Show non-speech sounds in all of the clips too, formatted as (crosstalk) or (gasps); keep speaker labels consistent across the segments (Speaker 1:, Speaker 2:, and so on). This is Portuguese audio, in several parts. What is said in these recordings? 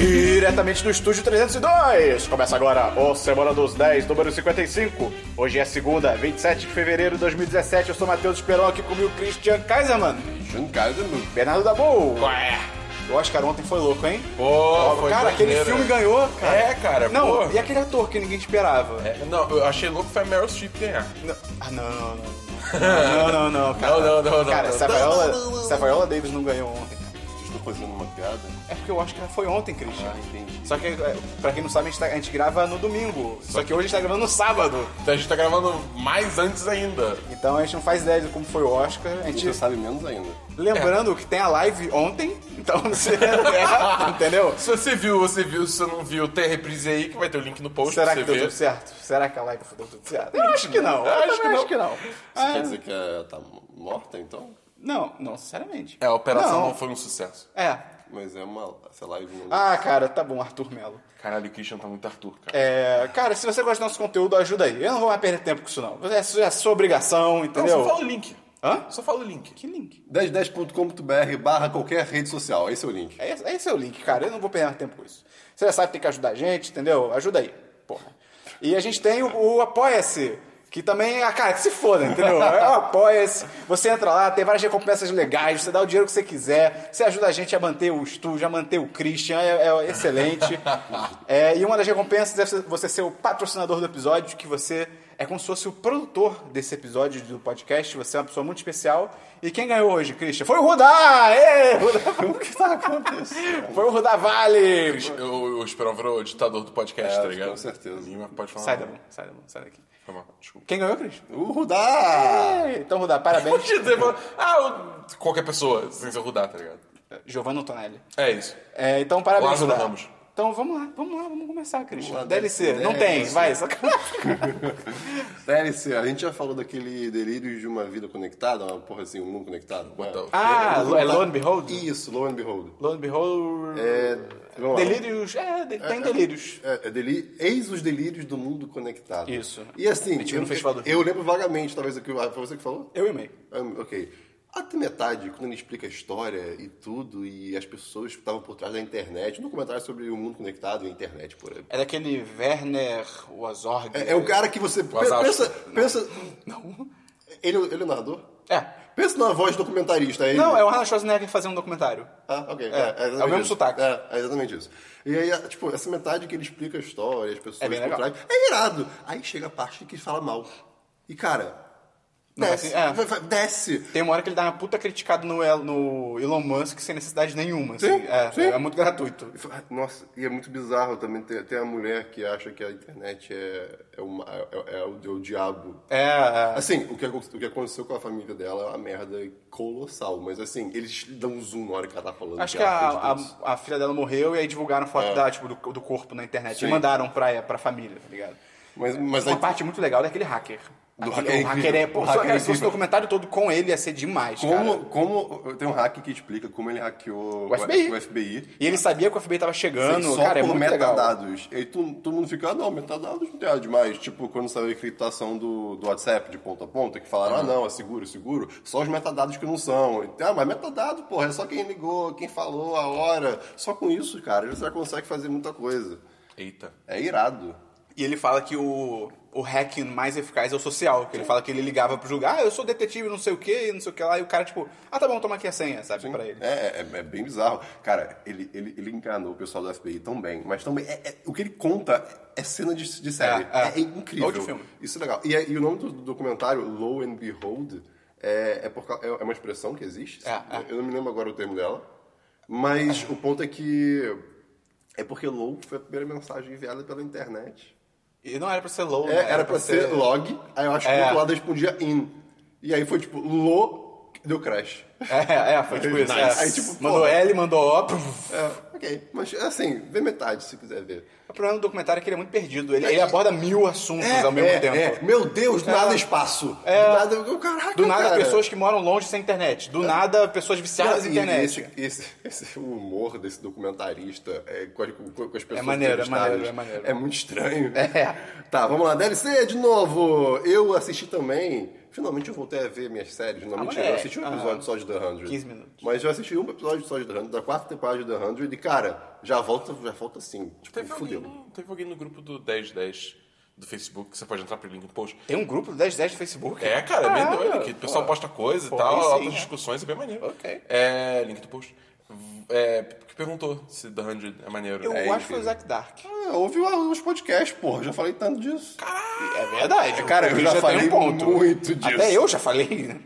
Speaker 1: diretamente do estúdio 302. Começa agora o Semana dos 10, número 55. Hoje é segunda, 27 de fevereiro de 2017. Eu sou Matheus Esperon, aqui comigo Christian Kaiserman,
Speaker 2: Junto casa, mano.
Speaker 1: Bernardo Dabu.
Speaker 2: Qual é?
Speaker 1: O Oscar ontem foi louco, hein?
Speaker 2: Pô, foi
Speaker 1: cara, aquele
Speaker 2: maneiro.
Speaker 1: filme ganhou, cara.
Speaker 2: É, cara,
Speaker 1: Não,
Speaker 2: pô.
Speaker 1: e aquele ator que ninguém esperava?
Speaker 2: É, não, eu achei louco foi a Meryl Streep ganhar.
Speaker 1: Não- Ah, não, não, não. Não,
Speaker 2: (laughs)
Speaker 1: não, não, cara.
Speaker 2: É. Não, não, não, não,
Speaker 1: Cara,
Speaker 2: não.
Speaker 1: se a Viola- se a Viola Davis não ganhou ontem, cara.
Speaker 2: Vocês estão fazendo uma piada?
Speaker 1: É porque eu acho que ela foi ontem, Christian.
Speaker 2: Ah, entendi.
Speaker 1: Só que, é, pra quem não sabe, a gente, tá- a gente grava no domingo. Só que hoje a gente tá gravando no sábado.
Speaker 2: Então a gente tá gravando mais antes ainda.
Speaker 1: Então a gente não faz ideia de como foi o Oscar. A gente,
Speaker 2: sabe menos ainda.
Speaker 1: lembrando que tem a live ontem, então (laughs) você é, entendeu?
Speaker 2: Se você viu, você viu. Se você não viu, tem a reprise aí que vai ter o link no post
Speaker 1: Será
Speaker 2: pra
Speaker 1: que
Speaker 2: você
Speaker 1: deu
Speaker 2: ver.
Speaker 1: tudo certo? Será que a live deu tudo certo? Eu acho que não. Eu
Speaker 2: Acho
Speaker 1: acho
Speaker 2: que não.
Speaker 1: acho que não. Ah,
Speaker 3: Quer dizer que ela tá morta, então?
Speaker 1: não, não, sinceramente.
Speaker 2: É, a operação não. foi um sucesso.
Speaker 1: É.
Speaker 3: Mas é uma, sei lá, uma...
Speaker 1: Ah, cara, tá bom, Arthur Melo.
Speaker 2: Caralho, o Christian tá muito Arthur, cara.
Speaker 1: É, cara, se você gosta do nosso conteúdo, ajuda aí. Eu não vou mais perder tempo com isso, não. É, su- é sua obrigação,
Speaker 2: Não,
Speaker 1: entendeu?
Speaker 2: só fala o link.
Speaker 1: Hã?
Speaker 2: Só fala o link.
Speaker 1: Que link?
Speaker 3: 1010.com.br barra qualquer rede social, esse é o link.
Speaker 1: É, esse- esse é o link, cara. Eu não vou perder mais tempo com isso. Você já sabe que tem que ajudar a gente, entendeu? Ajuda aí, porra. E a gente tem o, o Apoia-se, que também, ah, cara, que se foda, entendeu? É o Apoia-se. Você entra lá, tem várias recompensas legais, você dá o dinheiro que você quiser, você ajuda a gente a manter o estúdio, a manter o Christian, é, é excelente. É, e uma das recompensas é você ser o patrocinador do episódio, que você é como se fosse o produtor desse episódio do podcast. Você é uma pessoa muito especial. E quem ganhou hoje, Christian? Foi o Rudá! Ê, Rudá! O que tá
Speaker 3: (laughs)
Speaker 1: acontecendo? Foi o Rudá Vale!
Speaker 2: Eu, eu esperava ver o ditador do podcast,
Speaker 3: É,
Speaker 2: tá ligado?
Speaker 3: com certeza.
Speaker 2: Lima, pode falar.
Speaker 1: Sai da mão, sai da mão, sai daqui.
Speaker 2: Foi mal, desculpa. (laughs)
Speaker 1: Quem ganhou, Christian?
Speaker 3: O Rudá!
Speaker 1: Ê, Então, Rudá, parabéns.
Speaker 2: Podia ter falado- Ah, o- qualquer pessoa, sem ser rodar, tá ligado?
Speaker 1: (laughs) Giovanna Antonelli.
Speaker 2: É isso.
Speaker 1: É, então, parabéns,
Speaker 2: Lázaro
Speaker 1: Rudá.
Speaker 2: Ramos.
Speaker 1: Então, vamos lá, vamos lá, vamos começar, Christian.
Speaker 3: Vamos lá,
Speaker 1: Deve ser. Não
Speaker 3: DLC.
Speaker 1: tem, vai. sacanagem.
Speaker 3: DLC, a gente já falou daquele delírio de uma vida conectada, uma porra assim, um mundo conectado. qual é?
Speaker 2: Então,
Speaker 1: Ah,
Speaker 3: Vamos lá.
Speaker 1: é Lo and Behold?
Speaker 3: Isso, Lo and Behold.
Speaker 1: (laughs) Lo and Behold...
Speaker 3: É, vamos lá.
Speaker 1: Delírios, é, de- tem delírios.
Speaker 3: É, é deli- Eis os delírios do mundo conectado.
Speaker 1: Isso.
Speaker 3: E assim,
Speaker 1: gente viu
Speaker 3: eu,
Speaker 1: no Festival do Rio.
Speaker 3: eu lembro vagamente, talvez, o que ah, foi você que falou?
Speaker 1: Eu e meio.
Speaker 3: Hum, Ok. Até metade, quando ele explica a história e tudo, e as pessoas que estavam por trás da internet, no comentário sobre o mundo conectado e a internet, por aí.
Speaker 1: É daquele Werner Wazorg.
Speaker 3: É, é o cara que você. pe-
Speaker 2: Wazowski.
Speaker 3: Pensa. pensa Ele, ele é o narrador?
Speaker 1: É.
Speaker 3: Pensa numa voz documentarista. Ele.
Speaker 1: Não, é o Arnold Schwarzenegger fazendo um documentário.
Speaker 3: Ah, ok. É,
Speaker 1: é o
Speaker 3: exatamente
Speaker 1: mesmo
Speaker 3: isso.
Speaker 1: sotaque.
Speaker 3: É, é exatamente isso. E aí, é, tipo, essa metade que ele explica a história, as pessoas
Speaker 1: É bem
Speaker 3: por
Speaker 1: legal.
Speaker 3: trás, é irado. Aí chega a parte que fala mal. E, cara.
Speaker 1: Não,
Speaker 3: Desce.
Speaker 1: assim, é.
Speaker 3: vai- vai- Desce.
Speaker 1: Tem uma hora que ele dá uma puta criticada no, El- no Elon Musk sem necessidade nenhuma.
Speaker 3: Sim,
Speaker 1: assim. É,
Speaker 3: sim.
Speaker 1: é muito gratuito.
Speaker 3: Eu falei, "Ah, Nossa, e é muito bizarro também ter, ter a mulher que acha que a internet é, é, uma- é- é o, é o diabo.
Speaker 1: É, é.
Speaker 3: Assim, o que, acon- o que aconteceu com a família dela é uma merda colossal, mas assim, eles dão zoom na hora que ela tá falando.
Speaker 1: Acho que
Speaker 3: ela
Speaker 1: a,
Speaker 3: fez isso.
Speaker 1: a- a filha dela morreu e aí divulgaram foto da, tipo, do, do corpo na internet. E
Speaker 3: É. Sim.
Speaker 1: mandaram pra, pra família, tá ligado?
Speaker 3: Mas, mas aí,
Speaker 1: Uma parte muito legal é daquele hacker.
Speaker 3: Do
Speaker 1: Aquele-
Speaker 3: hacker é
Speaker 1: o hacker
Speaker 3: incrível.
Speaker 1: é, pô,
Speaker 3: O hacker
Speaker 1: cara, se
Speaker 3: é
Speaker 1: fosse
Speaker 3: incrível.
Speaker 1: o documentário todo com ele ia ser demais, cara.
Speaker 3: como, como. Tem um hack que explica como ele hackeou
Speaker 1: O FBI.
Speaker 3: o FBI.
Speaker 1: E ele sabia que o FBI tava chegando,
Speaker 3: só
Speaker 1: cara, é
Speaker 3: por
Speaker 1: muito legal.
Speaker 3: metadados. E aí tu- todo mundo fica, ah, não, metadados não tem nada demais. Tipo, quando saiu a encriptação do, do WhatsApp de ponta a ponta, que falaram, ah,
Speaker 1: Uhum.
Speaker 3: não, é seguro, é seguro. Só os metadados que não são. E, Ah, mas metadado, porra, é só quem ligou, quem falou, a hora. Só com isso, cara, você já consegue fazer muita coisa.
Speaker 2: Eita.
Speaker 3: É irado.
Speaker 1: E ele fala que o, o hacking mais eficaz é o social. Que ele fala que ele ligava pro julgar, ah, eu sou detetive, não sei o que, não sei o que lá. E o cara, tipo, ah, tá bom, toma aqui a senha, sabe? Pra ele.
Speaker 3: É, é, é bem bizarro. Cara, ele, ele, ele enganou o pessoal do FBI tão bem, mas também. É, é- o que ele conta é cena de, de série.
Speaker 1: É,
Speaker 3: É,
Speaker 1: é.
Speaker 3: incrível.
Speaker 1: Ou de filme.
Speaker 3: Isso é legal. E, é- e o nome do documentário, Low and Behold, é, é, por cau- é uma expressão que existe.
Speaker 1: É, é.
Speaker 3: Eu não me lembro agora o termo dela. Mas o ponto é que. É porque Low foi a primeira mensagem enviada pela internet.
Speaker 1: E não era pra ser low,
Speaker 3: É,
Speaker 1: né?
Speaker 3: era, pra ser log, aí eu acho que
Speaker 1: É.
Speaker 3: o outro lado respondia in. E aí foi tipo, low, deu crash.
Speaker 1: (laughs) É, é, foi tipo isso.
Speaker 3: Nice.
Speaker 1: é.
Speaker 3: Aí, tipo,
Speaker 1: mandou
Speaker 3: porra.
Speaker 1: L, mandou O. (laughs) pum.
Speaker 3: É, ok. Mas assim, vê metade se quiser ver.
Speaker 1: O problema do documentário é que ele é muito perdido. Ele, ele aborda mil assuntos ao mesmo
Speaker 3: é,
Speaker 1: tempo. É.
Speaker 3: é. Meu Deus, do nada espaço. Do nada, eu- caraca,
Speaker 1: Do nada,
Speaker 3: cara. É.
Speaker 1: pessoas que moram longe sem internet. Do nada, pessoas viciadas na
Speaker 3: E
Speaker 1: internet.
Speaker 3: Esse, esse, esse humor desse documentarista é, com, com- com as pessoas.
Speaker 1: maneiro, é maneiro,
Speaker 3: entrevistadas
Speaker 1: é maneiro.
Speaker 3: muito estranho.
Speaker 1: É.
Speaker 3: Tá, vamos lá. DLC de novo. Eu assisti também Finalmente eu voltei a ver minhas séries. Não,
Speaker 1: Ah,
Speaker 3: mentira, eu
Speaker 1: moleque.
Speaker 3: assisti um
Speaker 1: Ah.
Speaker 3: episódio só de The 100.
Speaker 1: 15 minutos.
Speaker 3: Mas eu assisti um episódio só de The 100, da quarta temporada de The 100, e cara, já volta, já volta assim. Tipo,
Speaker 2: Teve
Speaker 3: fudeu.
Speaker 1: né?
Speaker 2: alguém, teve alguém no grupo do 1010 do Facebook que você pode entrar pelo link no post.
Speaker 1: Tem um grupo do 1010 do Facebook?
Speaker 2: É, cara, é bem
Speaker 1: Ah,
Speaker 2: doido. Que o pessoal posta coisa
Speaker 1: pô,
Speaker 2: e tal,
Speaker 1: aí sim,
Speaker 2: altas
Speaker 1: né?
Speaker 2: discussões, é bem maneiro.
Speaker 1: Ok.
Speaker 2: É, link do post. É, que perguntou se The 100 é maneiro.
Speaker 1: Eu acho que
Speaker 2: É,
Speaker 1: foi o
Speaker 2: incrível.
Speaker 1: Zack Dark.
Speaker 3: Ah, ouve os podcasts, porra, já falei tanto disso.
Speaker 1: É verdade.
Speaker 3: Cara, eu
Speaker 1: Ele
Speaker 3: já
Speaker 1: tem
Speaker 3: falei muito disso.
Speaker 1: um Até eu já falei. né?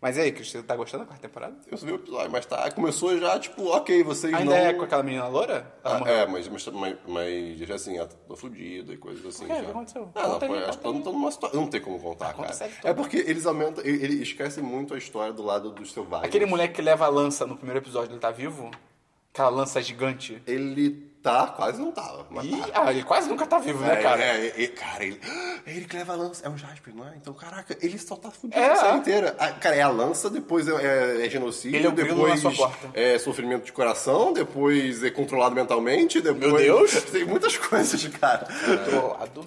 Speaker 1: Mas e aí, Cristian, tá gostando da quarta temporada?
Speaker 3: Eu subi o episódio, mas tá, começou já, tipo, ok, vocês
Speaker 1: Ainda
Speaker 3: não...
Speaker 1: é com Tá aquela menina loura? Ela
Speaker 3: Ah,
Speaker 1: morreu.
Speaker 3: é, mas, mas, mas, mas já assim, ela tá fudida e coisas assim.
Speaker 1: que
Speaker 3: já.
Speaker 1: aconteceu?
Speaker 3: Ah, não,
Speaker 1: Conta
Speaker 3: pô,
Speaker 1: aí,
Speaker 3: acho
Speaker 1: conta
Speaker 3: que eu não tô numa situação. Não tem como contar,
Speaker 1: conta
Speaker 3: cara.
Speaker 1: sério,
Speaker 3: é
Speaker 1: então.
Speaker 3: porque eles aumentam. Ele, ele esquece muito a história do lado dos selvagens.
Speaker 1: Aquele moleque que leva a lança no primeiro episódio, ele tá vivo? Aquela lança gigante.
Speaker 3: Ele tá, quase não tava. Mas
Speaker 1: Ih,
Speaker 3: tá.
Speaker 1: ah, ele quase nunca tá vivo, né,
Speaker 3: É,
Speaker 1: cara?
Speaker 3: é, é, é, cara, ele, (gasps) é ele que leva a lança. É o Jasper, não é? Então, caraca, ele só tá fudido
Speaker 1: É.
Speaker 3: a série inteira. A- cara, é a lança, depois é, é- é genocídio,
Speaker 1: Ele é o grilo
Speaker 3: depois
Speaker 1: na sua porta.
Speaker 3: é sofrimento de coração, depois é controlado mentalmente, depois.
Speaker 1: Meu Deus.
Speaker 3: (laughs) Tem muitas coisas, cara.
Speaker 1: Controlado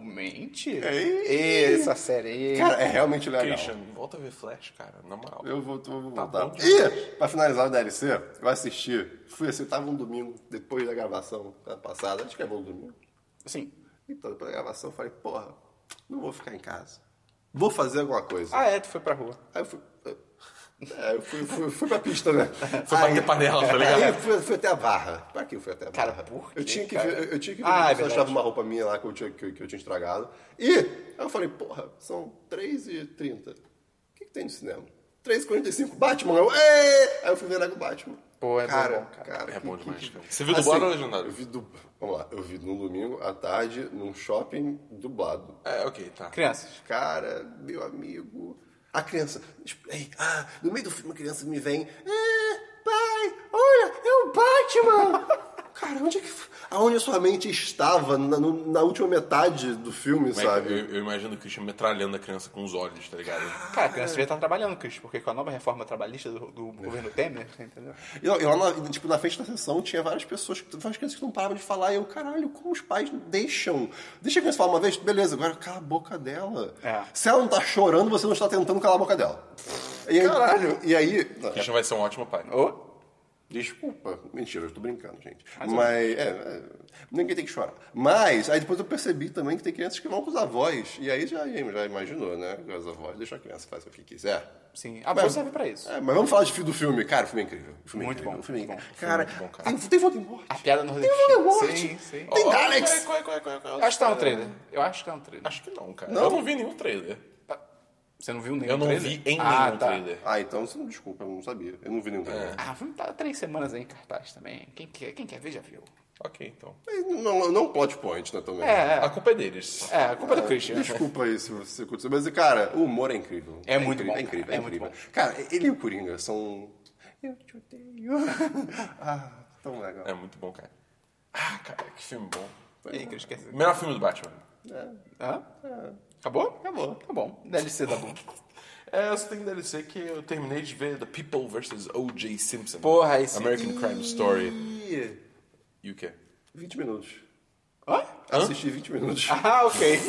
Speaker 1: mentalmente?
Speaker 3: Ei.
Speaker 1: Essa série aí.
Speaker 3: É Cara, é realmente legal.
Speaker 2: Christian, volta a ver Flash, cara, na moral.
Speaker 3: Eu vou, eu
Speaker 1: Tá
Speaker 3: vou voltar.
Speaker 2: bom
Speaker 3: e, pra finalizar o DLC, eu assisti. Fui assim, tava um domingo, depois da gravação da passada. Acho que é bom domingo.
Speaker 1: Sim.
Speaker 3: Então, depois da gravação, eu falei, porra, não vou ficar em casa. Vou fazer alguma coisa.
Speaker 1: Ah, é, tu foi pra rua.
Speaker 3: Aí eu fui. eh, É, eu fui, fui, fui pra pista, né?
Speaker 2: Foi bater panela, tá ligado?
Speaker 3: Aí eu fui, fui até a barra. Pra que eu fui até a barra?
Speaker 1: Cara, por quê,
Speaker 3: Eu tinha que
Speaker 1: cara?
Speaker 3: ver, eu, eu tinha que ver
Speaker 1: Ah,
Speaker 3: ah,
Speaker 1: é
Speaker 3: eu
Speaker 1: verdade.
Speaker 3: achava uma roupa minha lá que eu tinha, que, eu- que eu tinha estragado. E aí eu falei, porra, são 3h30. O que, que tem no cinema? 3h45, Batman. Eu, "Ê!" Aí eu fui ver lá com o Batman.
Speaker 1: Pô, é bom,
Speaker 3: cara,
Speaker 1: cara.
Speaker 3: que-
Speaker 2: É bom
Speaker 3: que-
Speaker 2: demais,
Speaker 3: que-
Speaker 2: cara. Você viu
Speaker 1: Assim,
Speaker 2: dublado ou
Speaker 3: Eu
Speaker 2: legendado?
Speaker 3: vi du... Vamos lá, eu vi num domingo à tarde num shopping dublado.
Speaker 2: É, ok, tá.
Speaker 1: Crianças.
Speaker 3: Cara, meu amigo. A criança. Ei, ah, no meio do filme a criança me vem. É, pai, olha, é o
Speaker 2: (laughs)
Speaker 3: Batman! Cara, onde é que. Aonde a sua mente estava na, no- na última metade do filme,
Speaker 2: Como é que-
Speaker 3: sabe?
Speaker 2: Eu, eu imagino o Christian metralhando a criança com os olhos, tá ligado?
Speaker 1: Cara, a criança devia estar trabalhando, Cris, porque com a nova reforma trabalhista do, do governo Temer, entendeu?
Speaker 3: E, lá- e lá, na, tipo, na frente da sessão tinha várias pessoas, várias crianças que não paravam de falar. E eu, caralho, como os pais deixam? Deixa a criança falar uma vez, beleza, agora cala a boca dela.
Speaker 1: É.
Speaker 3: Se ela não tá chorando, você não está tentando calar a boca dela. E aí, caralho! E aí.
Speaker 2: O Christian vai ser um ótimo pai.
Speaker 1: Ô,
Speaker 3: Desculpa. Mentira, eu tô brincando, gente. Mas, é, é, ninguém tem que chorar. Mas, aí depois eu percebi também que tem crianças que vão com os avós. E aí já, já imaginou, né? Com Os avós, deixa a criança fazer o que quiser.
Speaker 1: sim. Ah, A boa serve pra isso.
Speaker 3: É, mas vamos falar de filme do filme. Cara, o filme é incrível. O filme é
Speaker 1: Muito
Speaker 3: incrível.
Speaker 1: bom,
Speaker 3: O filme é
Speaker 1: muito
Speaker 3: incrível.
Speaker 1: bom.
Speaker 3: Cara,
Speaker 2: Filme muito bom, cara.
Speaker 3: tem, tem Voldemort.
Speaker 1: A piada no
Speaker 2: um
Speaker 3: Voldemort.
Speaker 1: Sim, sim.
Speaker 3: Tem
Speaker 2: Ó,
Speaker 3: Daleks.
Speaker 2: qual é, qual é, qual é, qual é?
Speaker 1: Acho que tá no trailer. Eu acho que tá no trailer.
Speaker 2: Acho que não, cara. Eu não vi nenhum trailer.
Speaker 1: Você não viu nenhum
Speaker 2: Eu não
Speaker 1: trailer?
Speaker 2: vi em
Speaker 1: ah,
Speaker 2: nenhum
Speaker 1: tá.
Speaker 2: trailer.
Speaker 3: Ah, então, você não- desculpa, eu não sabia. Eu não vi nenhum trailer.
Speaker 1: Ah, vamos estar três semanas aí em cartaz também. Quem quer, quem quer ver já viu.
Speaker 2: Ok, então.
Speaker 3: Mas Não, não plot point, né, também.
Speaker 1: É,
Speaker 2: A
Speaker 1: é.
Speaker 2: culpa é deles.
Speaker 1: É, a culpa do Christian.
Speaker 3: Desculpa aí se você aconteceu, mas, cara, o humor é incrível.
Speaker 1: É muito
Speaker 3: incrível,
Speaker 1: bom,
Speaker 3: É incrível,
Speaker 1: cara,
Speaker 3: é,
Speaker 1: é muito
Speaker 3: incrível. Cara, ele e o Coringa são. Eu te
Speaker 1: (laughs)
Speaker 3: odeio. ah, tão legal.
Speaker 2: É muito bom, cara. Ah, cara, que filme bom.
Speaker 1: E aí, Christian, quer
Speaker 2: Melhor filme do Batman.
Speaker 1: Hã? Acabou?
Speaker 3: Acabou.
Speaker 1: Tá bom. DLC tá bom.
Speaker 2: É, eu só tenho DLC que eu terminei de ver The People vs. O.J. Simpson.
Speaker 1: Porra, esse-
Speaker 2: American Crime Story.
Speaker 3: E
Speaker 2: E o quê?
Speaker 3: 20 minutos.
Speaker 1: Hã? (laughs)
Speaker 3: Assisti 20 minutos
Speaker 1: Ah, ok.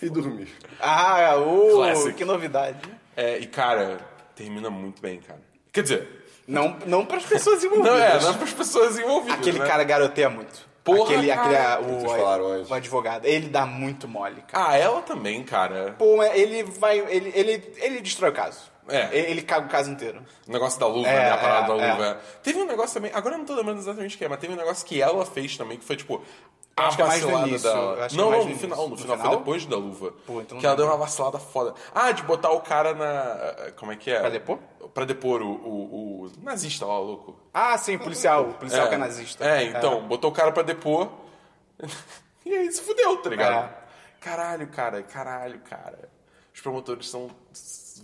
Speaker 3: e dormi.
Speaker 1: Ah, ô,
Speaker 2: Classic.
Speaker 1: que novidade. né?
Speaker 2: É, e cara, termina muito bem, cara. Quer dizer,
Speaker 1: Não, não pras pessoas envolvidas.
Speaker 2: não é, não é pras pessoas envolvidas.
Speaker 1: Aquele
Speaker 2: né?
Speaker 1: cara garoteia muito.
Speaker 2: Porra,
Speaker 1: aquele, aquele
Speaker 2: cara.
Speaker 1: o,
Speaker 3: Vocês falaram
Speaker 1: o,
Speaker 3: hoje.
Speaker 1: advogado. Ele dá muito mole, cara.
Speaker 2: Ah, ela também, cara.
Speaker 1: Pô, é, ele vai. Ele, ele, ele destrói o caso.
Speaker 2: É.
Speaker 1: Ele, ele caga o caso inteiro.
Speaker 2: O negócio da luva,
Speaker 1: É,
Speaker 2: né? A parada
Speaker 1: é,
Speaker 2: da
Speaker 1: é.
Speaker 2: luva. Teve um negócio também, agora eu não tô lembrando exatamente o que é, mas teve um negócio que ela fez também, que foi tipo. A
Speaker 1: Acho que é mais no
Speaker 2: vacilada
Speaker 1: início,
Speaker 2: da.
Speaker 1: acho que é
Speaker 2: não,
Speaker 1: mais
Speaker 2: não,
Speaker 1: no
Speaker 2: no final,
Speaker 1: início.
Speaker 2: no,
Speaker 1: No
Speaker 2: final, foi
Speaker 1: final?
Speaker 2: depois da luva.
Speaker 1: Pô, então não
Speaker 2: que ela deu
Speaker 1: lembro.
Speaker 2: uma vacilada foda. Ah, de botar o cara na. Como é que é?
Speaker 1: Pra depor?
Speaker 2: Pra depor o, o, o nazista lá, o louco.
Speaker 1: Ah, sim, policial. Policial que é nazista.
Speaker 2: É, então, botou o cara pra depor. (laughs) e aí se fudeu, tá ligado?
Speaker 1: É.
Speaker 2: Caralho, cara, caralho, cara. Os promotores são.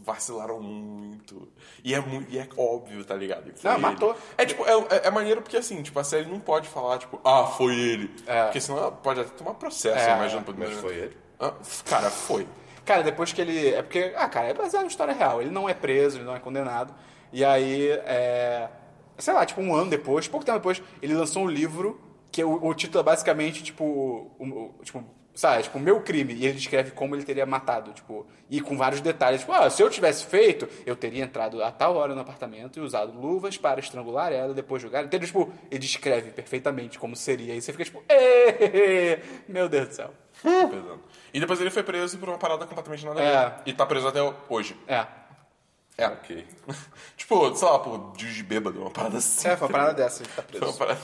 Speaker 2: vacilaram muito. E é, mu- e é óbvio, tá ligado? que foi
Speaker 1: Não,
Speaker 2: ele.
Speaker 1: matou.
Speaker 2: É tipo, é, é- é maneiro porque assim, tipo, a série não pode falar, tipo, ah, foi ele.
Speaker 1: É.
Speaker 2: Porque senão ela pode até tomar processo,
Speaker 1: É,
Speaker 2: eu imagino. pro-
Speaker 3: Mas foi ele.
Speaker 2: Ah, cara, foi.
Speaker 1: (laughs) Cara, depois que ele. É porque. Ah, cara, é baseado em história real. Ele não é preso, ele não é condenado. E aí, é, sei lá, tipo, um ano depois, pouco tempo depois, ele lançou um livro que o, o título é basicamente, tipo, o, o- tipo, sabe, tipo, o meu crime, e ele descreve como ele teria matado, tipo, e com vários detalhes, tipo, ah, se eu tivesse feito, eu teria entrado a tal hora no apartamento e usado luvas para estrangular ela, depois jogar, entendeu? Tipo, ele descreve perfeitamente como seria, e você fica tipo, "Ê, (laughs) meu Deus do céu.
Speaker 2: Pesado. E depois ele foi preso por uma parada completamente nada a
Speaker 1: É.
Speaker 2: ver. E tá preso até hoje.
Speaker 1: É,
Speaker 2: É.
Speaker 3: Ok.
Speaker 2: (laughs) tipo, sei lá, por dirigir bêbado, uma parada assim.
Speaker 1: é foi uma parada dessa de tá
Speaker 2: (laughs) Foi uma
Speaker 1: preso.
Speaker 2: parada...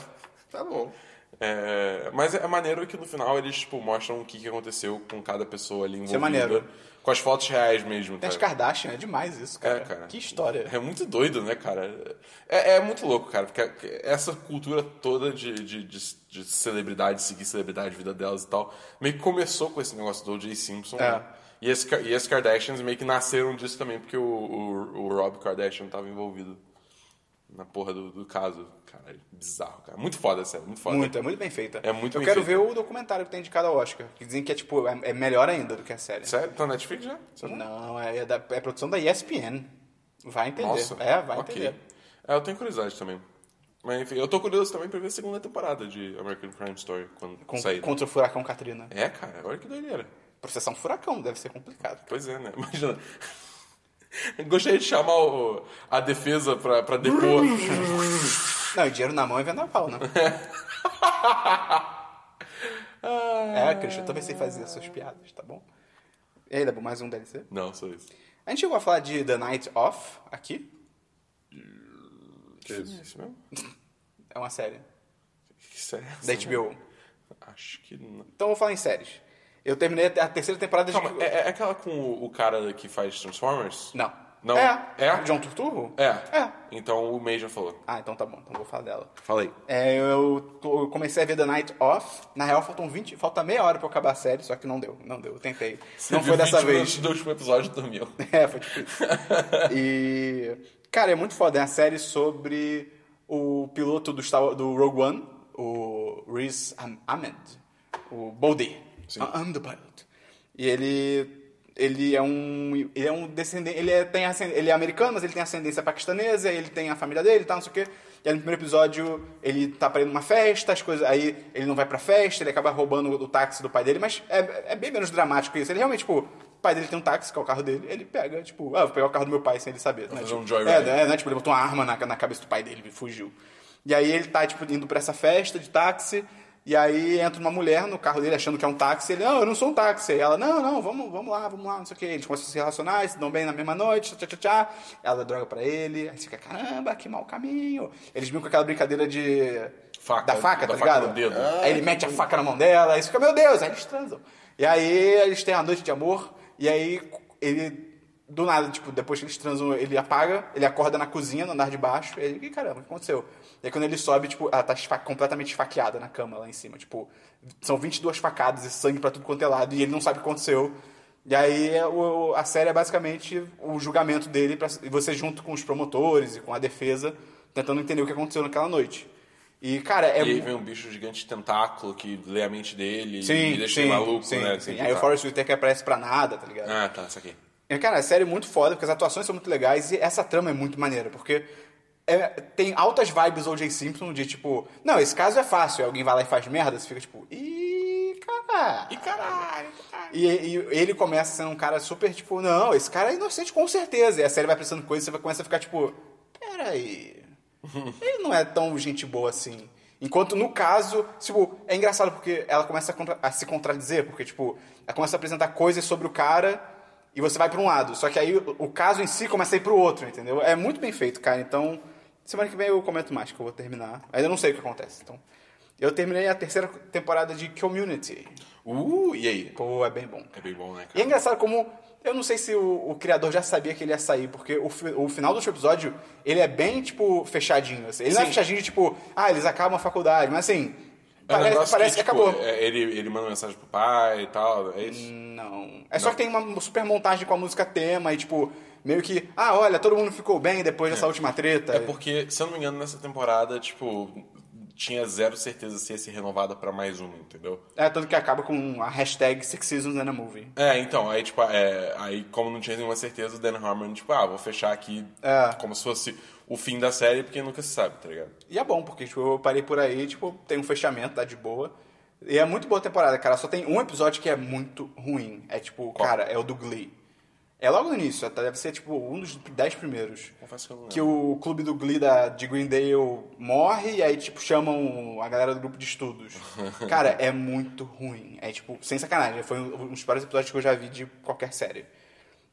Speaker 3: Tá bom.
Speaker 2: É, mas é maneiro que no final eles tipo, mostram o que, que aconteceu com cada pessoa ali envolvida.
Speaker 1: é maneiro.
Speaker 2: Com as fotos reais mesmo, tá
Speaker 1: Tem as
Speaker 2: cara.
Speaker 1: Kardashian, é demais isso, cara.
Speaker 2: É, cara.
Speaker 1: Que história.
Speaker 2: É muito doido, né, cara? É, é muito louco, cara, porque essa cultura toda de, de, de, de celebridade, seguir celebridade, vida delas e tal, meio que começou com esse negócio do O.J. Simpson,
Speaker 1: É.
Speaker 2: né? E as, Ka- e as Kardashians meio que nasceram disso também, porque o, o, o Rob Kardashian tava envolvido na porra do, do caso. Cara, bizarro, cara. Muito foda, sério, muito foda.
Speaker 1: Muito, é muito bem feita.
Speaker 2: É muito
Speaker 1: Eu
Speaker 2: bem
Speaker 1: quero
Speaker 2: feita.
Speaker 1: ver o documentário que tem indicado ao Oscar, que dizem que é, tipo, é, é melhor ainda do que a série.
Speaker 2: Sério? Tá na Netflix já? Será?
Speaker 1: Não, é, da- é produção da ESPN. Vai entender.
Speaker 2: Nossa.
Speaker 1: É, vai
Speaker 2: ok.
Speaker 1: entender.
Speaker 2: É, eu tenho curiosidade também. Mas enfim, eu tô curioso também pra ver a segunda temporada de American Crime Story quando
Speaker 1: Com-
Speaker 2: sair.
Speaker 1: contra o furacão Katrina.
Speaker 2: É, cara, olha que doideira.
Speaker 1: Processar um furacão deve ser complicado.
Speaker 2: Pois é, né? (laughs) Imagina. Gostaria de chamar o- a defesa pra, pra depor.
Speaker 1: Não, e dinheiro na mão é vendaval,
Speaker 2: (laughs)
Speaker 1: né? é, Christian, eu também sei fazer as suas piadas, tá bom? E aí, Dabu, mais um DLC?
Speaker 2: Não, só isso.
Speaker 1: A gente chegou a falar de The Night Off aqui.
Speaker 3: Que isso.
Speaker 2: É isso mesmo?
Speaker 1: É uma série
Speaker 2: Que série é essa,
Speaker 1: da
Speaker 2: né?
Speaker 1: HBO.
Speaker 2: Acho que não.
Speaker 1: Então eu vou falar em séries. Eu terminei a terceira temporada de...
Speaker 2: Calma, é, é aquela com o, o cara que faz Transformers?
Speaker 1: Não.
Speaker 2: Não?
Speaker 1: É.
Speaker 2: É?
Speaker 1: John Turturro?
Speaker 2: É.
Speaker 1: É.
Speaker 2: Então o Major falou.
Speaker 1: Ah, então tá bom. Então eu vou falar dela.
Speaker 2: Falei.
Speaker 1: É, eu, tô- eu comecei a ver The Night Off. Na real, faltam 20, falta meia hora pra eu acabar a série, só que não deu. Não deu, eu tentei. não foi dessa
Speaker 2: um
Speaker 1: vez.
Speaker 2: Do último episódio dormiu.
Speaker 1: (laughs) É, foi tipo isso. E. Cara, é muito foda. É uma série sobre o piloto do, Star- do Rogue One, o Riz Ahmed, o Bodhi. I- I'm the pilot. E ele. Ele é um. Ele é um descendente. Ele é, tem ascend- ele é americano, mas ele tem ascendência paquistanesa, ele tem a família dele e tal, não sei o quê. E aí no primeiro episódio ele tá pra ir numa festa, as coisas. Aí ele não vai pra festa, ele acaba roubando o táxi do pai dele, mas é, é bem menos dramático isso. Ele realmente, tipo, o pai dele tem um táxi, que é o carro dele, ele pega, tipo, ah, vou pegar o carro do meu pai sem ele saber. Né?
Speaker 2: fazer
Speaker 1: Tipo,
Speaker 2: um joyride.
Speaker 1: é, é, né? Tipo, ele botou uma arma na, na cabeça do pai dele e fugiu. E aí ele tá, tipo, indo pra essa festa de táxi, e aí entra uma mulher no carro dele achando que é um táxi, ele, não, eu não sou um táxi. Aí ela, não, não, vamos, vamos lá, vamos lá, não sei o que. Eles começam a se relacionar, eles se dão bem na mesma noite, tchá, tchá, tchá. Ela dá droga pra ele, aí você fica, caramba, que mau caminho. Eles vêm com aquela brincadeira de...
Speaker 2: Faca,
Speaker 1: da faca,
Speaker 2: da
Speaker 1: tá
Speaker 2: faca
Speaker 1: ligado?
Speaker 2: no dedo.
Speaker 1: Ah, Aí ele mete a faca na mão dela, aí você fica, meu Deus, aí eles transam. E aí eles têm uma noite de amor, e aí ele, do nada, tipo, depois que eles transam, ele apaga, ele acorda na cozinha, no andar de baixo, e ele, "Ih, caramba, o que aconteceu? E aí quando ele sobe, tipo, ela tá esfa- completamente esfaqueada na cama lá em cima, tipo, são 22 facadas e sangue pra tudo quanto é lado, e ele não sabe o que aconteceu. E aí o- a série é basicamente o julgamento dele, pra, e você junto com os promotores e com a defesa, tentando entender o que aconteceu naquela noite. E, cara, é
Speaker 2: E aí
Speaker 1: mu-
Speaker 2: vem um bicho gigante de tentáculo que lê a mente dele e
Speaker 1: Sim,
Speaker 2: deixa
Speaker 1: sim,
Speaker 2: ele maluco,
Speaker 1: sim,
Speaker 2: né?
Speaker 1: sim.
Speaker 2: Assim,
Speaker 1: Aí o
Speaker 2: tá.
Speaker 1: Forrest Whitaker aparece pra nada, tá ligado?
Speaker 2: Ah, tá, saquei.
Speaker 1: E, Cara, a série é muito foda, porque as atuações são muito legais e essa trama é muito maneira, porque é- tem altas vibes O.J. Simpson de tipo, não, esse caso é fácil, aí alguém vai lá e faz merda, você fica tipo, ih, caralho.
Speaker 2: E caralho, caralho.
Speaker 1: E, e ele começa sendo um cara super tipo, não, esse cara é inocente com certeza. E a série vai pensando coisas e você vai- começa a ficar tipo, peraí. Ele não é tão gente boa assim. Enquanto no caso, tipo, é engraçado porque ela começa a, contra- a se contradizer, porque, tipo, ela começa a apresentar coisas sobre o cara e você vai pra um lado. Só que aí o, o caso em si começa a ir pro outro, entendeu? É muito bem feito, cara. Então, semana que vem eu comento mais, que eu vou terminar. Ainda não sei o que acontece. Então, eu terminei a terceira temporada de Community.
Speaker 2: Uh, e aí?
Speaker 1: Pô, é bem bom.
Speaker 2: É bem bom,
Speaker 1: E
Speaker 2: né,
Speaker 1: é
Speaker 2: cara?
Speaker 1: engraçado como. Eu não sei se o, o criador já sabia que ele ia sair, porque o, fi- o final do último episódio, ele é bem, tipo, fechadinho. assim. Ele não é
Speaker 2: Sim.
Speaker 1: fechadinho, tipo, ah, eles acabam a faculdade, mas assim.
Speaker 2: É um
Speaker 1: Parece,
Speaker 2: negócio
Speaker 1: parece que,
Speaker 2: tipo,
Speaker 1: acabou.
Speaker 2: é, ele, ele manda mensagem pro pai e tal, é isso?
Speaker 1: Não. É só que tem uma super montagem com a música tema e, tipo, meio que, ah, olha, todo mundo ficou bem depois dessa última treta.
Speaker 2: É porque, se eu não me engano, nessa temporada, tipo, tinha zero certeza se ia ser renovada pra mais um, entendeu?
Speaker 1: É, tanto que acaba com a hashtag Six Seasons and a Movie.
Speaker 2: É, então, aí, tipo, é, aí como não tinha nenhuma certeza, o Dan Harmon, tipo, ah, vou fechar aqui
Speaker 1: É.
Speaker 2: como se fosse o fim da série, porque nunca se sabe, tá ligado?
Speaker 1: E é bom, porque tipo, eu parei por aí, tipo, tem um fechamento, tá de boa. E é muito boa a temporada, cara. Só tem um episódio que é muito ruim. É tipo, cara, é o do Glee. É logo no início, até deve ser tipo um dos dez primeiros.
Speaker 2: Confesso que eu não
Speaker 1: Que o clube do Glee da, de Greendale morre e aí, tipo, chamam a galera do grupo de
Speaker 2: (laughs)
Speaker 1: estudos. Cara, é muito ruim. É tipo, sem sacanagem. Foi um um dos piores episódios que eu já vi de qualquer série.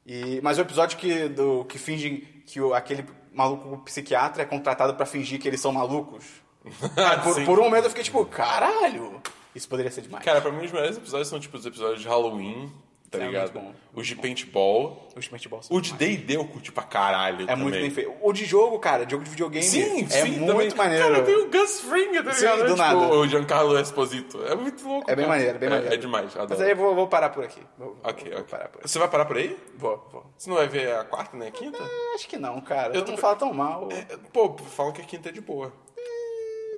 Speaker 1: E, mas o episódio que, do, que fingem que o- aquele maluco psiquiatra é contratado pra fingir que eles são malucos.
Speaker 2: (laughs)
Speaker 1: Cara, por,
Speaker 2: Ah, Sim.
Speaker 1: por um momento eu fiquei tipo, caralho! Isso poderia ser demais.
Speaker 2: Cara, pra mim os melhores episódios são, tipo, os episódios de Halloween, tá
Speaker 1: É,
Speaker 2: ligado?
Speaker 1: muito bom.
Speaker 2: Os de paintball.
Speaker 1: Os Smash
Speaker 2: O de D&D eu curti pra caralho
Speaker 1: É
Speaker 2: também.
Speaker 1: muito bem feito. O de jogo, cara, jogo de videogame.
Speaker 2: Sim,
Speaker 1: é
Speaker 2: sim,
Speaker 1: muito
Speaker 2: também.
Speaker 1: maneiro.
Speaker 2: Cara, tem o Gus Fring, tá ligado?
Speaker 1: Sim, do
Speaker 2: É, tipo,
Speaker 1: nada.
Speaker 2: O Giancarlo Esposito. É muito louco.
Speaker 1: É bem
Speaker 2: cara.
Speaker 1: maneiro, bem maneiro.
Speaker 2: É demais, adoro.
Speaker 1: Mas aí eu vou, vou parar por aqui. Vou,
Speaker 2: Ok,
Speaker 1: vou
Speaker 2: ok.
Speaker 1: parar por aqui.
Speaker 2: Você vai parar por aí?
Speaker 1: Vou, vou.
Speaker 2: Você não vai ver a quarta nem a quinta?
Speaker 1: Eu Acho que não, cara.
Speaker 2: Eu
Speaker 1: Eu não
Speaker 2: tô-
Speaker 1: falo tão mal.
Speaker 2: Pô, falam que a quinta é de boa.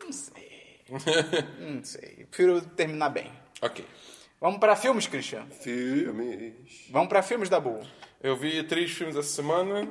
Speaker 1: Não sei. (laughs) não sei. Eu Prefiro terminar bem.
Speaker 2: Ok.
Speaker 1: Vamos pra filmes, Christian.
Speaker 3: Filmes.
Speaker 1: Vamos pra filmes da Bull.
Speaker 2: Eu vi três filmes essa semana.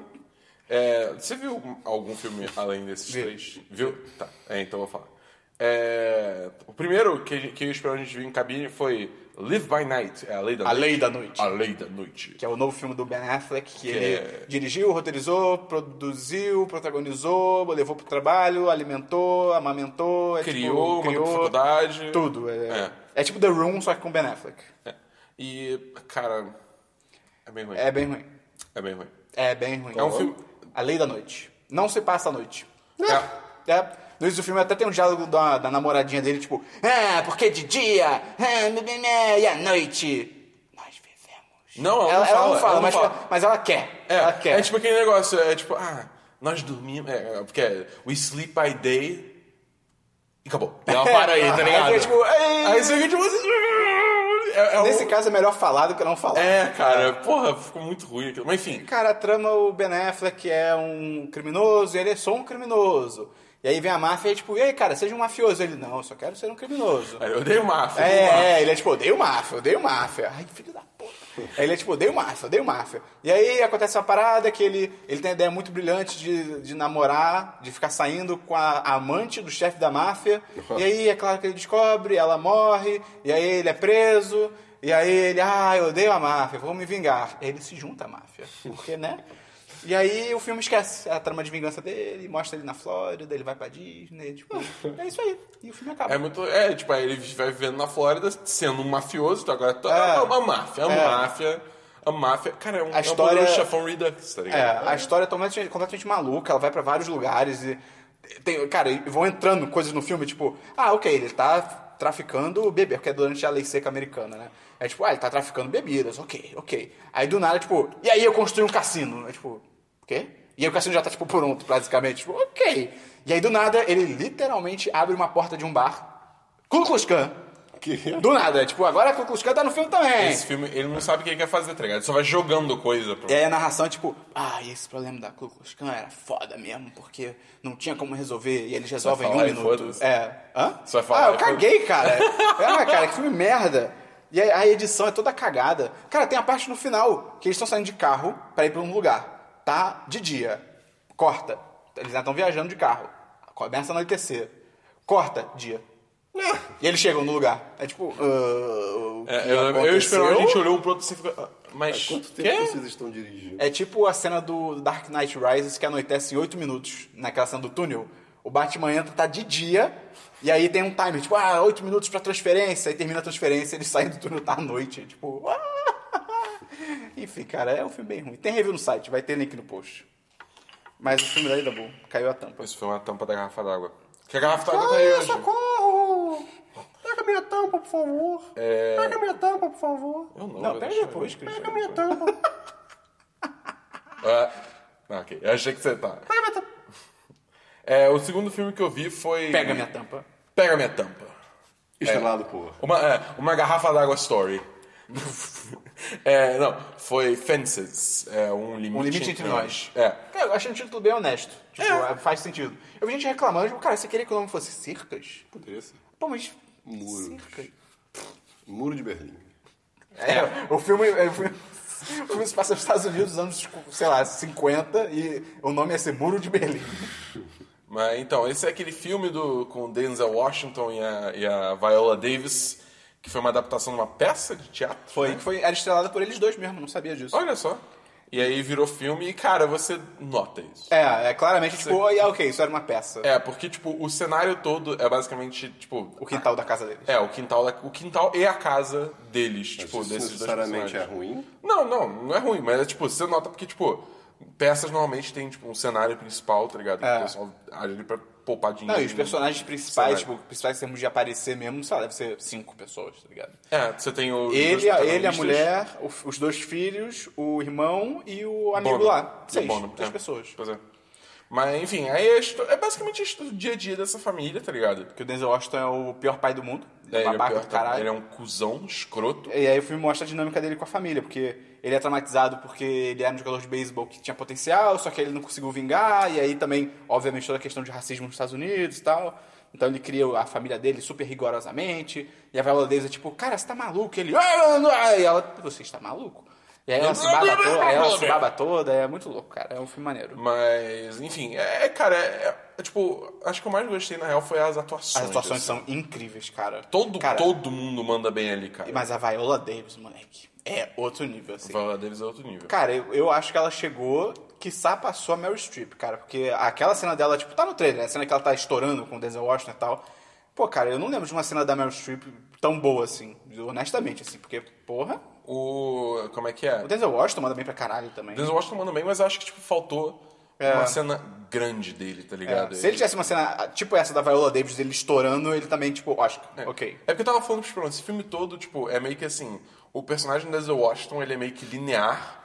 Speaker 2: É, você viu algum filme além desses
Speaker 1: Vi.
Speaker 2: três? Viu? Tá, é, então eu vou falar. É, o primeiro que, que eu espero a gente vir em cabine foi Live by Night, é a lei da
Speaker 1: A
Speaker 2: noite.
Speaker 1: Lei da Noite.
Speaker 2: A lei da noite.
Speaker 1: Que é o novo filme do Ben Affleck, que, ele
Speaker 2: é-
Speaker 1: dirigiu, roteirizou, produziu, protagonizou, levou pro trabalho, alimentou, amamentou, é
Speaker 2: Criou,
Speaker 1: tipo,
Speaker 2: mandou pra faculdade.
Speaker 1: tudo. É,
Speaker 2: É.
Speaker 1: é tipo The Room, só que com Ben Affleck.
Speaker 2: É. E, cara, é bem ruim.
Speaker 1: É bem ruim.
Speaker 2: É bem ruim.
Speaker 1: É bem ruim.
Speaker 2: É um filme-
Speaker 1: A Lei da Noite. Não se passa à noite.
Speaker 2: É.
Speaker 1: É. No início do filme até tem um diálogo da, da namoradinha dele, tipo, ah, porque de dia, ah, blá, blá, blá, e à noite, nós vivemos.
Speaker 2: Não, ela não fala, ela não
Speaker 1: mas, é
Speaker 2: fala.
Speaker 1: mas ela quer.
Speaker 2: É,
Speaker 1: ela quer.
Speaker 2: é tipo aquele negócio, é tipo, ah, nós dormimos, é, é, porque é, we sleep by day e acabou. Dá uma para aí, (laughs) tá ligado?
Speaker 1: (laughs) Aí, tipo, "Ei".
Speaker 2: aí você fica tipo... assim, É, é um-
Speaker 1: Nesse caso é melhor falar do que não falar.
Speaker 2: é, cara, porra, ficou muito ruim aquilo. Mas enfim,
Speaker 1: Cara, a trama o Ben Affleck é um criminoso, e ele é só um criminoso. E aí vem a máfia e tipo, e aí, cara, seja um mafioso. Ele, não, eu só quero ser um criminoso.
Speaker 2: eu odeio máfia. odeio máfia.
Speaker 1: É, é, ele é tipo, odeio máfia, odeio máfia. Ai, filho da puta. Aí ele é tipo, odeio máfia, odeio máfia. E aí acontece uma parada que ele, ele tem a ideia muito brilhante de, de namorar, de ficar saindo com a amante do chefe da máfia. E aí é claro que ele descobre, ela morre, e aí ele é preso. E aí ele, ah, eu odeio a máfia, vou me vingar. E aí ele se junta à máfia, porque, né? E aí o filme esquece a trama de vingança dele, mostra ele na Flórida, ele vai pra Disney, tipo, é isso aí. E o filme acaba.
Speaker 2: É muito. É, tipo, aí ele vai vivendo na Flórida sendo um mafioso, então agora to-
Speaker 1: É.
Speaker 2: é uma máfia, é uma
Speaker 1: É.
Speaker 2: máfia, a máfia. Cara, é um,
Speaker 1: A história-
Speaker 2: é um chafão Redux, tá ligado?
Speaker 1: É, a história é completamente, completamente maluca, ela vai pra vários lugares e. Tem, cara, e vão entrando coisas no filme, tipo, ah, ok, ele tá traficando bebida, porque é durante a lei seca americana, né? É tipo, ah, ele tá traficando bebidas, ok, ok. Aí do nada, tipo, e aí eu construí um cassino? É tipo, o quê? E aí o cassino já tá, tipo, pronto, basicamente, tipo, ok. E aí do nada, ele literalmente abre uma porta de um bar, Ku Klux Klan.
Speaker 3: Que?
Speaker 1: Do nada, tipo, agora Ku Klux Klan tá no filme também.
Speaker 2: Esse filme, ele não sabe o que ele quer fazer, tá ligado? Ele só vai jogando coisa pro.
Speaker 1: E aí a narração é tipo, ah, esse problema da Ku Klux Klan era foda mesmo, porque não tinha como resolver, e eles resolvem em um
Speaker 2: falar e
Speaker 1: minuto.
Speaker 2: foda-se.
Speaker 1: É. Hã?
Speaker 2: Você vai falar
Speaker 1: ah, eu
Speaker 2: e foda-se.
Speaker 1: caguei,
Speaker 2: (laughs)
Speaker 1: cara. ah, cara, que filme merda. E aí a edição é toda cagada. Cara, tem a parte no final, que eles estão saindo de carro pra ir pra um lugar. Tá de dia. Corta. Eles já estão viajando de carro. Começa a anoitecer. Corta, dia.
Speaker 2: Ah.
Speaker 1: E eles chegam no lugar. É tipo, ah, o que
Speaker 2: É, eu, eu esperava, a
Speaker 1: aconteceu?
Speaker 2: gente olhou um pro outro e você ficou. "Ah, Mas.
Speaker 3: Quanto tempo
Speaker 2: quê?"
Speaker 3: vocês estão dirigindo?
Speaker 1: É tipo a cena do Dark Knight Rises que anoitece em 8 minutos naquela cena do túnel. O Batman entra, tá de dia, e aí tem um timer, tipo, ah, 8 minutos pra transferência, aí termina a transferência, ele sai do túnel, tá à noite, tipo, (laughs) ah! Enfim, cara, é um filme bem ruim. Tem review no site, vai ter link no post. Mas o filme daí da bom, caiu a tampa.
Speaker 2: Isso foi uma tampa da garrafa d'água. Que a garrafa d'água tá aí
Speaker 3: Ah,
Speaker 2: hoje.
Speaker 3: socorro! Pega minha tampa, por favor. Pega minha tampa, por favor.
Speaker 2: É. Eu não.
Speaker 1: Não,
Speaker 2: eu
Speaker 1: pega
Speaker 2: deixo.
Speaker 1: depois, Cristian.
Speaker 3: Pega minha tampa.
Speaker 2: Ah, ah, ok. Eu achei que você tá.
Speaker 3: Pega minha tampa.
Speaker 2: É, o segundo filme que eu vi foi.
Speaker 1: Pega minha tampa.
Speaker 2: Pega minha tampa.
Speaker 3: Estrelado, porra.
Speaker 2: Uma, é, uma garrafa d'água story. (laughs) É, não, foi Fences, é um limite,
Speaker 1: Um limite entre nós.
Speaker 2: É.
Speaker 1: Cara, eu achei um título bem honesto. Tipo, faz sentido. Eu vi gente reclamando, tipo, cara, você queria que o nome fosse Circas?
Speaker 3: Poderia ser.
Speaker 1: Pô, mas.
Speaker 3: Muros.
Speaker 1: Circas.
Speaker 3: Muro de Berlim.
Speaker 1: É, o filme. é, o filme... O filme se passa nos Estados Unidos nos anos, sei lá, 50 e o nome ia ser Muro de Berlim.
Speaker 2: Mas então, esse é aquele filme do, com o Denzel Washington e a, e a Viola Davis, que foi uma adaptação de uma peça de teatro. né?
Speaker 1: Foi. foi era estrelada por eles dois mesmo, não sabia disso.
Speaker 2: Olha só. E aí virou filme e, cara, você nota isso.
Speaker 1: É, é claramente, tipo, oh, yeah, ok, isso era uma peça.
Speaker 2: É, porque, tipo, o cenário todo é basicamente, tipo...
Speaker 1: O quintal da casa deles.
Speaker 2: É, o quintal, da- o quintal e a casa deles, tipo,
Speaker 3: Isso
Speaker 2: desses dois
Speaker 3: necessariamente é
Speaker 2: personagens.
Speaker 3: ruim.
Speaker 2: Não, não, não é ruim, mas é tipo, você nota porque, tipo, peças normalmente tem, tipo, um cenário principal, tá ligado? Que
Speaker 1: É.
Speaker 2: o pessoal age ali pra poupar dinheiro.
Speaker 1: Não, e os personagens principais,
Speaker 2: Cenário.
Speaker 1: tipo, principais em termos de aparecer mesmo, sei lá, deve ser cinco pessoas, tá ligado?
Speaker 2: É, você tem o.
Speaker 1: Ele, a, ele, a mulher, o- os dois filhos, o irmão e
Speaker 2: É
Speaker 1: o amigo lá. Seis, seis pessoas.
Speaker 2: Pois é. Mas, enfim, aí é, estu- é basicamente estu- o dia a dia dessa família, tá ligado?
Speaker 1: Que o Denzel Washington é o pior pai do mundo,
Speaker 2: É, ele, é
Speaker 1: babaca
Speaker 2: pior,
Speaker 1: do
Speaker 2: tá?
Speaker 1: caralho.
Speaker 2: ele é um cuzão, escroto.
Speaker 1: E aí o filme mostra a dinâmica dele com a família, porque ele é traumatizado porque ele era um jogador de beisebol que tinha potencial, só que ele não conseguiu vingar, e aí também, obviamente, toda a questão de racismo nos Estados Unidos e tal. Então ele cria a família dele super rigorosamente, e a Viola Davis é tipo, cara, você tá maluco? Ele, "Ah, não, ah", e ela, você está maluco? E aí ela se baba toda, aí ela se baba toda, é muito louco, cara, é um filme maneiro.
Speaker 2: Mas, enfim, é, é, cara, é, é, tipo, acho que o mais gostei, na real, foi as atuações.
Speaker 1: As atuações
Speaker 2: assim.
Speaker 1: são incríveis, cara.
Speaker 2: Todo,
Speaker 1: cara,
Speaker 2: todo mundo manda bem ali, cara.
Speaker 1: Mas a Viola Davis, moleque, é outro nível, assim.
Speaker 2: Viola Davis é outro nível.
Speaker 1: Cara, eu, eu acho que ela chegou, quiçá passou a Meryl Streep, cara. Porque aquela cena dela, tipo, tá no trailer, né? A cena que ela tá estourando com o Denzel Washington e tal. Pô, cara, eu não lembro de uma cena da Meryl Streep tão boa, assim. Honestamente, assim. Porque, porra,
Speaker 2: O. Como é que é?
Speaker 1: o Denzel Washington manda bem pra caralho também.
Speaker 2: Denzel Washington manda bem, mas eu acho que, tipo, faltou uma cena grande dele, tá
Speaker 1: É,
Speaker 2: ligado?
Speaker 1: se ele tivesse uma cena tipo essa da Viola Davis, ele estourando, ele também, tipo, Oscar,
Speaker 2: É.
Speaker 1: ok.
Speaker 2: É porque eu tava falando pros problemas, esse filme todo, tipo, é meio que assim, o personagem do Denzel Washington, ele é meio que linear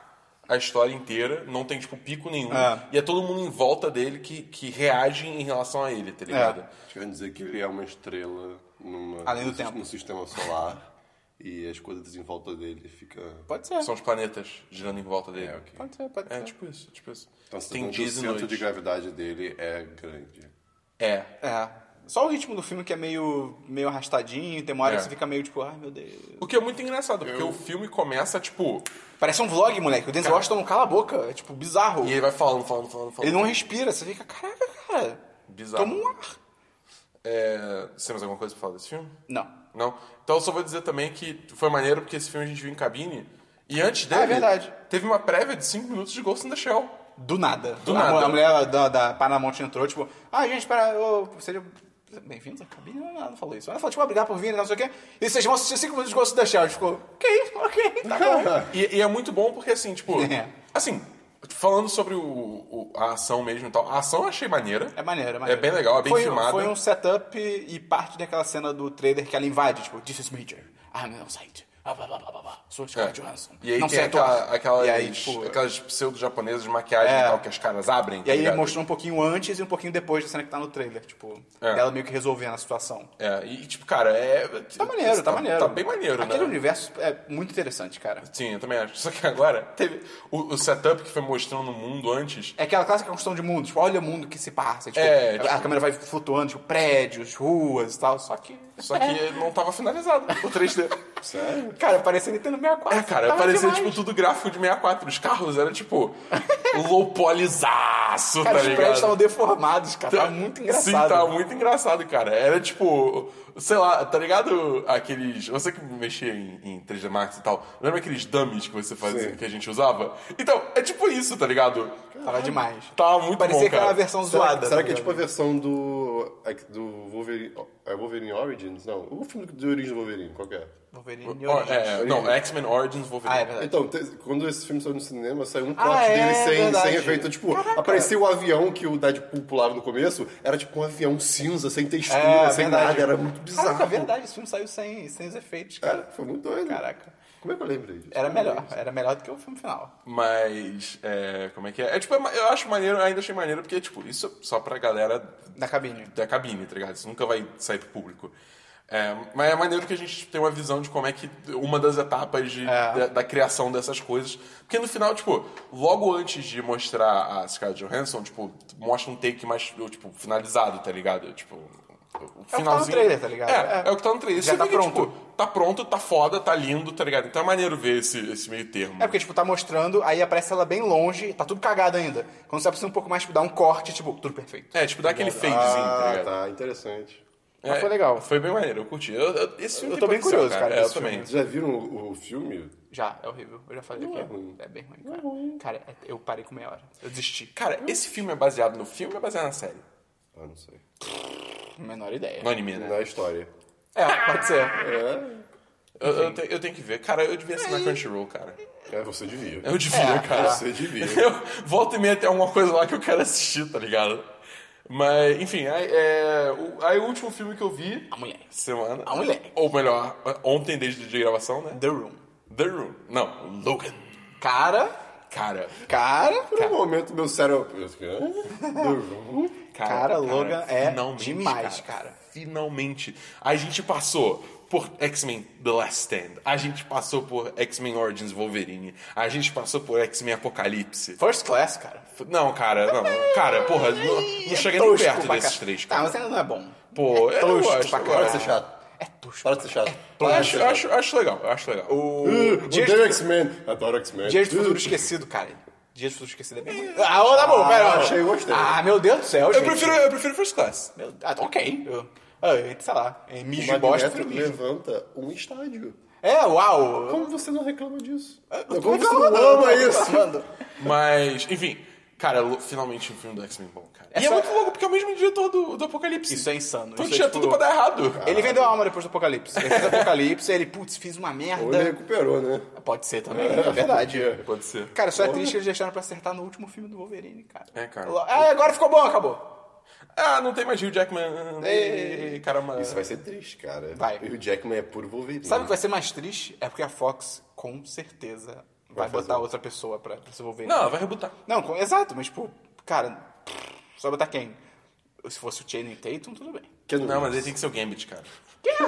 Speaker 2: a história inteira, não tem, tipo, pico nenhum,
Speaker 1: É.
Speaker 2: e é todo mundo em volta dele que, que reage em relação a ele, tá
Speaker 1: É.
Speaker 2: ligado?
Speaker 3: Acho que eu ia dizer que ele é uma estrela numa,
Speaker 1: Além do
Speaker 3: num sis-
Speaker 1: tempo.
Speaker 3: num sistema solar e as coisas em volta dele fica.
Speaker 1: Pode ser.
Speaker 2: São os planetas girando em volta dele.
Speaker 3: É, ok.
Speaker 1: Pode ser, pode
Speaker 2: É,
Speaker 1: ser.
Speaker 2: tipo isso, tipo isso.
Speaker 3: Então, você
Speaker 1: tá
Speaker 2: tem
Speaker 3: vê que o
Speaker 2: dias e
Speaker 3: centro de
Speaker 2: noites.
Speaker 3: gravidade dele é grande.
Speaker 2: É.
Speaker 1: É. Só o ritmo do filme que é meio, meio arrastadinho, tem uma hora
Speaker 2: É.
Speaker 1: que você fica meio tipo, ai meu Deus.
Speaker 2: O que é muito engraçado, porque o filme começa, tipo,
Speaker 1: Parece um vlog, moleque. O Denzel Washington não cala a boca. É tipo bizarro.
Speaker 2: e ele vai falando, falando, falando, falando.
Speaker 1: Ele não respira, você fica, caraca, cara.
Speaker 2: Bizarro.
Speaker 1: Toma um ar.
Speaker 2: É... Você tem mais alguma coisa pra falar desse filme?
Speaker 1: Não.
Speaker 2: Não. Então eu só vou dizer também que foi maneiro porque esse filme a gente viu em cabine. E antes dele.
Speaker 1: é verdade.
Speaker 2: Teve uma prévia de 5 minutos de Ghost in the Shell.
Speaker 1: Do nada.
Speaker 2: Do
Speaker 1: a,
Speaker 2: nada.
Speaker 1: A mulher da, da Paramount entrou, tipo, ah, gente, espera, eu, seja bem-vindos à cabine. Não, ela não falou isso. Ela falou, tipo, obrigado por vir, não sei o quê. E vocês vão assistir 5 minutos de Ghost da Shell. A gente ficou, ok, ok, tá
Speaker 2: (laughs)
Speaker 1: bom.
Speaker 2: E, e é muito bom porque, assim, tipo.
Speaker 1: É.
Speaker 2: Assim, falando sobre o, o- a ação mesmo e tal. A ação eu achei maneira.
Speaker 1: É maneiro, é maneiro.
Speaker 2: É bem legal, é bem
Speaker 1: foi,
Speaker 2: filmado.
Speaker 1: Foi um setup e parte daquela cena do trailer que ela invade, tipo, this is major, I'm outside, ah, blá, blá, blá, blá, blá, sou Scarlett Johansson,
Speaker 2: É. E aí
Speaker 1: não
Speaker 2: tem
Speaker 1: sei
Speaker 2: aquela,
Speaker 1: atuar.
Speaker 2: aquelas,
Speaker 1: E aí, tipo,
Speaker 2: aquelas pseudo-japonesas de maquiagem
Speaker 1: É.
Speaker 2: e tal que as caras abrem. tá
Speaker 1: E aí
Speaker 2: ligado?
Speaker 1: mostrou um pouquinho antes e um pouquinho depois da cena que tá no trailer, tipo,
Speaker 2: É.
Speaker 1: dela meio que resolvendo a situação.
Speaker 2: É, e tipo, cara, é.
Speaker 1: Tá maneiro, tá, maneiro.
Speaker 2: Tá bem maneiro,
Speaker 1: Aquele
Speaker 2: né?
Speaker 1: universo é muito interessante, cara.
Speaker 2: Sim, eu também acho. Só que agora, teve o, o setup que foi mostrando o mundo antes.
Speaker 1: É aquela clássica construção de mundo, tipo, olha o mundo que se passa, tipo, a-
Speaker 2: É,
Speaker 1: a
Speaker 2: tipo-
Speaker 1: câmera vai flutuando, tipo, prédios, ruas e tal, só que...
Speaker 2: Só
Speaker 1: É.
Speaker 2: que não tava finalizado o 3D.
Speaker 3: Sério?
Speaker 1: Cara, parecia Nintendo 64.
Speaker 2: É, cara,
Speaker 1: tava
Speaker 2: parecia
Speaker 1: Tá demais.
Speaker 2: tipo tudo gráfico de 64. Os carros eram tipo low polizaço,
Speaker 1: Cara,
Speaker 2: tá
Speaker 1: os prédios
Speaker 2: ligado? Tá
Speaker 1: estavam deformados, cara, tava muito
Speaker 2: Sim,
Speaker 1: engraçado.
Speaker 2: tava muito engraçado, cara. Era tipo, sei lá, tá ligado? Aqueles. Você que mexia em, em 3D Max e tal, lembra aqueles dummies que você fazia,
Speaker 3: Sim.
Speaker 2: que a gente usava? Então, é tipo isso, tá ligado?
Speaker 1: Tava demais.
Speaker 2: Tava Tá muito
Speaker 1: parecia
Speaker 2: bom,
Speaker 1: aquela
Speaker 2: cara.
Speaker 1: versão
Speaker 3: Será,
Speaker 1: zoada.
Speaker 3: será
Speaker 1: tá
Speaker 3: que é tipo a
Speaker 1: ligado?
Speaker 3: versão do. do Wolverine. É Wolverine Origins? Não. O filme de origem do Wolverine, qual que é?
Speaker 1: Wolverine
Speaker 2: Ó,
Speaker 1: Origins.
Speaker 2: é, não, X-Men Origins Wolverine.
Speaker 1: Ah, é verdade.
Speaker 3: Então, te- quando esse filme saiu no cinema, saiu um corte
Speaker 1: Ah, é,
Speaker 3: dele sem,
Speaker 1: verdade.
Speaker 3: sem efeito. Tipo, aparecia o avião que o Deadpool pulava no começo, era tipo um avião cinza, sem textura,
Speaker 1: É,
Speaker 3: sem
Speaker 1: verdade.
Speaker 3: nada, era muito bizarro.
Speaker 1: Caraca, é verdade, esse filme saiu sem, sem os efeitos, cara.
Speaker 3: É, foi muito doido.
Speaker 1: Caraca.
Speaker 3: Como é que eu lembrei disso?
Speaker 1: Era melhor, era melhor do que o filme final.
Speaker 2: Mas, é, como é que é? É tipo, é ma- eu acho maneiro, ainda achei maneiro, porque, tipo, isso é só pra galera
Speaker 1: Na cabine.
Speaker 2: da cabine, tá ligado? Isso nunca vai sair pro público. É, mas é maneiro que a gente tem uma visão de como é que uma das etapas de,
Speaker 1: É.
Speaker 2: da, da criação dessas coisas. Porque no final, tipo, logo antes de mostrar a Scarlett Johansson, tipo, mostra um take mais, tipo, finalizado, tá ligado? Tipo, o
Speaker 1: tá no
Speaker 2: finalzinho.
Speaker 1: trailer, tá ligado?
Speaker 2: É,
Speaker 1: É.
Speaker 2: é o que tá no trailer.
Speaker 1: Já
Speaker 2: Você
Speaker 1: tá
Speaker 2: vê que,
Speaker 1: pronto.
Speaker 2: tipo, tá pronto, tá foda, tá lindo, tá ligado? Então é maneiro ver esse, esse meio termo.
Speaker 1: É porque, tipo, tá mostrando, aí aparece ela bem longe, tá tudo cagado ainda. Quando você precisa um pouco mais, tipo, dar um corte, tipo, tudo perfeito.
Speaker 2: É, tipo, dá aquele fadezinho, tá
Speaker 3: Ah,
Speaker 2: ligado?
Speaker 3: tá, interessante.
Speaker 2: É,
Speaker 1: Mas foi legal.
Speaker 2: Foi bem maneiro, eu curti. Eu, eu- esse filme
Speaker 1: Eu tô
Speaker 2: tem
Speaker 1: bem
Speaker 2: potencial,
Speaker 1: curioso, cara,
Speaker 2: Eu
Speaker 1: desse
Speaker 2: também.
Speaker 3: Vocês já viram o, o filme?
Speaker 1: Já, é horrível. Eu já falei aqui.
Speaker 3: é ruim.
Speaker 1: É, bem ruim, cara. Cara, é- eu parei com meia hora. Eu desisti.
Speaker 2: Cara, esse filme é baseado no filme ou é baseado na série?
Speaker 3: Ah, não sei.
Speaker 1: Menor ideia.
Speaker 2: No anime, né?
Speaker 3: Na história.
Speaker 1: É, pode ser. É.
Speaker 2: Eu, eu te- eu tenho que ver. Cara, eu devia assinar Crunchyroll, cara.
Speaker 3: É, você devia.
Speaker 2: Eu devia,
Speaker 1: É,
Speaker 2: cara.
Speaker 3: você devia.
Speaker 2: (laughs) Eu volto e meia tem alguma coisa lá que eu quero assistir, tá ligado? Mas, enfim, aí, é, o, aí o último filme que eu vi...
Speaker 1: A mulher.
Speaker 2: Semana.
Speaker 1: A mulher.
Speaker 2: Ou melhor, ontem desde o dia de gravação, né?
Speaker 1: The Room.
Speaker 2: The Room. Não, Logan.
Speaker 1: Cara,
Speaker 2: Cara,
Speaker 1: cara,
Speaker 3: Por um momento, meu cérebro... Do-
Speaker 2: Cara,
Speaker 1: Cara, Logan é
Speaker 2: finalmente,
Speaker 1: demais, cara.
Speaker 2: Finalmente. A gente passou por X-Men The Last Stand. A gente passou por X-Men Origins Wolverine. A gente passou por X-Men Apocalipse.
Speaker 1: first class, cara.
Speaker 2: Não, cara, não. Cara, porra, não, não chega nem
Speaker 1: é Tosco
Speaker 2: perto
Speaker 1: pra
Speaker 2: desses
Speaker 1: car-
Speaker 2: três,
Speaker 1: Tá,
Speaker 2: cara.
Speaker 1: mas ainda não é bom.
Speaker 2: Pô, eu
Speaker 1: tosco
Speaker 2: gosto,
Speaker 1: pra
Speaker 3: Para
Speaker 2: eu
Speaker 3: de
Speaker 1: caralho.
Speaker 2: gosto.
Speaker 3: ser chato.
Speaker 1: É tosco.
Speaker 3: Para de ser tá chato.
Speaker 2: Eu
Speaker 3: Para de
Speaker 2: acho,
Speaker 3: ser
Speaker 2: eu
Speaker 3: chato.
Speaker 2: acho, eu acho legal, eu acho legal.
Speaker 1: O Dias,
Speaker 3: Odeio X-Men. Adoro X-Men.
Speaker 1: Dias do Futuro Esquecido, cara. Dias do Futuro Esquecido é bem ruim. Hum. Ah, ô, tá bom, pera. ó.
Speaker 3: achei, gostei.
Speaker 1: Ah, meu Deus do céu,
Speaker 2: Eu
Speaker 1: gente.
Speaker 2: prefiro, eu prefiro First Class.
Speaker 1: Meu, ah, tá, ok. Eu, ah, eu- sei lá, é
Speaker 3: O
Speaker 1: mijo e bosta, eu
Speaker 3: Magneto
Speaker 1: prefiro mijo.
Speaker 3: levanta um estádio.
Speaker 1: É, uau.
Speaker 3: Como você não reclama disso? Como
Speaker 1: Como
Speaker 3: você não ama isso?
Speaker 2: Mas, enfim. Cara, lo- finalmente um filme do X-Men bom, cara. E é
Speaker 1: Essa-
Speaker 2: muito louco, porque é o mesmo diretor do, do Apocalipse.
Speaker 1: Isso é insano.
Speaker 2: Então
Speaker 1: Isso é,
Speaker 2: tinha
Speaker 1: tipo-
Speaker 2: tudo pra dar errado.
Speaker 1: Ele vendeu a alma depois do Apocalipse. Ele fez Apocalipse, ele, putz, fiz uma
Speaker 3: Ou ele
Speaker 1: merda.
Speaker 3: recuperou, né?
Speaker 1: Pode ser também, é verdade.
Speaker 2: Pode ser.
Speaker 1: Cara, só é triste que eles deixaram pra acertar no último filme do Wolverine, cara.
Speaker 2: É, cara.
Speaker 1: Ah, agora ficou bom, acabou.
Speaker 2: Ah, não tem mais Hugh Jackman. Ei,
Speaker 3: (laughs)
Speaker 2: caramba.
Speaker 3: Isso vai ser triste, cara.
Speaker 1: Vai.
Speaker 3: E o Jackman é puro Wolverine.
Speaker 1: Sabe o que vai ser mais triste? É porque a Fox, com certeza, vai,
Speaker 3: Vai fazer.
Speaker 1: botar outra pessoa pra, pra se Wolverine.
Speaker 2: Não, vai rebutar.
Speaker 1: Não, com- exato, mas tipo, cara, só botar quem? Se fosse o Channing Tatum, tudo bem.
Speaker 3: Keanu
Speaker 2: Não, mas
Speaker 3: Reeves.
Speaker 2: ele tem que ser o Gambit, cara.
Speaker 1: (laughs)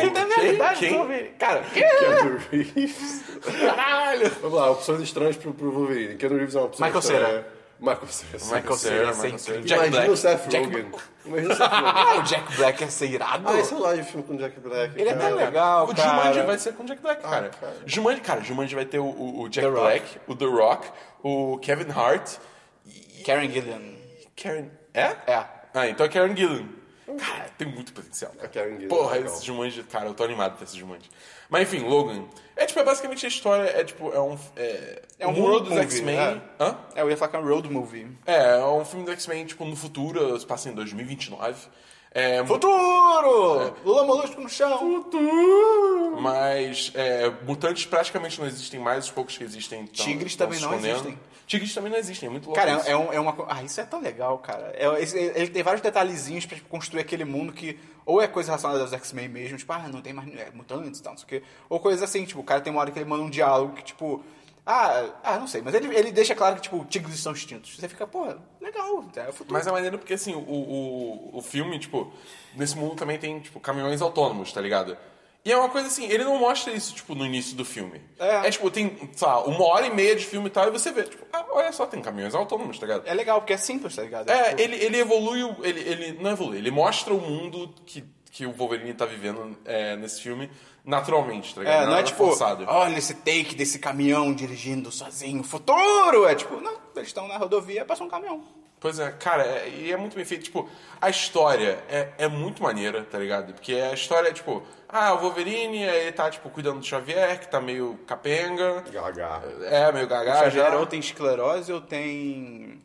Speaker 1: Então é verdade,
Speaker 2: Quem?
Speaker 1: Wolverine. Cara,
Speaker 3: Keanu Reeves.
Speaker 1: caralho!
Speaker 3: é (laughs) Vamos lá, opções estranhas pro, pro Wolverine. Keanu Reeves é uma opção
Speaker 1: Michael
Speaker 3: estranha.
Speaker 1: Cera.
Speaker 3: Michael Cera. sim.
Speaker 1: Michael Cera,
Speaker 2: Cera,
Speaker 1: sim.
Speaker 2: Michael Cera.
Speaker 3: Imagina
Speaker 2: Jack Black.
Speaker 3: o Seth
Speaker 1: Jack
Speaker 3: Rogen. Imagina o Seth Rogen.
Speaker 1: (laughs) Ah, o Jack Black ia ser irado.
Speaker 3: Ah, esse é o live filme com o Jack Black.
Speaker 1: Ele é
Speaker 3: cara.
Speaker 1: tão legal,
Speaker 2: o
Speaker 1: cara.
Speaker 2: Jumanji vai ser com o Jack Black, cara.
Speaker 3: cara.
Speaker 2: Jumanji, cara, Jumanji vai ter o, o- o Jack
Speaker 1: The Rock.
Speaker 2: Black, o The Rock, o Kevin Hart e
Speaker 1: Karen Gillian.
Speaker 2: Karen... É?
Speaker 1: É.
Speaker 2: Ah, então é Karen Gillan. Cara, tem muito potencial. Cara.
Speaker 3: A Karen Gillan,
Speaker 2: Porra,
Speaker 3: legal.
Speaker 2: esse Jumanji, cara, eu tô animado pra esse Jumanji. Mas enfim, Logan. É tipo, é basicamente a história, é tipo, é um... É,
Speaker 1: É um
Speaker 2: o mundo
Speaker 1: road
Speaker 2: dos
Speaker 1: movie,
Speaker 2: X-Men...
Speaker 1: é.
Speaker 2: Hã?
Speaker 1: É, eu ia falar que é um road movie.
Speaker 2: É, é um filme do X-Men, tipo, no futuro, se passa em 2029. É,
Speaker 1: Futuro! Lula Molusco no chão. Futuro!
Speaker 2: mas é, mutantes praticamente não existem mais, os poucos que existem tão,
Speaker 1: Tigres
Speaker 2: tão
Speaker 1: também
Speaker 2: se
Speaker 1: não
Speaker 2: escondendo.
Speaker 1: existem.
Speaker 2: Tigres também não existem, é muito louco.
Speaker 1: Cara,
Speaker 2: isso.
Speaker 1: é, um- é uma coisa... Ah, isso é tão legal, cara. É, esse- ele tem vários detalhezinhos pra tipo, construir aquele mundo que ou é coisa relacionada aos X-Men mesmo, tipo, ah, não tem mais é, mutantes e tal, não sei o quê. Ou coisas assim, tipo, o cara tem uma hora que ele manda um diálogo que, tipo... Ah, ah, não sei, mas ele, ele deixa claro que, tipo, tigres estão extintos. Você fica, pô, legal, é o futuro.
Speaker 2: Mas é maneiro porque, assim, o, o, o filme, tipo, nesse mundo também tem, tipo, caminhões autônomos, tá ligado? E é uma coisa assim, ele não mostra isso, tipo, no início do filme.
Speaker 1: É.
Speaker 2: tipo, tem, sei lá, uma hora e meia de filme e tal, e você vê, tipo, ah, olha só, tem caminhões autônomos, tá ligado?
Speaker 1: É legal, porque é simples, tá ligado?
Speaker 2: É,
Speaker 1: tipo,
Speaker 2: ele, ele evolui, o- ele, ele não evolui, ele mostra o mundo que, que o Wolverine tá vivendo é, nesse filme naturalmente, tá ligado?
Speaker 1: É, não é
Speaker 2: Nada
Speaker 1: tipo,
Speaker 2: forçado.
Speaker 1: olha esse take desse caminhão dirigindo sozinho, futuro! É tipo, não, eles estão na rodovia, passou um caminhão.
Speaker 2: Pois é, cara, é- e é muito bem feito. Tipo, a história é, é muito maneira, tá ligado? Porque a história é tipo, ah, o Wolverine, aí ele tá, tipo, cuidando do Xavier, que tá meio capenga.
Speaker 3: Gaga.
Speaker 2: É, meio gagá.
Speaker 1: Já,
Speaker 2: já.
Speaker 1: ou tem esclerose ou tem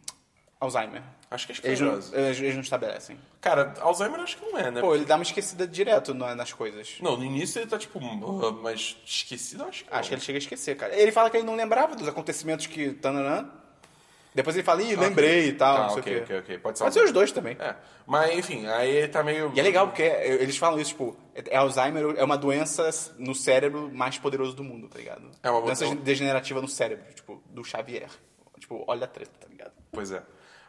Speaker 1: Alzheimer.
Speaker 2: Acho que é
Speaker 1: Eles não,
Speaker 2: esclerose.
Speaker 1: eles eles não estabelecem.
Speaker 2: Cara, Alzheimer acho que não é, né?
Speaker 1: Pô, ele dá uma esquecida direto na- nas coisas.
Speaker 2: Não, no início ele tá, tipo, "Ah, mas esquecido, acho que não.
Speaker 1: Acho que ele chega a esquecer, cara. Ele fala que ele não lembrava dos acontecimentos que... Tananã. Depois ele fala, ih, lembrei e tal,
Speaker 2: Tá,
Speaker 1: não sei
Speaker 2: ok,
Speaker 1: o quê.
Speaker 2: ok, ok. Pode ser,
Speaker 1: Pode ser os dois também.
Speaker 2: É, mas enfim, aí ele tá meio...
Speaker 1: E é legal porque eles falam isso, tipo, é Alzheimer é uma doença no cérebro mais poderoso do mundo, tá ligado?
Speaker 2: É uma
Speaker 1: doença
Speaker 2: boa-
Speaker 1: degenerativa no cérebro, tipo, do Xavier. Tipo, olha a treta, tá ligado?
Speaker 2: Pois é.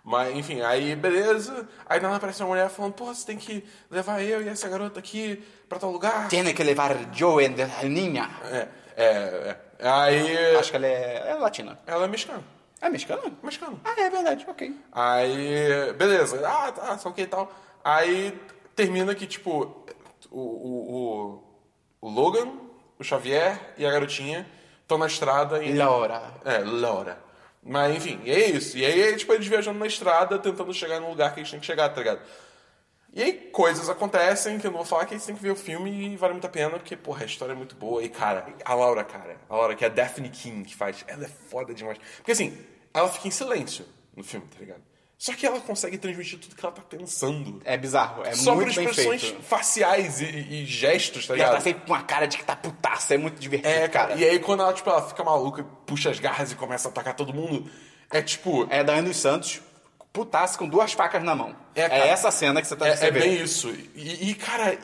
Speaker 2: Mas, enfim, aí beleza. Aí nada aparece uma mulher falando, porra, você tem que levar eu e essa garota aqui pra tal lugar.
Speaker 1: Tiene que levar Joe and a niña.
Speaker 2: É, é, é. Aí.
Speaker 1: Acho que ela é, é latina.
Speaker 2: Ela é mexicana.
Speaker 1: É mexicana?
Speaker 2: Mexicana.
Speaker 1: Ah, é verdade, ok.
Speaker 2: Aí, beleza. Ah, tá, só que e tal. Aí termina que, tipo, o, o, o, o Logan, o Xavier e a garotinha estão na estrada e.
Speaker 1: Laura.
Speaker 2: É, Laura. Mas enfim, e é isso. E aí, é, tipo, eles viajando na estrada, tentando chegar no lugar que eles têm que chegar, tá ligado? E aí coisas acontecem que eu não vou falar, que eles têm que ver o filme e vale muito a pena, porque, porra, a história é muito boa. E, cara, a Laura, cara, a Laura, que é a Daphne King que faz, ela é foda demais. Porque, assim, ela fica em silêncio no filme, tá ligado? Só que ela consegue transmitir tudo que ela tá pensando.
Speaker 1: É bizarro, é
Speaker 2: Só por
Speaker 1: muito bem
Speaker 2: expressões
Speaker 1: feito.
Speaker 2: faciais e, e gestos, tá
Speaker 1: E ela
Speaker 2: ligado?
Speaker 1: tá sempre com uma cara de que tá putaça, é muito divertido.
Speaker 2: É, cara. E aí quando ela, tipo, ela fica maluca, puxa as garras e começa a atacar todo mundo, é tipo. É,
Speaker 1: É da Ana dos Santos, putaça com duas facas na mão.
Speaker 2: É,
Speaker 1: É,
Speaker 2: cara.
Speaker 1: essa cena que você tá
Speaker 2: é
Speaker 1: percebendo.
Speaker 2: bem isso. E, e, cara,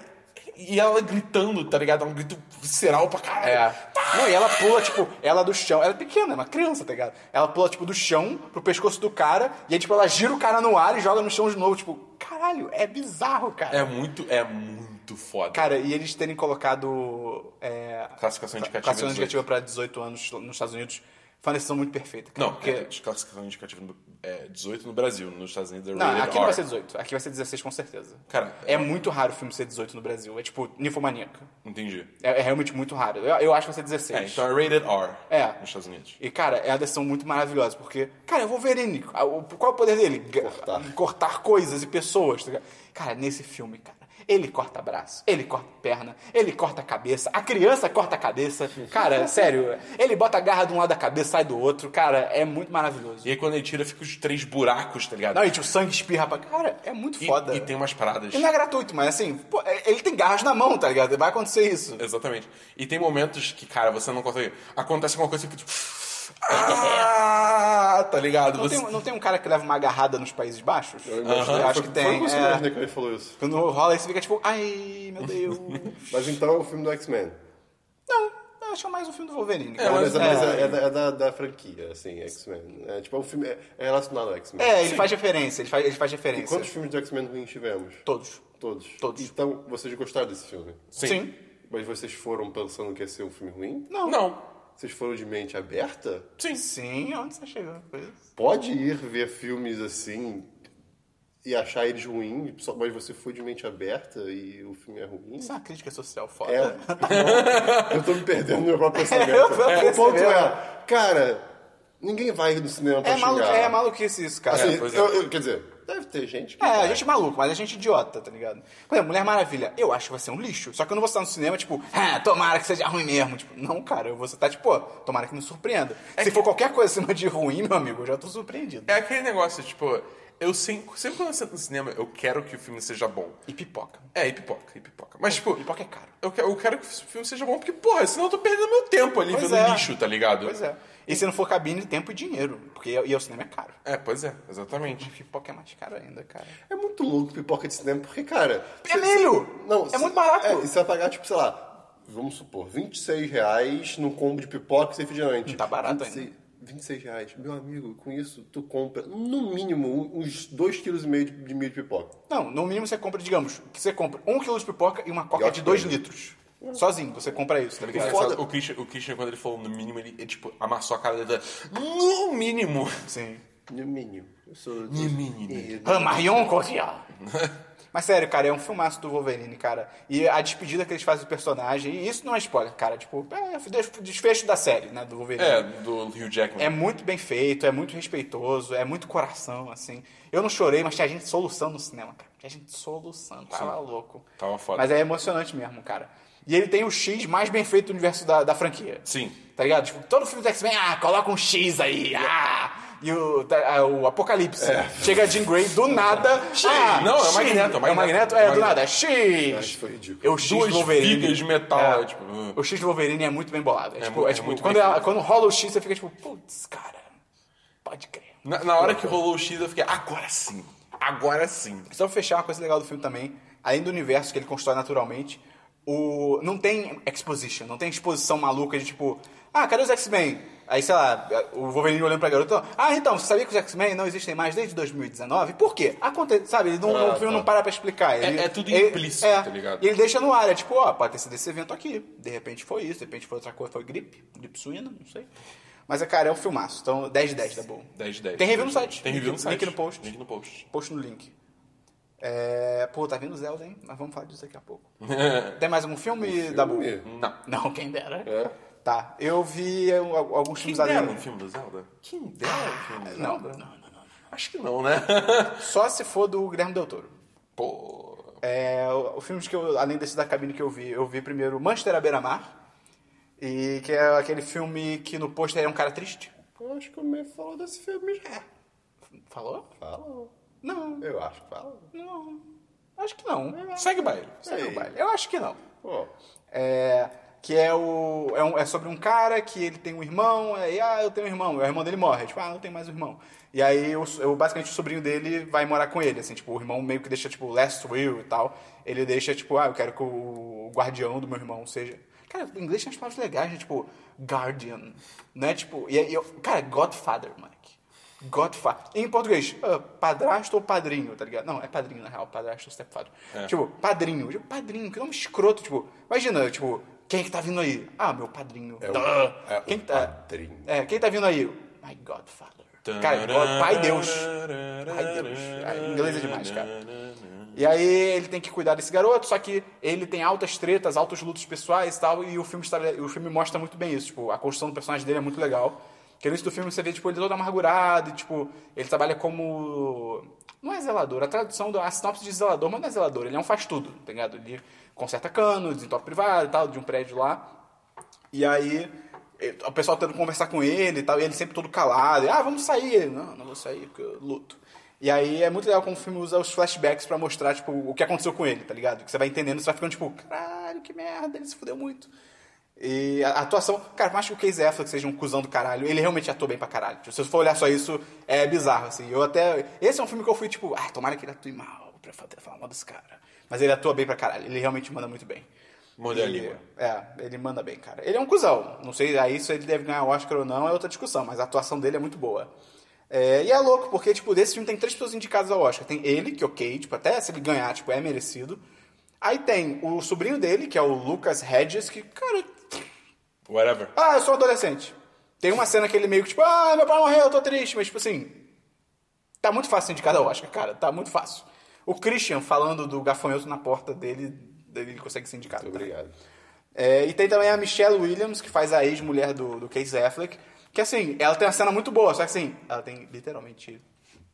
Speaker 2: e ela gritando, tá ligado? É um grito visceral pra caralho.
Speaker 1: É. Não, e ela pula, tipo, ela do chão. Ela é pequena, é uma criança, tá ligado? Ela pula, tipo, do chão pro pescoço do cara, e aí, tipo, ela gira o cara no ar e joga no chão de novo. Tipo, caralho, é bizarro, cara.
Speaker 2: É muito, é muito foda.
Speaker 1: Cara, e eles terem colocado é,
Speaker 2: classificação indicativa.
Speaker 1: classificação
Speaker 2: 18.
Speaker 1: indicativa pra 18 anos nos Estados Unidos foi uma decisão muito perfeita. Cara,
Speaker 2: Não,
Speaker 1: porque...
Speaker 2: é, classificação indicativa no- é 18 no Brasil, nos Estados Unidos é
Speaker 1: Não,
Speaker 2: rated
Speaker 1: aqui não
Speaker 2: R.
Speaker 1: vai ser 18. Aqui vai ser 16 com certeza.
Speaker 2: Cara,
Speaker 1: é muito raro o filme ser 18 no Brasil. É tipo, ninfomaníaca.
Speaker 2: Entendi.
Speaker 1: É, é realmente muito raro. Eu, eu acho que vai ser 16.
Speaker 2: É, então é rated R
Speaker 1: É.
Speaker 2: nos Estados Unidos.
Speaker 1: E, cara, é uma decisão muito maravilhosa, porque, cara, é o Wolverine. Ah, o- Qual é o poder dele? Ga-
Speaker 3: Cortar.
Speaker 1: Cortar coisas e pessoas. tá ligado? Cara, nesse filme, cara, ele corta braço, ele corta perna, ele corta cabeça, a criança corta a cabeça. (laughs) Cara, sério, ele bota a garra de um lado da cabeça, sai do outro. Cara, é muito maravilhoso.
Speaker 2: E aí quando ele tira, fica os três buracos, tá ligado?
Speaker 1: Não, e tipo, sangue espirra pra... Cara, é muito
Speaker 2: E-
Speaker 1: foda.
Speaker 2: E, tem umas paradas.
Speaker 1: E não é gratuito, mas assim, pô, ele tem garras na mão, tá ligado? Vai acontecer isso.
Speaker 2: Exatamente. E tem momentos que, cara, você não consegue. Acontece alguma coisa e fica tipo. Ah, tá ligado?
Speaker 1: Não
Speaker 2: Você-
Speaker 1: É. tem, não tem um cara que leva uma agarrada nos Países Baixos? Eu acho
Speaker 3: Foi-
Speaker 1: que
Speaker 3: Foi um né?
Speaker 1: tem.
Speaker 3: com
Speaker 1: é.
Speaker 3: o Sr. Nick que falou isso.
Speaker 1: Quando rola isso, fica tipo, ai, meu Deus.
Speaker 3: (laughs) Mas então é o filme do X-Men.
Speaker 1: não, eu acho mais um filme do Wolverine.
Speaker 3: É,
Speaker 1: cara.
Speaker 3: mas,
Speaker 1: É,
Speaker 3: mas é, é da, é da- da franquia, assim, X-Men. É, tipo, é um filme é, é relacionado ao X-Men.
Speaker 1: É, ele faz referência, ele faz, ele faz
Speaker 3: E
Speaker 1: referência.
Speaker 3: quantos filmes de X-Men ruins tivemos?
Speaker 1: Todos.
Speaker 3: Todos.
Speaker 1: Todos.
Speaker 3: Então, vocês gostaram desse filme?
Speaker 1: Sim.
Speaker 3: Mas vocês foram pensando que ia ser um filme ruim?
Speaker 1: Não.
Speaker 2: Não.
Speaker 3: Vocês foram de mente aberta?
Speaker 2: Sim.
Speaker 1: Sim, onde você chegou com isso?
Speaker 3: Pode ir ver filmes assim e achar eles ruins, só- mas você foi de mente aberta e o filme é ruim?
Speaker 1: Isso é uma crítica social foda. (laughs)
Speaker 3: É. Eu tô me perdendo no meu próprio pensamento.
Speaker 1: É, Eu tô
Speaker 3: o ponto
Speaker 1: percebendo.
Speaker 3: é, cara, ninguém vai no cinema pra
Speaker 1: É, malu
Speaker 3: xingar.
Speaker 1: é maluquice isso, cara.
Speaker 3: Assim,
Speaker 2: É, pois é.
Speaker 3: eu- eu- quer dizer, deve ter gente que
Speaker 1: É, a
Speaker 3: vai.
Speaker 1: gente é maluco, mas a gente é idiota, tá ligado? Por exemplo, Mulher Maravilha, eu acho que vai ser um lixo. Só que eu não vou estar no cinema, tipo, ah, tomara que seja ruim mesmo. Tipo, não, cara, eu vou estar, tipo, pô, tomara que me surpreenda.
Speaker 3: É
Speaker 1: Se for qualquer coisa acima de ruim, meu amigo, eu já tô surpreendido.
Speaker 2: É aquele negócio, tipo, eu sempre, sempre quando eu sento no cinema, eu quero que o filme seja bom.
Speaker 1: E pipoca.
Speaker 2: É, e pipoca, e pipoca. Mas, tipo,
Speaker 1: Pipoca é caro.
Speaker 2: eu, que- eu quero que o filme seja bom, porque, porra, senão eu tô perdendo meu tempo ali
Speaker 1: Pois
Speaker 2: vendo
Speaker 1: é.
Speaker 2: lixo, tá ligado?
Speaker 1: Pois é. E se não for cabine, tempo e dinheiro. Porque e o cinema é caro.
Speaker 2: É, pois é, exatamente.
Speaker 1: Pipoca é mais caro ainda, cara.
Speaker 3: É muito louco pipoca de cinema, porque, cara.
Speaker 1: É milho! É
Speaker 3: cê-
Speaker 1: muito barato.
Speaker 3: É, e você vai pagar, tipo, sei lá, vamos supor, 26 reais num combo de pipoca e refrigerante.
Speaker 1: Tá barato
Speaker 3: 26, 26 reais. Meu amigo, com isso tu compra, no mínimo, um- uns 2,5 kg de, de milho de pipoca.
Speaker 1: Não, no mínimo você compra, digamos, que você compra um quilo de pipoca e uma
Speaker 3: E
Speaker 1: coca
Speaker 3: olha
Speaker 1: de
Speaker 3: que
Speaker 1: dois
Speaker 3: coisa.
Speaker 1: litros. Sozinho, você compra isso, tá
Speaker 2: É
Speaker 1: ligado?
Speaker 3: foda-
Speaker 2: engraçado, O Christian, o Christian, quando ele falou no mínimo, ele, ele, tipo, amassou a cara dele. No mínimo!
Speaker 1: Sim.
Speaker 3: No mínimo. Eu sou.
Speaker 2: No mínimo.
Speaker 1: Ah, Marion Cotillard. (laughs) Mas sério, cara, é um filmaço do Wolverine, cara. E a despedida que eles fazem do personagem, e isso não é spoiler, cara. Tipo, é o des- desfecho da série, né, do Wolverine.
Speaker 2: É, do Hugh Jackman.
Speaker 1: É muito bem feito, é muito respeitoso, é muito coração, assim. Eu não chorei, mas tinha gente soluçando no cinema, cara. Tinha gente soluçando, tava louco.
Speaker 2: Tava foda.
Speaker 1: Mas é emocionante mesmo, cara. E ele tem o X mais bem feito do universo da, da franquia.
Speaker 2: Sim.
Speaker 1: Tá ligado? Tipo, todo filme do X-Men, ah, coloca um X aí, ah! E o, tá- ah, o Apocalipse. Chega a Jean Grey do nada. ah,
Speaker 2: É. Não, é o
Speaker 1: X.
Speaker 2: Magneto, é o
Speaker 1: É o
Speaker 2: Magneto.
Speaker 1: Magneto?
Speaker 2: É
Speaker 1: É,
Speaker 2: o
Speaker 1: do
Speaker 2: Magneto.
Speaker 1: nada. X!
Speaker 3: Acho que foi ridículo.
Speaker 1: Eu X do
Speaker 2: Duas
Speaker 1: Wolverine.
Speaker 2: vigas de metal, é, tipo, ah.
Speaker 1: O X do Wolverine é muito bem bolado. É, tipo,
Speaker 2: mu-
Speaker 1: é,
Speaker 2: é
Speaker 1: tipo,
Speaker 2: muito
Speaker 1: quando,
Speaker 2: bem
Speaker 1: ela-
Speaker 2: feito.
Speaker 1: quando rola o X, você fica tipo, putz, cara, pode crer.
Speaker 2: Na, na hora que rolou o X, eu fiquei, agora sim. Agora sim.
Speaker 1: Só pra fechar uma coisa legal do filme também, além do universo que ele constrói naturalmente, o não tem exposition, não tem exposição maluca de tipo, ah, cadê os X-Men? Aí, sei lá, o Wolverine olhando pra garota, ó, ah, então, você sabia que os X-Men não existem mais desde 2019? Por quê? Acontece, sabe, ele não,
Speaker 2: Ah,
Speaker 1: o filme
Speaker 2: tá.
Speaker 1: não para pra explicar. Ele,
Speaker 2: é tudo
Speaker 1: ele-
Speaker 2: implícito,
Speaker 1: é,
Speaker 2: tá ligado?
Speaker 1: E ele deixa no ar, é tipo, ó, pode ter sido esse evento aqui. De repente foi isso, de repente foi outra coisa, foi gripe, gripe suína, não sei. Mas, é, cara, é um filmaço, então 10 de 10, tá bom.
Speaker 2: 10 de 10.
Speaker 1: Tem review no site.
Speaker 2: Tem review no
Speaker 1: Link-
Speaker 2: site.
Speaker 1: link no post.
Speaker 2: Link no post. (laughs)
Speaker 1: Post no link. É, pô, tá vindo Zelda, hein? Mas vamos falar disso daqui a pouco.
Speaker 2: É.
Speaker 1: Tem mais algum
Speaker 2: Um
Speaker 3: Ah,
Speaker 1: filme,
Speaker 3: tá
Speaker 1: da Dabu?
Speaker 3: Filme.
Speaker 2: Não.
Speaker 1: Não, quem dera.
Speaker 3: É.
Speaker 1: Tá, eu vi al- alguns
Speaker 2: Quem
Speaker 1: filmes
Speaker 2: dera
Speaker 1: ali.
Speaker 2: um filme do Zelda? Quem dera
Speaker 1: é
Speaker 2: um filme do
Speaker 1: Não,
Speaker 2: Zelda?
Speaker 1: não, não, não.
Speaker 2: Acho que não, né? (laughs)
Speaker 1: Só se for do Guilherme Del Toro.
Speaker 2: Pô.
Speaker 1: É, o- os filmes que eu, além desse da cabine que eu vi, eu vi primeiro Manchester à beira-mar, e que é aquele filme que no pôster é um cara triste.
Speaker 3: Eu acho que eu meio falo desse filme já.
Speaker 1: Falou?
Speaker 3: Fala.
Speaker 1: Não,
Speaker 3: Eu acho que fala.
Speaker 1: não. Acho que não.
Speaker 2: Segue o baile.
Speaker 1: Segue
Speaker 3: Ei.
Speaker 1: o baile. Eu acho que não.
Speaker 3: Pô,
Speaker 1: É, que é o. É, um- é sobre um cara que ele tem um irmão, aí, ah, eu tenho um irmão, e o irmão dele morre, tipo, ah, não tenho mais um irmão. E aí, o, so- o- basicamente, o sobrinho dele vai morar com ele, assim, tipo, o irmão meio que deixa, tipo, last will e tal. Ele deixa, tipo, ah, eu quero que o guardião do meu irmão seja. Cara, em inglês tem umas palavras legais, né? Tipo, guardian, né? Tipo, e, aí eu, cara, Godfather, moleque. Godfather. Em português, ah, padrasto ou padrinho, tá ligado? Não, é padrinho, na real, padrasto ou stepfather.
Speaker 3: É.
Speaker 1: Tipo, padrinho. Tipo, padrinho, que nome escroto. Tipo, imagina, tipo, quem é que tá vindo aí? Ah, meu padrinho.
Speaker 3: o-
Speaker 1: Duh.
Speaker 3: é o
Speaker 1: quem tá,
Speaker 3: padrinho.
Speaker 1: É, quem tá vindo aí? My Godfather. Cara, God, pai Deus. Pai Deus. Ah, inglês é demais, cara. E aí ele tem que cuidar desse garoto, só que ele tem altas tretas, altos lutos pessoais e tal, e o filme, estabele- o filme mostra muito bem isso. Tipo, a construção do personagem dele é muito legal. Porque no início do filme você vê, tipo, ele todo amargurado, e, tipo, ele trabalha como... Não é zelador, a tradução, da a sinopse de zelador, mas não é zelador, ele é um faz-tudo, tá ligado? Ele conserta cano, desentope privado e tal, de um prédio lá. E aí, eh, o pessoal tentando conversar com ele e tal, e ele sempre todo calado. E, ah, vamos sair. Ele, Não, não vou sair, porque eu luto. E aí é muito legal como o filme usa os flashbacks pra mostrar, tipo, o que aconteceu com ele, tá ligado? Que você vai entendendo, você vai ficando tipo, caralho, que merda, ele se fudeu muito. E a a atuação, cara, por mais que o Casey Affleck seja um cuzão do caralho, ele realmente atua bem pra caralho. Tipo, se você for olhar só isso, é bizarro, assim. Eu até. Esse é um filme que eu fui, tipo, ah, tomara que ele atue mal pra poder falar mal desse cara. Mas ele atua bem pra caralho, ele realmente manda muito bem.
Speaker 2: Mordeu a
Speaker 1: E-
Speaker 2: língua.
Speaker 1: é, ele manda bem, cara. Ele é um cuzão. Não sei aí se ele deve ganhar Oscar ou não, é outra discussão, mas a atuação dele é muito boa. É, e é louco, porque, tipo, desse filme tem três pessoas indicadas ao Oscar. Tem ele, que ok, tipo, até se ele ganhar, tipo, é merecido. Aí tem o sobrinho dele, que é o Lucas Hedges, que, cara,
Speaker 2: Whatever.
Speaker 1: ah, eu sou um adolescente. Tem uma cena que ele meio que, tipo, ah, meu pai morreu, eu tô triste, mas, tipo assim, tá muito fácil indicar ao Oscar, cara, tá muito fácil. O Christian falando do gafanhoto na porta dele, ele consegue ser indicado.
Speaker 3: muito
Speaker 1: também.
Speaker 3: obrigado.
Speaker 1: É, e tem também a Michelle Williams, que faz a ex-mulher do, do Casey Affleck. Que assim, ela tem uma cena muito boa, só que assim, ela tem literalmente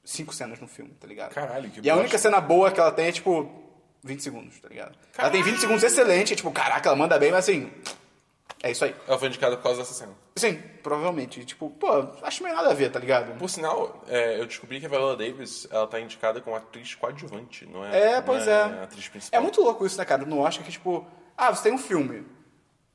Speaker 1: cinco cenas no filme, tá ligado?
Speaker 2: Caralho, que
Speaker 1: E a
Speaker 2: bosta.
Speaker 1: única cena boa que ela tem é tipo 20 segundos, tá ligado? Ela tem 20 segundos excelente, é, tipo, caraca, ela manda bem, mas assim. É isso aí.
Speaker 2: Ela foi indicada por causa dessa cena.
Speaker 1: Sim, provavelmente. Tipo, pô, acho meio nada a ver, tá ligado?
Speaker 2: Por sinal, é, eu descobri que a Viola Davis ela tá indicada como atriz coadjuvante, não é?
Speaker 1: É, pois
Speaker 2: não
Speaker 1: é.
Speaker 2: Atriz principal.
Speaker 1: É muito louco isso, né, cara? No Oscar, que tipo, ah, você tem um filme.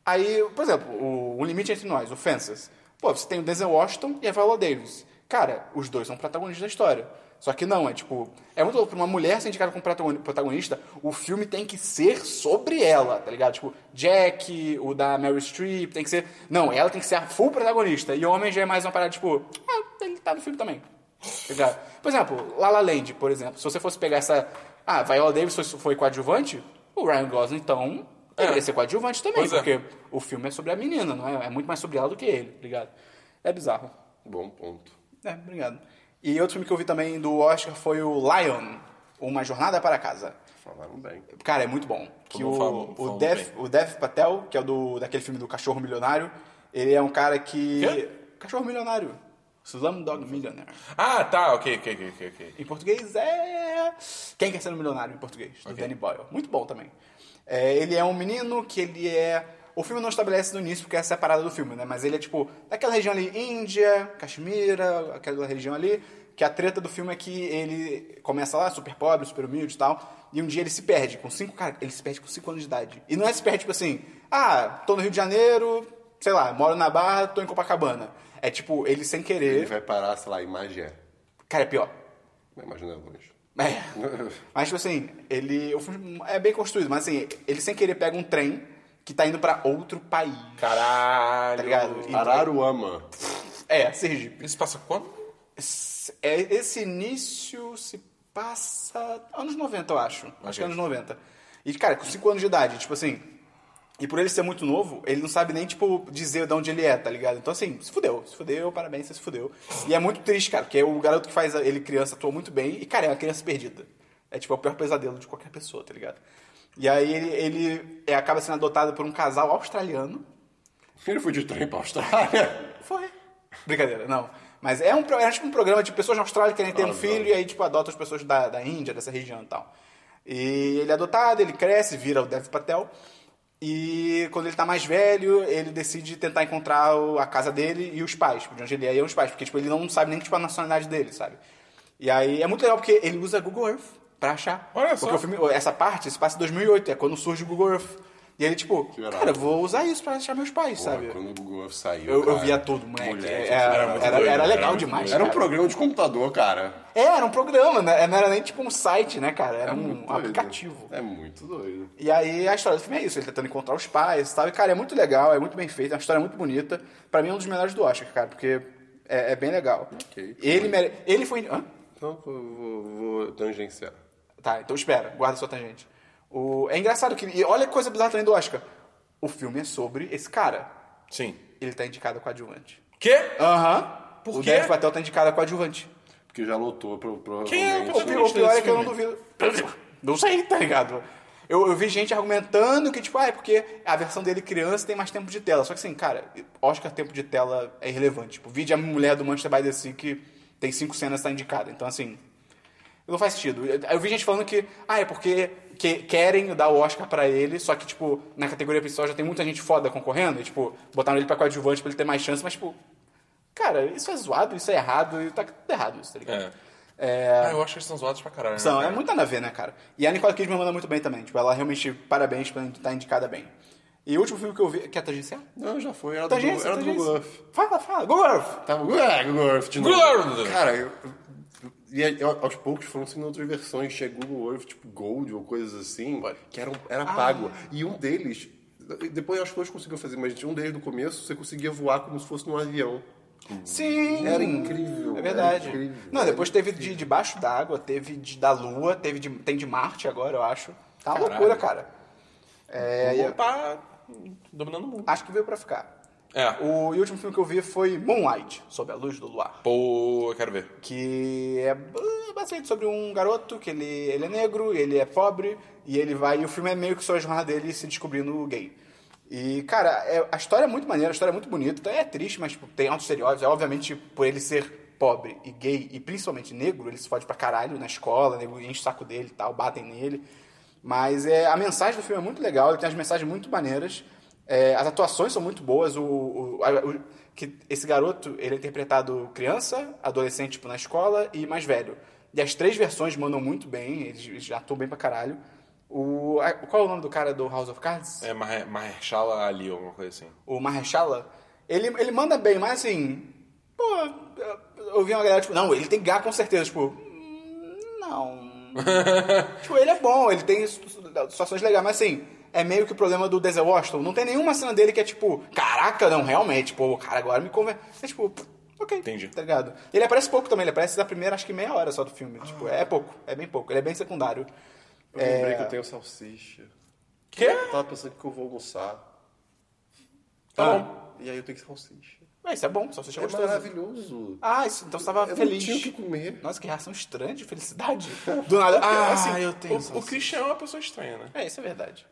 Speaker 1: Aí, por exemplo, o, o Limite Entre Nós, o Fences. Pô, você tem o Denzel Washington e a Viola Davis. Cara, os dois são protagonistas da história. Só que não, é tipo, é muito louco. Pra uma mulher ser indicada como protagoni- protagonista, o filme tem que ser sobre ela, tá ligado? Tipo, Jack, o da Mary Streep, tem que ser. Não, ela tem que ser a full protagonista. E o homem já é mais uma parada, tipo, ah, ele tá no filme também. Obrigado. Por exemplo, La La Land, por exemplo. Se você fosse pegar essa... Ah, Viola Davis foi, foi coadjuvante? O Ryan Gosling, então, deveria ser coadjuvante também.
Speaker 2: É. Pois é.
Speaker 1: porque o filme é sobre a menina, não é? É muito mais sobre ela do que ele, ligado? É bizarro.
Speaker 3: Bom ponto.
Speaker 1: É, obrigado. E outro filme que eu vi também do Oscar foi o Lion, Uma Jornada para Casa.
Speaker 3: Falaram bem.
Speaker 1: Cara, é muito bom. Que
Speaker 2: mundo
Speaker 1: o,
Speaker 2: fala- fala
Speaker 1: o,
Speaker 2: muito
Speaker 1: Dev, o Dev Patel, que é o do, daquele filme do Cachorro Milionário, ele é um cara que...
Speaker 2: Quê?
Speaker 1: Cachorro Milionário. Slumdog Millionaire.
Speaker 2: Ah, tá, ok, ok, ok, ok, ok.
Speaker 1: Em português é. Quem quer ser um milionário em português? Do Danny Boyle. Muito bom também. É, ele é um menino que ele é. O filme não estabelece no início, porque essa é a parada do filme, né? Mas ele é tipo daquela região ali, Índia, Caxemira, aquela região ali. Que a treta do filme é que ele começa lá, super pobre, super humilde e tal. E um dia ele se perde com cinco. Cara, ele se perde com cinco anos de idade. E não é se perde, tipo assim, ah, tô no Rio de Janeiro, sei lá, moro na Barra, tô em Copacabana. É tipo, ele sem
Speaker 3: Ele
Speaker 1: querer.
Speaker 3: vai parar, sei lá, a imagem é.
Speaker 1: Cara, é pior.
Speaker 3: Não imagina é longe.
Speaker 1: É. Mas, tipo assim, ele. O filme é bem construído, mas assim, ele sem querer pega um trem que tá indo pra outro país.
Speaker 2: Caralho.
Speaker 1: Tá ligado? E-
Speaker 3: Araruama.
Speaker 1: É, Sergipe.
Speaker 2: Isso passa quando?
Speaker 1: Esse- é, Esse início se passa anos 90, eu acho. Acho que
Speaker 2: Ok.
Speaker 1: anos 90. E, cara, com 5 anos de idade, tipo assim. E por ele ser muito novo, ele não sabe nem, tipo, dizer de onde ele é, tá ligado? Então, assim, se fudeu, se fudeu, parabéns, você se fudeu. E é muito triste, cara, porque o garoto que faz ele criança atua muito bem e, cara, é uma criança perdida. É, tipo, é o pior pesadelo de qualquer pessoa, tá ligado? E aí ele, ele é, acaba sendo adotado por um casal australiano,
Speaker 3: Ele foi de trem pra Austrália.
Speaker 1: foi. Brincadeira, não. Mas é, um, pro- é tipo um programa de pessoas na Austrália que querem ter um
Speaker 3: Ah,
Speaker 1: filho
Speaker 3: não.
Speaker 1: e aí tipo adota as pessoas da, da Índia, dessa região e tal. E ele é adotado, ele cresce, vira o Dev Patel. E quando ele tá mais velho, ele decide tentar encontrar o- a casa dele e os pais, de onde ele é e os pais, porque tipo, ele não sabe nem tipo, a nacionalidade dele, sabe? E aí é muito legal porque ele usa Google Earth pra achar.
Speaker 2: Olha só.
Speaker 1: Porque o filme- essa parte se passa em 2008, é quando surge o Google Earth. E ele, tipo,
Speaker 3: Que irado.
Speaker 1: cara, eu vou usar isso pra achar meus pais, (laughs) sabe?
Speaker 3: Pô, quando o Google Earth saiu.
Speaker 1: Eu, eu
Speaker 3: cara,
Speaker 1: via tudo, moleque. É,
Speaker 3: moleque,
Speaker 1: era,
Speaker 2: era
Speaker 1: era-
Speaker 2: muito doido, né?
Speaker 1: era
Speaker 2: era
Speaker 1: legal
Speaker 2: muito
Speaker 1: demais.
Speaker 3: Era um
Speaker 1: cara.
Speaker 3: programa de computador, cara.
Speaker 1: É, era um programa, né? Não era nem tipo um site, né, cara? Era
Speaker 3: É
Speaker 1: um
Speaker 3: muito doido.
Speaker 1: aplicativo.
Speaker 3: É muito doido.
Speaker 1: E aí a história do filme é isso, ele tentando encontrar os pais e tal. E, cara, é muito legal, é muito bem feito, é uma história muito bonita. Pra mim é um dos melhores do Oscar, cara, porque é, é bem legal.
Speaker 3: Ok.
Speaker 1: Ele, mere... ele foi. Hã?
Speaker 3: Então vou, vou, vou tangenciar.
Speaker 1: Tá, então espera, guarda sua tangente. O... É engraçado que. E olha que coisa bizarra também do Oscar. O filme é sobre esse cara.
Speaker 2: Sim.
Speaker 1: Ele tá indicado a coadjuvante.
Speaker 2: Quê?
Speaker 1: Aham.
Speaker 2: Por
Speaker 1: o
Speaker 2: quê?
Speaker 1: Dev Patel tá indicado a coadjuvante.
Speaker 3: Porque já lotou pro, provavelmente.
Speaker 2: Quem é o
Speaker 1: O pior, o pior é que eu não
Speaker 2: Esse
Speaker 1: duvido. Não sei, tá ligado? Eu, eu vi gente argumentando que, tipo, ah, é porque a versão dele criança tem mais tempo de tela. Só que assim, cara, Oscar tempo de tela é irrelevante. Tipo, vídeo a mulher do Manchester by the Sea que tem cinco cenas tá indicada. Então, assim, não faz sentido. Eu, eu vi gente falando que, ah, é porque que- querem dar o Oscar pra ele, só que, tipo, na categoria principal já tem muita gente foda concorrendo. E, tipo, botaram ele pra coadjuvante pra ele ter mais chance, mas, tipo, cara, isso é zoado, isso é errado, e tá tudo errado isso, tá ligado?
Speaker 2: É. Ah, eu acho que eles são zoados pra caralho. né,
Speaker 1: São, é
Speaker 2: cara?
Speaker 1: muito nada a ver, né, cara? E a Nicole Kidman manda muito bem também. Tipo, ela realmente, parabéns, pra estar indicada bem. E o último filme que é eu vi... Quer tangenciar?
Speaker 3: Não, já foi. Era do,
Speaker 1: Tangência,
Speaker 3: era do
Speaker 1: tangência.
Speaker 3: Google Earth.
Speaker 1: Fala, fala. Google Earth.
Speaker 3: Tava Google Earth, Tá Google Earth de novo.
Speaker 2: Google Earth.
Speaker 3: Cara, eu, eu- e aí, eu- aos poucos foram sendo outras versões. Tinha Google Earth, tipo Gold ou coisas assim, que eram, era pago. E um deles, depois acho que hoje conseguiu fazer, mas um deles no começo, você conseguia voar como se fosse num avião.
Speaker 1: Sim.
Speaker 3: Era incrível,
Speaker 1: É verdade.
Speaker 3: era incrível,
Speaker 1: Não,
Speaker 3: era
Speaker 1: depois teve de debaixo d'água, teve de, da lua, teve de, tem de Marte agora, eu acho. Tá uma
Speaker 2: Caralho.
Speaker 1: loucura, cara. É, e eu-
Speaker 2: Tá dominando o mundo.
Speaker 1: acho que veio pra ficar.
Speaker 2: É.
Speaker 1: O, e o último filme que eu vi foi Moonlight, Sob a Luz do Luar.
Speaker 2: Pô, eu quero ver.
Speaker 1: que é ba- basicamente sobre um garoto que ele, ele é negro, ele é pobre e ele vai e o filme é meio que só a jornada dele se descobrindo gay. E cara, é- a história é muito maneira, a história é muito bonita, é triste, mas tipo, tem altos estereótipos. É obviamente por ele ser pobre e gay e principalmente negro, ele se fode pra caralho na escola, nego enche o saco dele, e tal, batem nele. Mas é, a mensagem do filme é muito legal, ele tem as mensagens muito maneiras. É, as atuações são muito boas. O, o- a- o- que esse garoto ele é interpretado criança, adolescente tipo, na escola e mais velho. E as três versões mandam muito bem, eles, eles atuam bem pra caralho. O, a- qual é o nome do cara do House of Cards?
Speaker 2: É Mahe- Mahershala Ali, alguma coisa assim.
Speaker 1: O Mahershala? Ele, ele manda bem, mas assim. Pô, eu- eu vi uma galera tipo, não, ele tem gá com certeza. Tipo, hum,
Speaker 2: (laughs)
Speaker 1: não. Tipo, ele é bom, ele tem situ- situações legais, mas assim, é meio que o problema do Denzel Washington. Não tem nenhuma cena dele que é tipo, caraca, não, realmente, pô, o cara agora me convence. É tipo, pff, ok.
Speaker 2: Entendi.
Speaker 1: Tá ligado? Ele aparece pouco também, ele aparece na primeira, acho que meia hora só do filme.
Speaker 3: Ah.
Speaker 1: Tipo, é pouco, é bem pouco, ele é bem secundário.
Speaker 3: Eu lembrei que eu tenho salsicha.
Speaker 2: Quê?
Speaker 3: Eu tava pensando que eu vou almoçar.
Speaker 2: Tá
Speaker 1: Ah.
Speaker 2: bom.
Speaker 3: E aí eu tenho salsicha.
Speaker 1: Mas isso é bom, só você
Speaker 3: É
Speaker 1: chegou
Speaker 3: maravilhoso.
Speaker 1: Ah, isso, então você tava
Speaker 3: eu
Speaker 1: feliz.
Speaker 3: não tinha o que comer.
Speaker 1: Nossa, que reação estranha de felicidade. Do nada. Ah, eu tenho.
Speaker 2: assim, O, o
Speaker 1: salsicha.
Speaker 2: Christian é uma pessoa estranha, né?
Speaker 1: É, isso é verdade.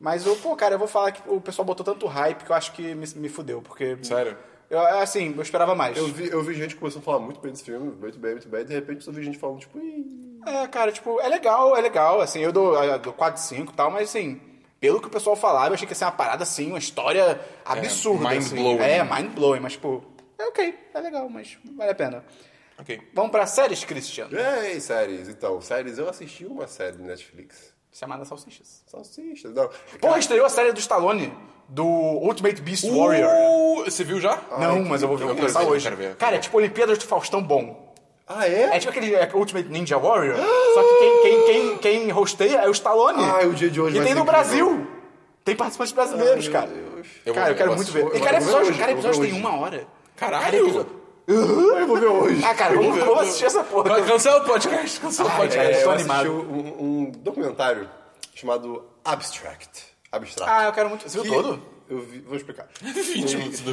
Speaker 1: Mas, eu, pô, cara, eu vou falar que o pessoal botou tanto hype que eu acho que me, me fudeu, porque.
Speaker 2: Sério?
Speaker 1: Eu, assim, eu esperava mais.
Speaker 3: Eu vi, eu vi gente começando a falar muito bem desse filme, muito bem, muito bem, e de repente eu vi gente falando, tipo, "Ih,
Speaker 1: É, cara, tipo, é legal, é legal, assim, eu dou, eu dou 4 5 e tal, mas assim, pelo que o pessoal falava, eu achei que ia ser uma parada assim, uma história absurda.
Speaker 2: mind
Speaker 1: assim.
Speaker 2: blowing.
Speaker 1: É, mind blowing, mas, tipo, é ok, é legal, mas vale a pena.
Speaker 2: Ok.
Speaker 1: Vamos pra séries, Christian.
Speaker 3: ei, séries. Então, séries, eu assisti uma série no Netflix.
Speaker 1: Chamada Salsichas.
Speaker 3: Salsicha,
Speaker 1: É
Speaker 3: não.
Speaker 1: Porra, estreou a série do Stallone, do Ultimate Beast Warrior. Ah.
Speaker 2: Uh, você viu já?
Speaker 1: Não, mas eu vou ver, vou
Speaker 2: quero
Speaker 1: começar
Speaker 2: ver, eu
Speaker 1: hoje.
Speaker 2: quero ver.
Speaker 1: Cara, é tipo Olimpíadas do Faustão bom.
Speaker 3: Ah, é?
Speaker 1: É tipo aquele é, Ultimate Ninja Warrior, só que quem, quem, quem, quem hosteia é o Stallone.
Speaker 3: Ah, o dia de hoje
Speaker 1: E
Speaker 3: vai
Speaker 1: tem
Speaker 3: ser
Speaker 1: no
Speaker 3: incrível.
Speaker 1: Brasil. Tem participantes brasileiros,
Speaker 3: Ai, meu
Speaker 1: cara.
Speaker 3: Deus.
Speaker 2: Eu vou
Speaker 1: cara, eu
Speaker 2: ver,
Speaker 1: quero
Speaker 2: eu
Speaker 1: muito
Speaker 2: vou-
Speaker 1: ver. E cada
Speaker 3: eu vou ver
Speaker 1: episódio,
Speaker 3: hoje,
Speaker 1: cada
Speaker 3: eu vou ver
Speaker 1: episódio tem
Speaker 3: hoje.
Speaker 1: uma hora.
Speaker 2: Caralho!
Speaker 3: Eu vou ver hoje.
Speaker 1: Ah, cara, vamos, vamos assistir essa porra.
Speaker 2: Vai, cancela o podcast, cancela o
Speaker 1: Ai,
Speaker 3: É,
Speaker 1: tô
Speaker 2: podcast.
Speaker 3: eu assisti
Speaker 1: animado.
Speaker 3: um, um documentário chamado Abstract. Abstract.
Speaker 1: Ah, eu quero muito. Você viu
Speaker 3: Que-
Speaker 1: todo?
Speaker 3: Eu vi- vou
Speaker 1: (laughs)
Speaker 3: explicar.
Speaker 2: 20 minutos do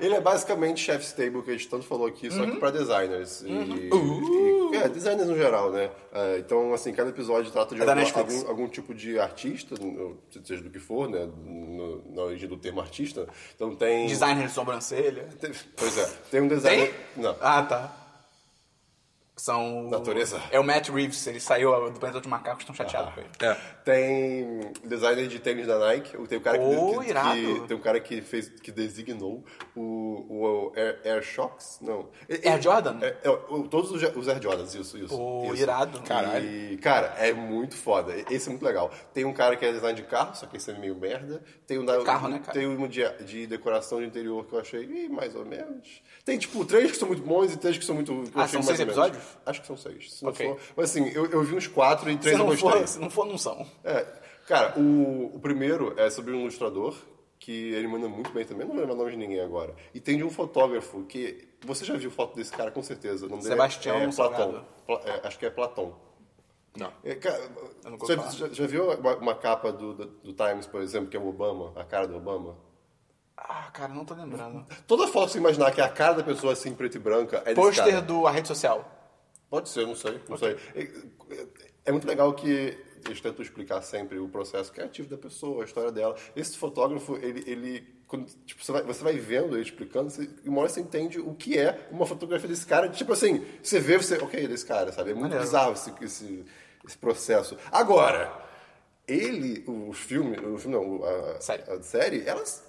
Speaker 3: Ele (laughs) é basicamente chef's table que a gente tanto falou aqui, só
Speaker 1: Uhum.
Speaker 3: que pra designers. E,
Speaker 1: Uh!
Speaker 3: e- é, designers no geral, né? É, então, assim, cada episódio trata de
Speaker 1: É da
Speaker 3: alguma-
Speaker 1: Netflix.
Speaker 3: algum, algum tipo de artista, no- seja do que for, né? No- na origem do termo artista. Então tem.
Speaker 1: Designer de sobrancelha.
Speaker 3: tem- Pois é, tem um
Speaker 1: Tem?
Speaker 3: designer. Não.
Speaker 1: Ah, tá. São. o-
Speaker 3: Natureza.
Speaker 1: É o Matt Reeves, ele saiu do planeta de macacos, estão chateados com ele.
Speaker 2: É.
Speaker 3: Tem designer de tênis da Nike, ou tem o cara que,
Speaker 1: Oh,
Speaker 3: que- que-
Speaker 1: irado.
Speaker 3: tem um cara que fez que designou o, o Air, Air Shocks, não.
Speaker 1: Air Jordan?
Speaker 3: É, é, o- todos os, os Air Jordans, isso, isso.
Speaker 1: Pô,
Speaker 3: isso.
Speaker 1: irado.
Speaker 3: Caralho. E, cara, é muito foda. Esse é muito legal. Tem um cara que é design de carro, só que esse é meio merda. Tem um da,
Speaker 1: Carro, né, cara?
Speaker 3: Tem um de, de decoração de interior que eu achei ih, mais ou menos. Tem, tipo, três que são muito bons e três que são muito. que eu
Speaker 1: Ah,
Speaker 3: achei
Speaker 1: são
Speaker 3: mais
Speaker 1: seis
Speaker 3: ou menos.
Speaker 1: episódios?
Speaker 3: Acho que são seis. Se não
Speaker 1: Ok.
Speaker 3: for- Mas assim, eu, eu vi uns quatro e
Speaker 1: Se
Speaker 3: três eu
Speaker 1: não,
Speaker 3: gostei.
Speaker 1: for, se não for, não são.
Speaker 3: É, cara, o, o primeiro é sobre um ilustrador, que ele manda muito bem também, não vou lembrar o nome de ninguém agora. E tem de um fotógrafo que. Você já viu foto desse cara, com certeza. O nome dele é-
Speaker 1: Sebastião
Speaker 3: é,
Speaker 1: Salgado.
Speaker 3: Platão. Pla- é, acho que é Platão.
Speaker 2: Não.
Speaker 3: É, cara,
Speaker 1: Eu nunca
Speaker 3: você
Speaker 1: ouvi
Speaker 3: já, já viu uma, uma capa do, do, do Times, por exemplo, que é o Obama, a cara do Obama?
Speaker 1: Ah, cara, não tô lembrando.
Speaker 3: Toda foto que você imaginar que é a cara da pessoa assim, preta e branca, é desse cara.
Speaker 1: Pôster do A Rede Social.
Speaker 3: Pode ser, não sei, não sei. É, é muito legal que eles tentam explicar sempre o processo criativo da pessoa, a história dela. Esse fotógrafo, ele, ele quando, tipo, você vai, você vai vendo ele explicando, você, e uma hora você entende o que é uma fotografia desse cara. Tipo assim, você vê, você, ok, desse cara, sabe? É muito
Speaker 1: Maneiro.
Speaker 3: bizarro esse, esse, esse processo. Agora, ele, o filme, o filme não, a,
Speaker 1: Série.
Speaker 3: a série, elas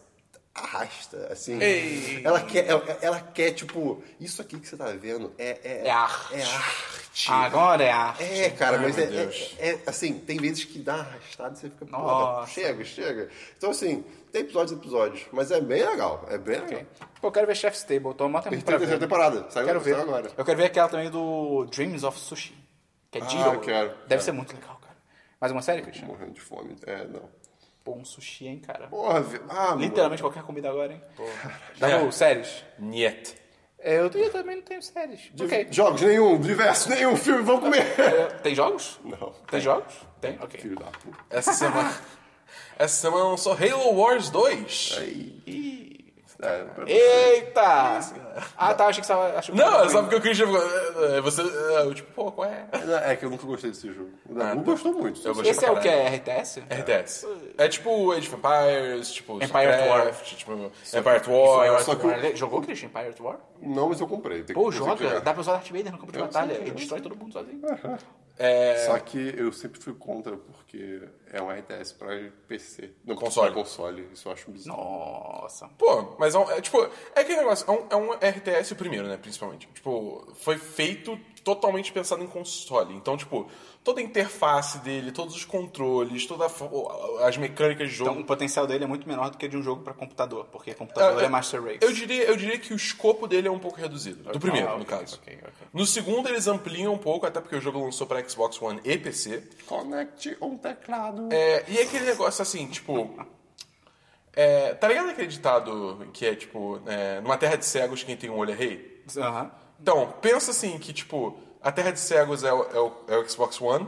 Speaker 3: arrasta, assim.
Speaker 2: Ei.
Speaker 3: Ela quer, ela, ela quer, tipo, isso aqui que você tá vendo é-
Speaker 1: É arte.
Speaker 3: é arte.
Speaker 1: Agora é a.
Speaker 3: É, cara, mas é,
Speaker 2: meu Deus.
Speaker 3: é- é, assim, tem vezes que dá arrastado e você fica, pô,
Speaker 1: Nossa.
Speaker 3: chega, chega. Então, assim, tem episódios e episódios, mas é bem legal, é bem legal.
Speaker 1: Pô, eu quero ver Chef's Table, tô mó tempo
Speaker 3: Tem
Speaker 1: pra
Speaker 3: terceira
Speaker 1: ver.
Speaker 3: temporada, saiu,
Speaker 1: Quero ver.
Speaker 3: saiu agora.
Speaker 1: Eu quero ver aquela também do Dreams of Sushi, que é Jiro.
Speaker 3: eu quero.
Speaker 1: Deve
Speaker 3: Quero.
Speaker 1: ser muito legal, cara. Mais uma série, Christian?
Speaker 3: Morrendo de fome, é, não.
Speaker 1: Pô, um sushi, hein, cara.
Speaker 3: Porra, vi- ah,
Speaker 1: Literalmente qualquer comida agora, hein? Dabu,
Speaker 2: É.
Speaker 1: séries?
Speaker 2: Niet.
Speaker 1: É, eu, eu também não tenho séries.
Speaker 3: mano.
Speaker 1: Ok.
Speaker 3: Jogos nenhum, diverso nenhum, filme, vamos comer.
Speaker 1: É,
Speaker 3: (laughs)
Speaker 1: Tem jogos?
Speaker 3: Não,
Speaker 1: Tem jogos? Tem? Ok.
Speaker 3: filho da puta.
Speaker 2: Essa semana. (laughs) Essa semana lançou Halo Wars
Speaker 1: É.
Speaker 2: 2.
Speaker 3: Aí,
Speaker 1: Ih.
Speaker 3: é, pra-
Speaker 1: Eita! Ah, tá, achei que você tava... achei que
Speaker 2: Não,
Speaker 1: tava
Speaker 2: é só porque o Christian ficou. é, é, Você. é, Eu, tipo, pô, qual é?
Speaker 3: É que eu nunca gostei desse jogo. O Dabu
Speaker 2: Ah, tá.
Speaker 3: gostou muito.
Speaker 2: Eu gostei.
Speaker 1: Esse é o que? É RTS?
Speaker 2: RTS. É tipo Age of Empires, tipo.
Speaker 1: Empire
Speaker 2: Starcraft,
Speaker 1: at War. é
Speaker 2: Tipo, Empire at War.
Speaker 3: Só que o-
Speaker 1: Empire- Jogou Christian Empire at War?
Speaker 3: Não, mas eu comprei. tem que-
Speaker 1: Pô,
Speaker 3: tem que
Speaker 1: joga.
Speaker 3: jogar.
Speaker 1: Dá pra usar Darth Vader no campo de
Speaker 3: Eu
Speaker 1: batalha.
Speaker 3: sei,
Speaker 1: Ele
Speaker 3: eu
Speaker 1: destrói todo mundo sozinho.
Speaker 3: Só que eu sempre fui contra, porque é um RTS pra PC. Não,
Speaker 2: Console.
Speaker 3: pra console. Isso eu acho bizarro.
Speaker 1: Nossa.
Speaker 2: Pô, mas é, um, é tipo. É aquele negócio. É um, é um RTS o primeiro, né? Principalmente. Tipo, foi feito totalmente pensado em console. Então, tipo, toda a interface dele, todos os controles, todas as mecânicas de jogo.
Speaker 1: Então o potencial dele é muito menor do que de um jogo pra computador, porque computador é, Master Race.
Speaker 2: Ah, Eu diria, eu diria que o escopo dele é um pouco reduzido. Do primeiro,
Speaker 1: Ah,
Speaker 2: no
Speaker 1: ok,
Speaker 2: caso.
Speaker 1: ok, ok.
Speaker 2: No segundo, eles ampliam um pouco, até porque o jogo lançou pra Xbox One e PC.
Speaker 3: Connect um teclado.
Speaker 2: É, e aquele negócio assim, tipo. é, tá ligado aquele ditado que é tipo. é, numa terra de cegos, quem tem um olho é rei?
Speaker 1: Aham.
Speaker 2: Então, pensa assim que, tipo, a terra de cegos é o, é o- é o Xbox One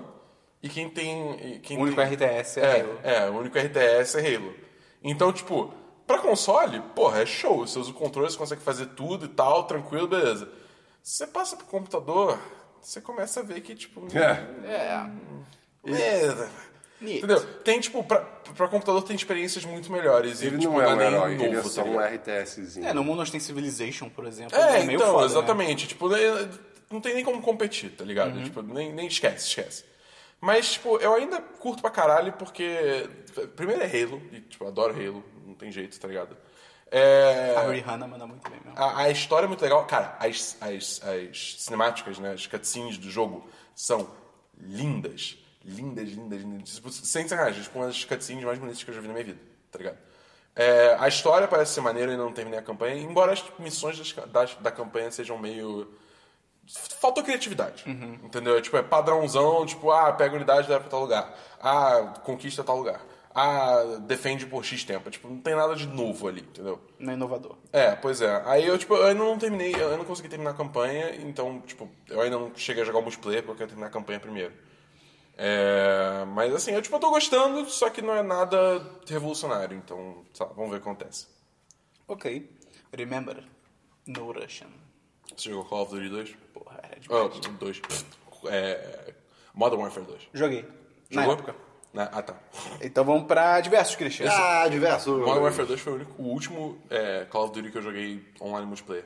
Speaker 2: e quem tem. e Quem
Speaker 1: O único
Speaker 2: tem-
Speaker 1: RTS é, Halo.
Speaker 2: é, é, o único RTS é Halo. Então, tipo, pra console, porra, é show. Você usa o controle, você consegue fazer tudo e tal, tranquilo, beleza. Você passa pro computador, você começa a ver que, tipo.
Speaker 3: (laughs) É.
Speaker 1: É.
Speaker 2: Beleza.
Speaker 1: Neat.
Speaker 2: Entendeu? Tem, tipo, pra, pra computador tem experiências muito melhores.
Speaker 3: Ele
Speaker 2: e, tipo,
Speaker 3: não é um
Speaker 2: nada
Speaker 3: herói, ele é
Speaker 2: novo,
Speaker 3: só
Speaker 2: tá
Speaker 3: um
Speaker 2: ligado?
Speaker 3: RTSzinho.
Speaker 1: É, no mundo nós tem Civilization, por exemplo.
Speaker 2: É,
Speaker 1: meio
Speaker 2: então,
Speaker 1: foda, né?
Speaker 2: exatamente. Tipo, né, não tem nem como competir, tá ligado?
Speaker 1: Uhum.
Speaker 2: Tipo, nem, nem esquece, esquece. Mas, tipo, eu ainda curto pra caralho porque. Primeiro é Halo, e, tipo, eu adoro Halo, não tem jeito, tá ligado? É.
Speaker 1: A Rihanna manda muito bem mesmo.
Speaker 2: A, a história é muito legal. Cara, as, as, as cinemáticas, né? As cutscenes do jogo são lindas. Lindas, lindas, lindas. Tipo, Sem sacanagem, tipo, uma das cutscenes mais bonitas que eu já vi na minha vida, tá ligado? É, a história parece ser maneira e não terminei a campanha, embora as missões das, das- da campanha sejam meio. Faltou criatividade, entendeu? Tipo, é padrãozão, tipo, ah, pega unidade e leva pra tal lugar. Ah, conquista tal lugar. ah, defende por X tempo. Tipo, não tem nada de novo ali, entendeu?
Speaker 1: Não é inovador.
Speaker 2: É, pois é. Aí eu, tipo, eu ainda não terminei, eu ainda não consegui terminar a campanha, então, tipo, eu ainda não cheguei a jogar o multiplayer porque eu quero terminar a campanha primeiro. É, mas assim, eu, tipo, eu tô gostando, só que não é nada revolucionário, então, sei lá, vamos ver o que acontece.
Speaker 1: Ok. Remember, no Russian.
Speaker 2: Você jogou Call of Duty 2?
Speaker 1: Porra, era de...
Speaker 2: Ah, 2. É, Modern Warfare 2.
Speaker 1: Joguei. Na
Speaker 2: Jogou?
Speaker 1: época.
Speaker 2: Na- ah, tá.
Speaker 1: Então vamos pra diversos, Christian.
Speaker 3: Ah, diverso.
Speaker 2: Modern Warfare 2 foi o, único, o último é, Call of Duty que eu joguei online multiplayer.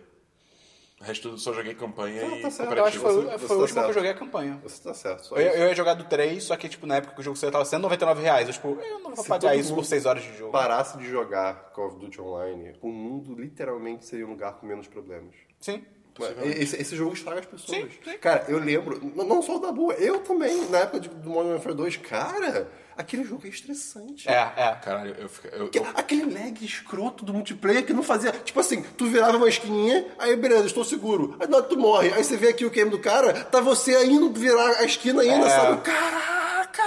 Speaker 2: O resto eu só joguei campanha
Speaker 3: Ah,
Speaker 2: e
Speaker 3: tá certo.
Speaker 1: Eu acho que foi,
Speaker 3: Você-
Speaker 1: o-
Speaker 3: você
Speaker 1: foi o
Speaker 3: tá
Speaker 1: último que eu
Speaker 3: certo.
Speaker 1: joguei a campanha.
Speaker 3: Você tá certo. Só
Speaker 1: Eu,
Speaker 3: isso.
Speaker 1: eu ia jogar do 3, só que, tipo, na época que o jogo saiu tava R$ 199 reais. Eu, tipo, eu não vou
Speaker 3: Se
Speaker 1: pagar
Speaker 3: todo
Speaker 1: isso por
Speaker 3: mundo
Speaker 1: 6 horas de jogo.
Speaker 3: parasse de jogar Call of Duty Online, o mundo literalmente seria um lugar com menos problemas.
Speaker 1: Sim.
Speaker 3: Ué, Esse, esse jogo estraga as pessoas.
Speaker 1: Sim, sim.
Speaker 3: Cara, eu lembro, n- não só o Dabu, eu também, na época de- do Modern Warfare 2, cara, aquele jogo é estressante.
Speaker 1: É, é.
Speaker 2: Caralho, eu, fica- eu,
Speaker 3: Aque-
Speaker 2: eu,
Speaker 3: Aquele lag escroto do multiplayer que não fazia. Tipo assim, tu virava uma esquininha, aí beleza, estou seguro. Aí na hora tu morre. Aí você vê aqui o game do cara, tá você indo virar a esquina ainda,
Speaker 1: É.
Speaker 3: sabe? Caraca!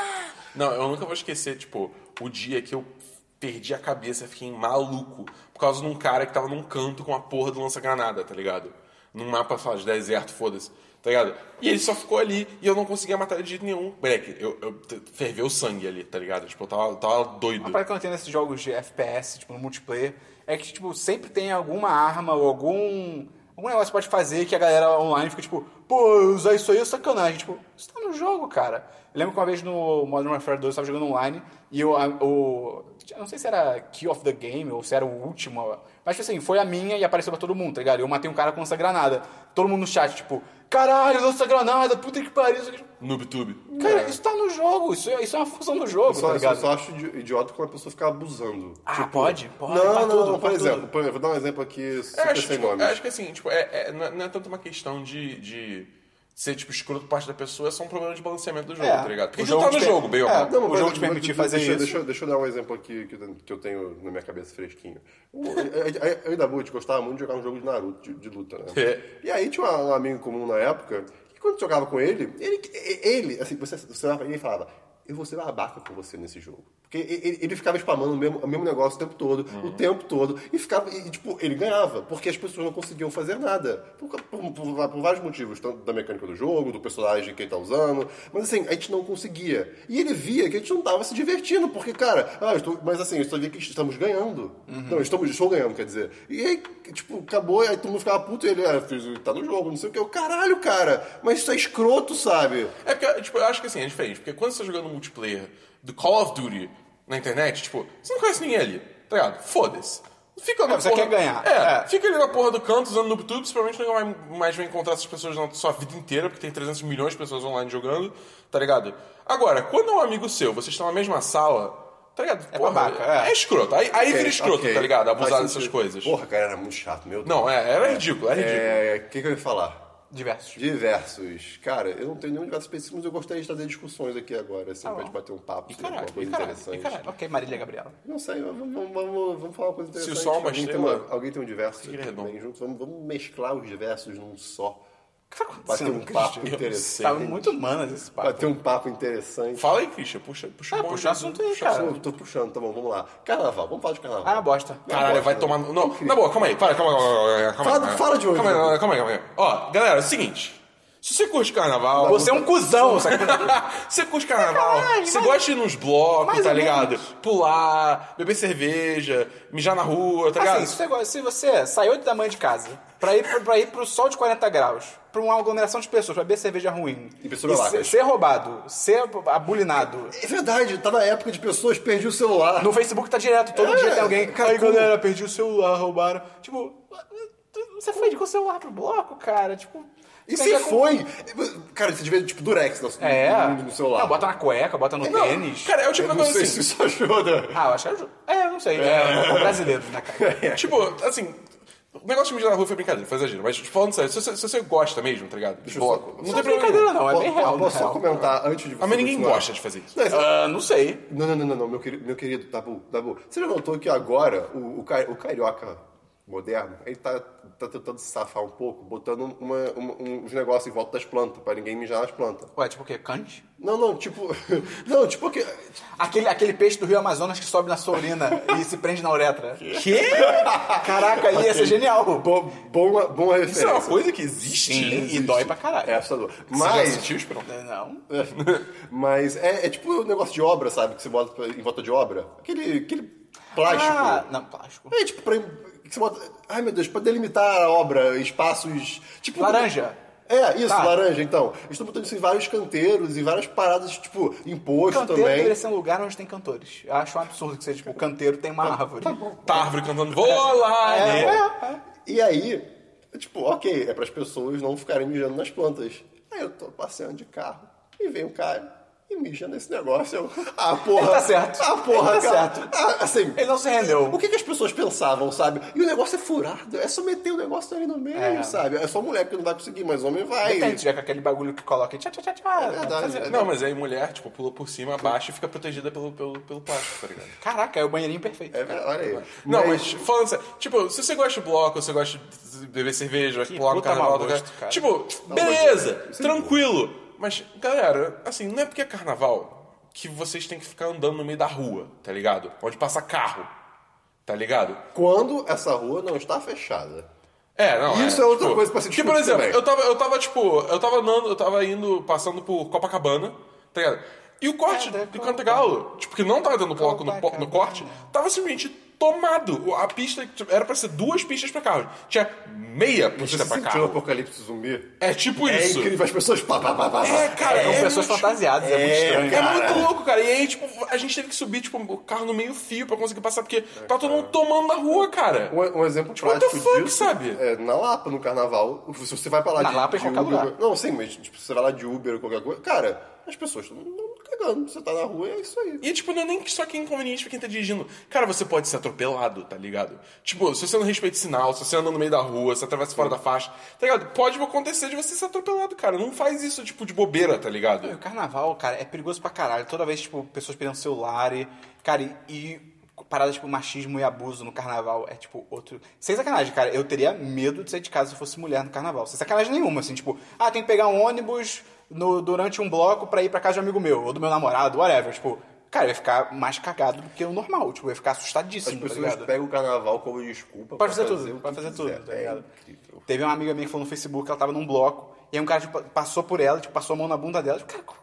Speaker 2: Não, eu nunca vou esquecer, tipo, o dia que eu perdi a cabeça, fiquei maluco por causa de um cara que tava num canto com a porra do lança-granada, tá ligado? Num mapa, sei lá, de deserto, foda-se, tá ligado? E ele só ficou ali e eu não conseguia matar ele de jeito nenhum. Moleque, eu, eu te- ferveu o sangue ali, tá ligado? Tipo, eu tava, eu tava doido.
Speaker 1: A parada que eu não entendo nesses jogos de FPS, tipo, no multiplayer, é que, tipo, sempre tem alguma arma ou algum. algum negócio que pode fazer que a galera online fica tipo, pô, usar isso aí é sacanagem. Tipo, isso tá no jogo, cara. Eu lembro que uma vez no Modern Warfare 2 eu tava jogando online e eu, a- o. eu Não sei se era Key of the Game ou se era o último, mas tipo assim, foi a minha e apareceu pra todo mundo, tá ligado? Eu matei um cara com lança-granada. Todo mundo no chat, tipo, caralho, lança-granada, puta que pariu. isso aqui." tipo,
Speaker 2: Noobtube.
Speaker 1: Cara, isso tá no jogo, isso, é- isso é uma função do jogo,
Speaker 3: Eu só,
Speaker 1: tá
Speaker 3: eu
Speaker 1: ligado?
Speaker 3: só acho idi- idiota quando a pessoa fica abusando.
Speaker 1: Ah, pode? Pode,
Speaker 3: não,
Speaker 1: faz
Speaker 3: não,
Speaker 1: tudo,
Speaker 3: não, por
Speaker 1: faz tudo.
Speaker 3: exemplo, por- vou dar um exemplo aqui
Speaker 2: Eu
Speaker 3: super
Speaker 2: acho,
Speaker 3: sem
Speaker 2: tipo,
Speaker 3: nome.
Speaker 2: eu acho que assim, tipo, é, é- não é- não é tanto uma questão de, de ser, tipo, escroto por parte da pessoa, é só um problema de balanceamento do jogo,
Speaker 1: É.
Speaker 2: tá ligado? Porque
Speaker 1: O
Speaker 2: já tá
Speaker 1: jogo
Speaker 2: no
Speaker 1: te-
Speaker 2: jogo, bem ou
Speaker 1: é,
Speaker 2: mal.
Speaker 1: o
Speaker 3: mas
Speaker 1: jogo te permitir
Speaker 3: deixa-
Speaker 1: fazer
Speaker 3: deixa,
Speaker 1: isso.
Speaker 3: Deixa, deixa eu dar um exemplo aqui que, eu- que eu tenho na minha cabeça fresquinho. O- Eu, eu, eu e Dabu, a gente gostava muito de jogar um jogo de Naruto, de, de luta, né?
Speaker 2: É.
Speaker 3: E aí tinha um, um amigo comum na época, que quando eu jogava com ele, ele, ele assim, você, você olhava pra ele e falava, eu vou ser babaca com você nesse jogo. Porque ele, ele- ele ficava spamando o mesmo, o mesmo negócio o tempo todo,
Speaker 1: Uhum.
Speaker 3: o tempo todo, e ficava, e, tipo, ele ganhava, porque as pessoas não conseguiam fazer nada. Por, ca- por- por- por vários motivos, tanto da mecânica do jogo, do personagem que ele tá usando, mas assim, a gente não conseguia. E ele via que a gente não tava se divertindo, porque, cara, ah, eu estou- mas assim, eu só via que estamos ganhando.
Speaker 2: Uhum.
Speaker 3: Não, estamos, estou ganhando, quer dizer. E aí, tipo, acabou, aí todo mundo ficava puto, e ele, ah, fiz, tá no jogo, não sei o que. Eu, caralho, cara, mas isso é escroto, sabe?
Speaker 2: É porque, tipo, eu acho que assim, é diferente. Porque quando você tá jogando multiplayer do Call of Duty na internet, tipo, você não conhece ninguém ali, tá ligado? Foda-se. Fica na
Speaker 1: É, você
Speaker 2: porra...
Speaker 1: quer ganhar.
Speaker 2: É,
Speaker 1: É.
Speaker 2: fica ali na porra do canto usando noobtube, provavelmente nunca vai- mais vai encontrar essas pessoas na sua vida inteira, porque tem 300 milhões de pessoas online jogando, tá ligado? Agora, quando é um amigo seu, vocês estão na mesma sala, tá ligado? É
Speaker 1: babaca, é.
Speaker 2: escroto. Aí, aí vira
Speaker 3: Ok,
Speaker 2: escroto,
Speaker 3: ok.
Speaker 2: tá ligado?
Speaker 3: Faz
Speaker 2: Abusar
Speaker 3: sentido.
Speaker 2: dessas coisas.
Speaker 3: Porra, cara, era muito chato, meu Deus.
Speaker 2: Não, é, era ridículo, era ridículo.
Speaker 3: É, o que, que eu ia falar?
Speaker 1: Diversos.
Speaker 3: Diversos. Cara, eu não tenho nenhum diverso específico, mas eu gostaria de trazer discussões aqui agora, assim, pra
Speaker 1: bom.
Speaker 3: gente bater um papo sobre
Speaker 2: caralho,
Speaker 3: alguma coisa
Speaker 2: Ah, e caralho,
Speaker 3: interessante.
Speaker 2: e caralho.
Speaker 1: Ok, Marília Gabriela.
Speaker 3: Não sei, mas vamos, vamos- vamos- vamos falar uma coisa interessante.
Speaker 2: sol é uma
Speaker 3: alguém, tem
Speaker 2: estrela,
Speaker 3: uma- alguém tem um diverso aqui
Speaker 2: ele é
Speaker 3: também junto. Vamos, vamos mesclar os diversos num só.
Speaker 1: O que tá
Speaker 3: Bater
Speaker 1: acontecendo,
Speaker 3: um
Speaker 1: (laughs)
Speaker 2: (laughs)
Speaker 3: papo
Speaker 1: Christian?
Speaker 3: interessante.
Speaker 2: Tá
Speaker 1: Tava muito humanas esse papo.
Speaker 3: Bater um papo interessante.
Speaker 2: Fala aí, Christian, puxa, puxa
Speaker 1: Ah,
Speaker 2: bom
Speaker 1: puxa o
Speaker 2: jogo,
Speaker 1: assunto aí,
Speaker 2: puxa
Speaker 1: cara.
Speaker 3: Eu tô puxando, tá bom, vamos lá. Carnaval, vamos falar de carnaval.
Speaker 1: Ah, bosta.
Speaker 2: é Caralho, vai tomar. no- Não, na boa, calma aí, para, calma, calma, calma, calma,
Speaker 3: Fala-
Speaker 2: calma.
Speaker 3: fala de hoje,
Speaker 2: Calma aí,
Speaker 3: Rodrigo.
Speaker 2: não, calma aí, calma aí. Ó, galera, é o seguinte. Se você curte carnaval.
Speaker 1: Você é um cuzão, sabe?
Speaker 2: (laughs) você curte carnaval,
Speaker 1: Sacanagem,
Speaker 2: você
Speaker 1: mas-
Speaker 2: gosta de ir nos blocos,
Speaker 1: Mais
Speaker 2: tá
Speaker 1: ou
Speaker 2: ligado?
Speaker 1: menos.
Speaker 2: Pular, beber cerveja, mijar na rua, tá
Speaker 1: Assim,
Speaker 2: ligado?
Speaker 1: se você, gosta- se você sai 8 da manhã de casa pra ir, pra, pra ir pro sol de 40 graus, pra uma aglomeração de pessoas, pra beber cerveja ruim,
Speaker 3: E pessoas
Speaker 1: ser,
Speaker 3: babacas.
Speaker 1: ser roubado, ser abulinado.
Speaker 3: É verdade, tá na época de pessoas perdi o celular.
Speaker 1: No Facebook tá direto, todo
Speaker 3: É,
Speaker 1: dia tem alguém.
Speaker 3: cara,
Speaker 1: Aí,
Speaker 3: como-
Speaker 1: galera, perdi o celular, roubaram. Tipo, você foi com o celular pro bloco, cara? Tipo.
Speaker 3: E
Speaker 1: tem
Speaker 3: se
Speaker 1: que-
Speaker 3: foi? Cara, você devia, tipo, durex no,
Speaker 1: É.
Speaker 3: no, no celular.
Speaker 1: Não, bota na cueca, bota no
Speaker 2: Não,
Speaker 1: tênis.
Speaker 2: Cara, é o tipo
Speaker 3: Eu
Speaker 2: de
Speaker 3: não
Speaker 2: coisa
Speaker 3: sei
Speaker 2: assim.
Speaker 3: se isso ajuda.
Speaker 1: Ah, eu acho que era. ju- É, eu não sei. É, brasileiro, né, cara?
Speaker 2: Tipo, assim. O negócio de mijar na rua foi brincadeira, foi exagero. Mas tipo, falando sério, se você, se você gosta mesmo, tá ligado? De
Speaker 3: eu só-
Speaker 2: bloco.
Speaker 1: Não,
Speaker 2: Não tem
Speaker 1: é
Speaker 2: problema.
Speaker 1: brincadeira,
Speaker 2: nenhum.
Speaker 1: não. É bem
Speaker 3: Posso-
Speaker 1: real. bem
Speaker 3: Posso só
Speaker 1: real.
Speaker 3: comentar antes de você
Speaker 2: Ah, Mas ninguém
Speaker 3: continuar?
Speaker 2: gosta de fazer isso.
Speaker 3: Não,
Speaker 1: (laughs)
Speaker 3: isso-
Speaker 1: Ah, não sei.
Speaker 3: Não, não, não, não, não, meu querido, meu querido Dabu, Dabu, você já notou que agora o, o, cai- o carioca moderno, ele tá, tá tentando se safar um pouco, botando uma- uma- um- uns negócios em volta das plantas, pra ninguém mijar nas plantas.
Speaker 1: Ué, tipo o quê? Cante?
Speaker 3: Não, não, tipo. (laughs) Não, tipo que.
Speaker 1: Aquele, aquele peixe do Rio Amazonas que sobe na sua (laughs) urina e se prende na uretra. Quê? Caraca, ia ser genial.
Speaker 3: Bo, boa, boa
Speaker 2: Isso é
Speaker 3: referência.
Speaker 2: uma coisa que existe.
Speaker 1: Sim,
Speaker 2: existe.
Speaker 1: e dói pra caralho.
Speaker 3: É assustador.
Speaker 2: Você já
Speaker 3: Mas. é,
Speaker 2: assistiu, Esperão?
Speaker 1: Não.
Speaker 3: Mas é, é tipo um negócio de obra, sabe? Que você bota pra- em volta de obra. Aquele, aquele plástico.
Speaker 1: Ah, não, plástico.
Speaker 3: É tipo pra. Que você bota, ai meu Deus, pra delimitar a obra, espaços. Tipo,
Speaker 1: Laranja.
Speaker 3: É, isso,
Speaker 1: Tá.
Speaker 3: laranja, então. Eles estão botando isso em vários canteiros, em várias paradas, tipo, imposto
Speaker 1: Canteiro deveria
Speaker 3: também.
Speaker 1: ser um lugar onde tem cantores. Eu acho um absurdo que seja, tipo, canteiro tem uma árvore.
Speaker 2: Tá a árvore cantando, vou lá! né?
Speaker 3: E aí, é tipo, ok, é para as pessoas não ficarem mijando nas plantas. Aí eu tô passeando de carro e vem um cara e mija nesse negócio. Eu, ah, porra.
Speaker 1: Ele tá certo.
Speaker 3: Ah, porra,
Speaker 1: Ele tá
Speaker 3: cara.
Speaker 1: certo.
Speaker 3: Ah, assim,
Speaker 1: Ele não se rendeu.
Speaker 3: O que, que as pessoas pensavam, sabe? E o negócio é furado, é só meter o negócio ali no meio,
Speaker 1: É.
Speaker 3: sabe? É só mulher que não vai conseguir, mas homem vai.
Speaker 1: Depende, tiver com aquele bagulho que coloca e tchá, tchá, tchá, tchá.
Speaker 3: verdade,
Speaker 1: Fazer-
Speaker 3: é.
Speaker 2: Não, mas aí mulher, tipo, pula por cima, abaixa e fica protegida pelo, pelo, pelo plástico, tá ligado?
Speaker 1: Caraca, é o banheirinho perfeito.
Speaker 3: É, olha aí.
Speaker 2: Não, mas falando sério, tipo, se você gosta de bloco, se você gosta de beber cerveja, gosta de pular no
Speaker 1: puta
Speaker 2: carnaval,
Speaker 1: mau
Speaker 2: qualquer-
Speaker 1: gosto, cara.
Speaker 2: tipo, beleza, tranquilo. Mas, galera, assim, não é porque é carnaval que vocês têm que ficar andando no meio da rua, tá ligado? Onde passa carro, tá ligado?
Speaker 3: Quando essa rua não está fechada.
Speaker 2: É, não.
Speaker 3: Isso é outra coisa pra se
Speaker 2: Que,
Speaker 3: discutir
Speaker 2: por exemplo,
Speaker 3: também.
Speaker 2: eu tava, eu tava, tipo, eu tava andando, eu tava indo, passando por Copacabana, tá ligado? E o corte
Speaker 1: Cadê
Speaker 2: do Cantagalo, tipo, que não tava dando bloco no, po- no corte, tava simplesmente tomado. O- A pista, tipo, era pra ser duas pistas pra carro. Tinha meia pista pra
Speaker 3: sentiu o
Speaker 2: carro.
Speaker 3: tá um apocalipse zumbi?
Speaker 2: É tipo
Speaker 3: É
Speaker 2: isso.
Speaker 3: incrível, as pessoas. Pá, pá, pá, pá, pá.
Speaker 2: É, cara,
Speaker 1: São
Speaker 2: é
Speaker 1: pessoas
Speaker 2: muito-
Speaker 1: fantasiadas, é, muito
Speaker 3: É,
Speaker 1: estranho.
Speaker 2: É
Speaker 3: cara.
Speaker 2: muito louco, cara. E aí, tipo, a gente teve que subir, tipo, o carro no meio fio pra conseguir passar, porque tá todo mundo tomando na rua, cara.
Speaker 3: Um, um exemplo
Speaker 1: Tipo,
Speaker 2: what the
Speaker 3: prático
Speaker 2: fuck,
Speaker 3: disso
Speaker 2: sabe?
Speaker 3: é na Lapa, no carnaval. Se você vai pra lá
Speaker 1: Na
Speaker 3: de,
Speaker 1: Lapa, em
Speaker 3: de
Speaker 1: qualquer
Speaker 3: Uber...
Speaker 1: lugar.
Speaker 3: Não, sim, mas tipo, você vai lá de Uber ou qualquer coisa... Cara, as pessoas estão cagando. Você tá na rua e é isso aí.
Speaker 2: E, tipo, não é nem só que é inconveniente pra quem tá dirigindo. Cara, você pode ser atropelado, tá ligado? Tipo, se você não respeita o sinal, se você anda no meio da rua, se atravessa fora da faixa, tá ligado? Pode acontecer de você ser atropelado, cara. Não faz isso, tipo, de bobeira, tá
Speaker 1: E O
Speaker 2: ligado?
Speaker 1: carnaval, cara, é perigoso pra caralho. Toda vez, tipo, pessoas perdendo celular e... Cara, e, e paradas tipo machismo e abuso no carnaval é, tipo, outro... Sem sacanagem, cara. Eu teria medo de sair de casa se eu fosse mulher no carnaval. Sem sacanagem nenhuma, assim, tipo... Ah, tem que pegar um ônibus no- durante um bloco pra ir pra casa de um amigo meu. Ou do meu namorado, whatever. Tipo, cara, eu ia ficar mais cagado do que o normal. Tipo, eu ia ficar
Speaker 3: As
Speaker 1: assustadíssimo, tá
Speaker 3: pessoas
Speaker 1: ligado?
Speaker 3: pegam o carnaval como desculpa
Speaker 1: Pode fazer
Speaker 3: o
Speaker 1: tudo,
Speaker 3: que
Speaker 1: pode fazer tudo,
Speaker 3: quiser.
Speaker 1: tá ligado?
Speaker 3: É incrível.
Speaker 1: Teve uma amiga minha que falou no Facebook que ela tava num bloco, e aí um cara tipo, passou por ela, tipo, passou a mão na bunda dela, tipo, cara, como-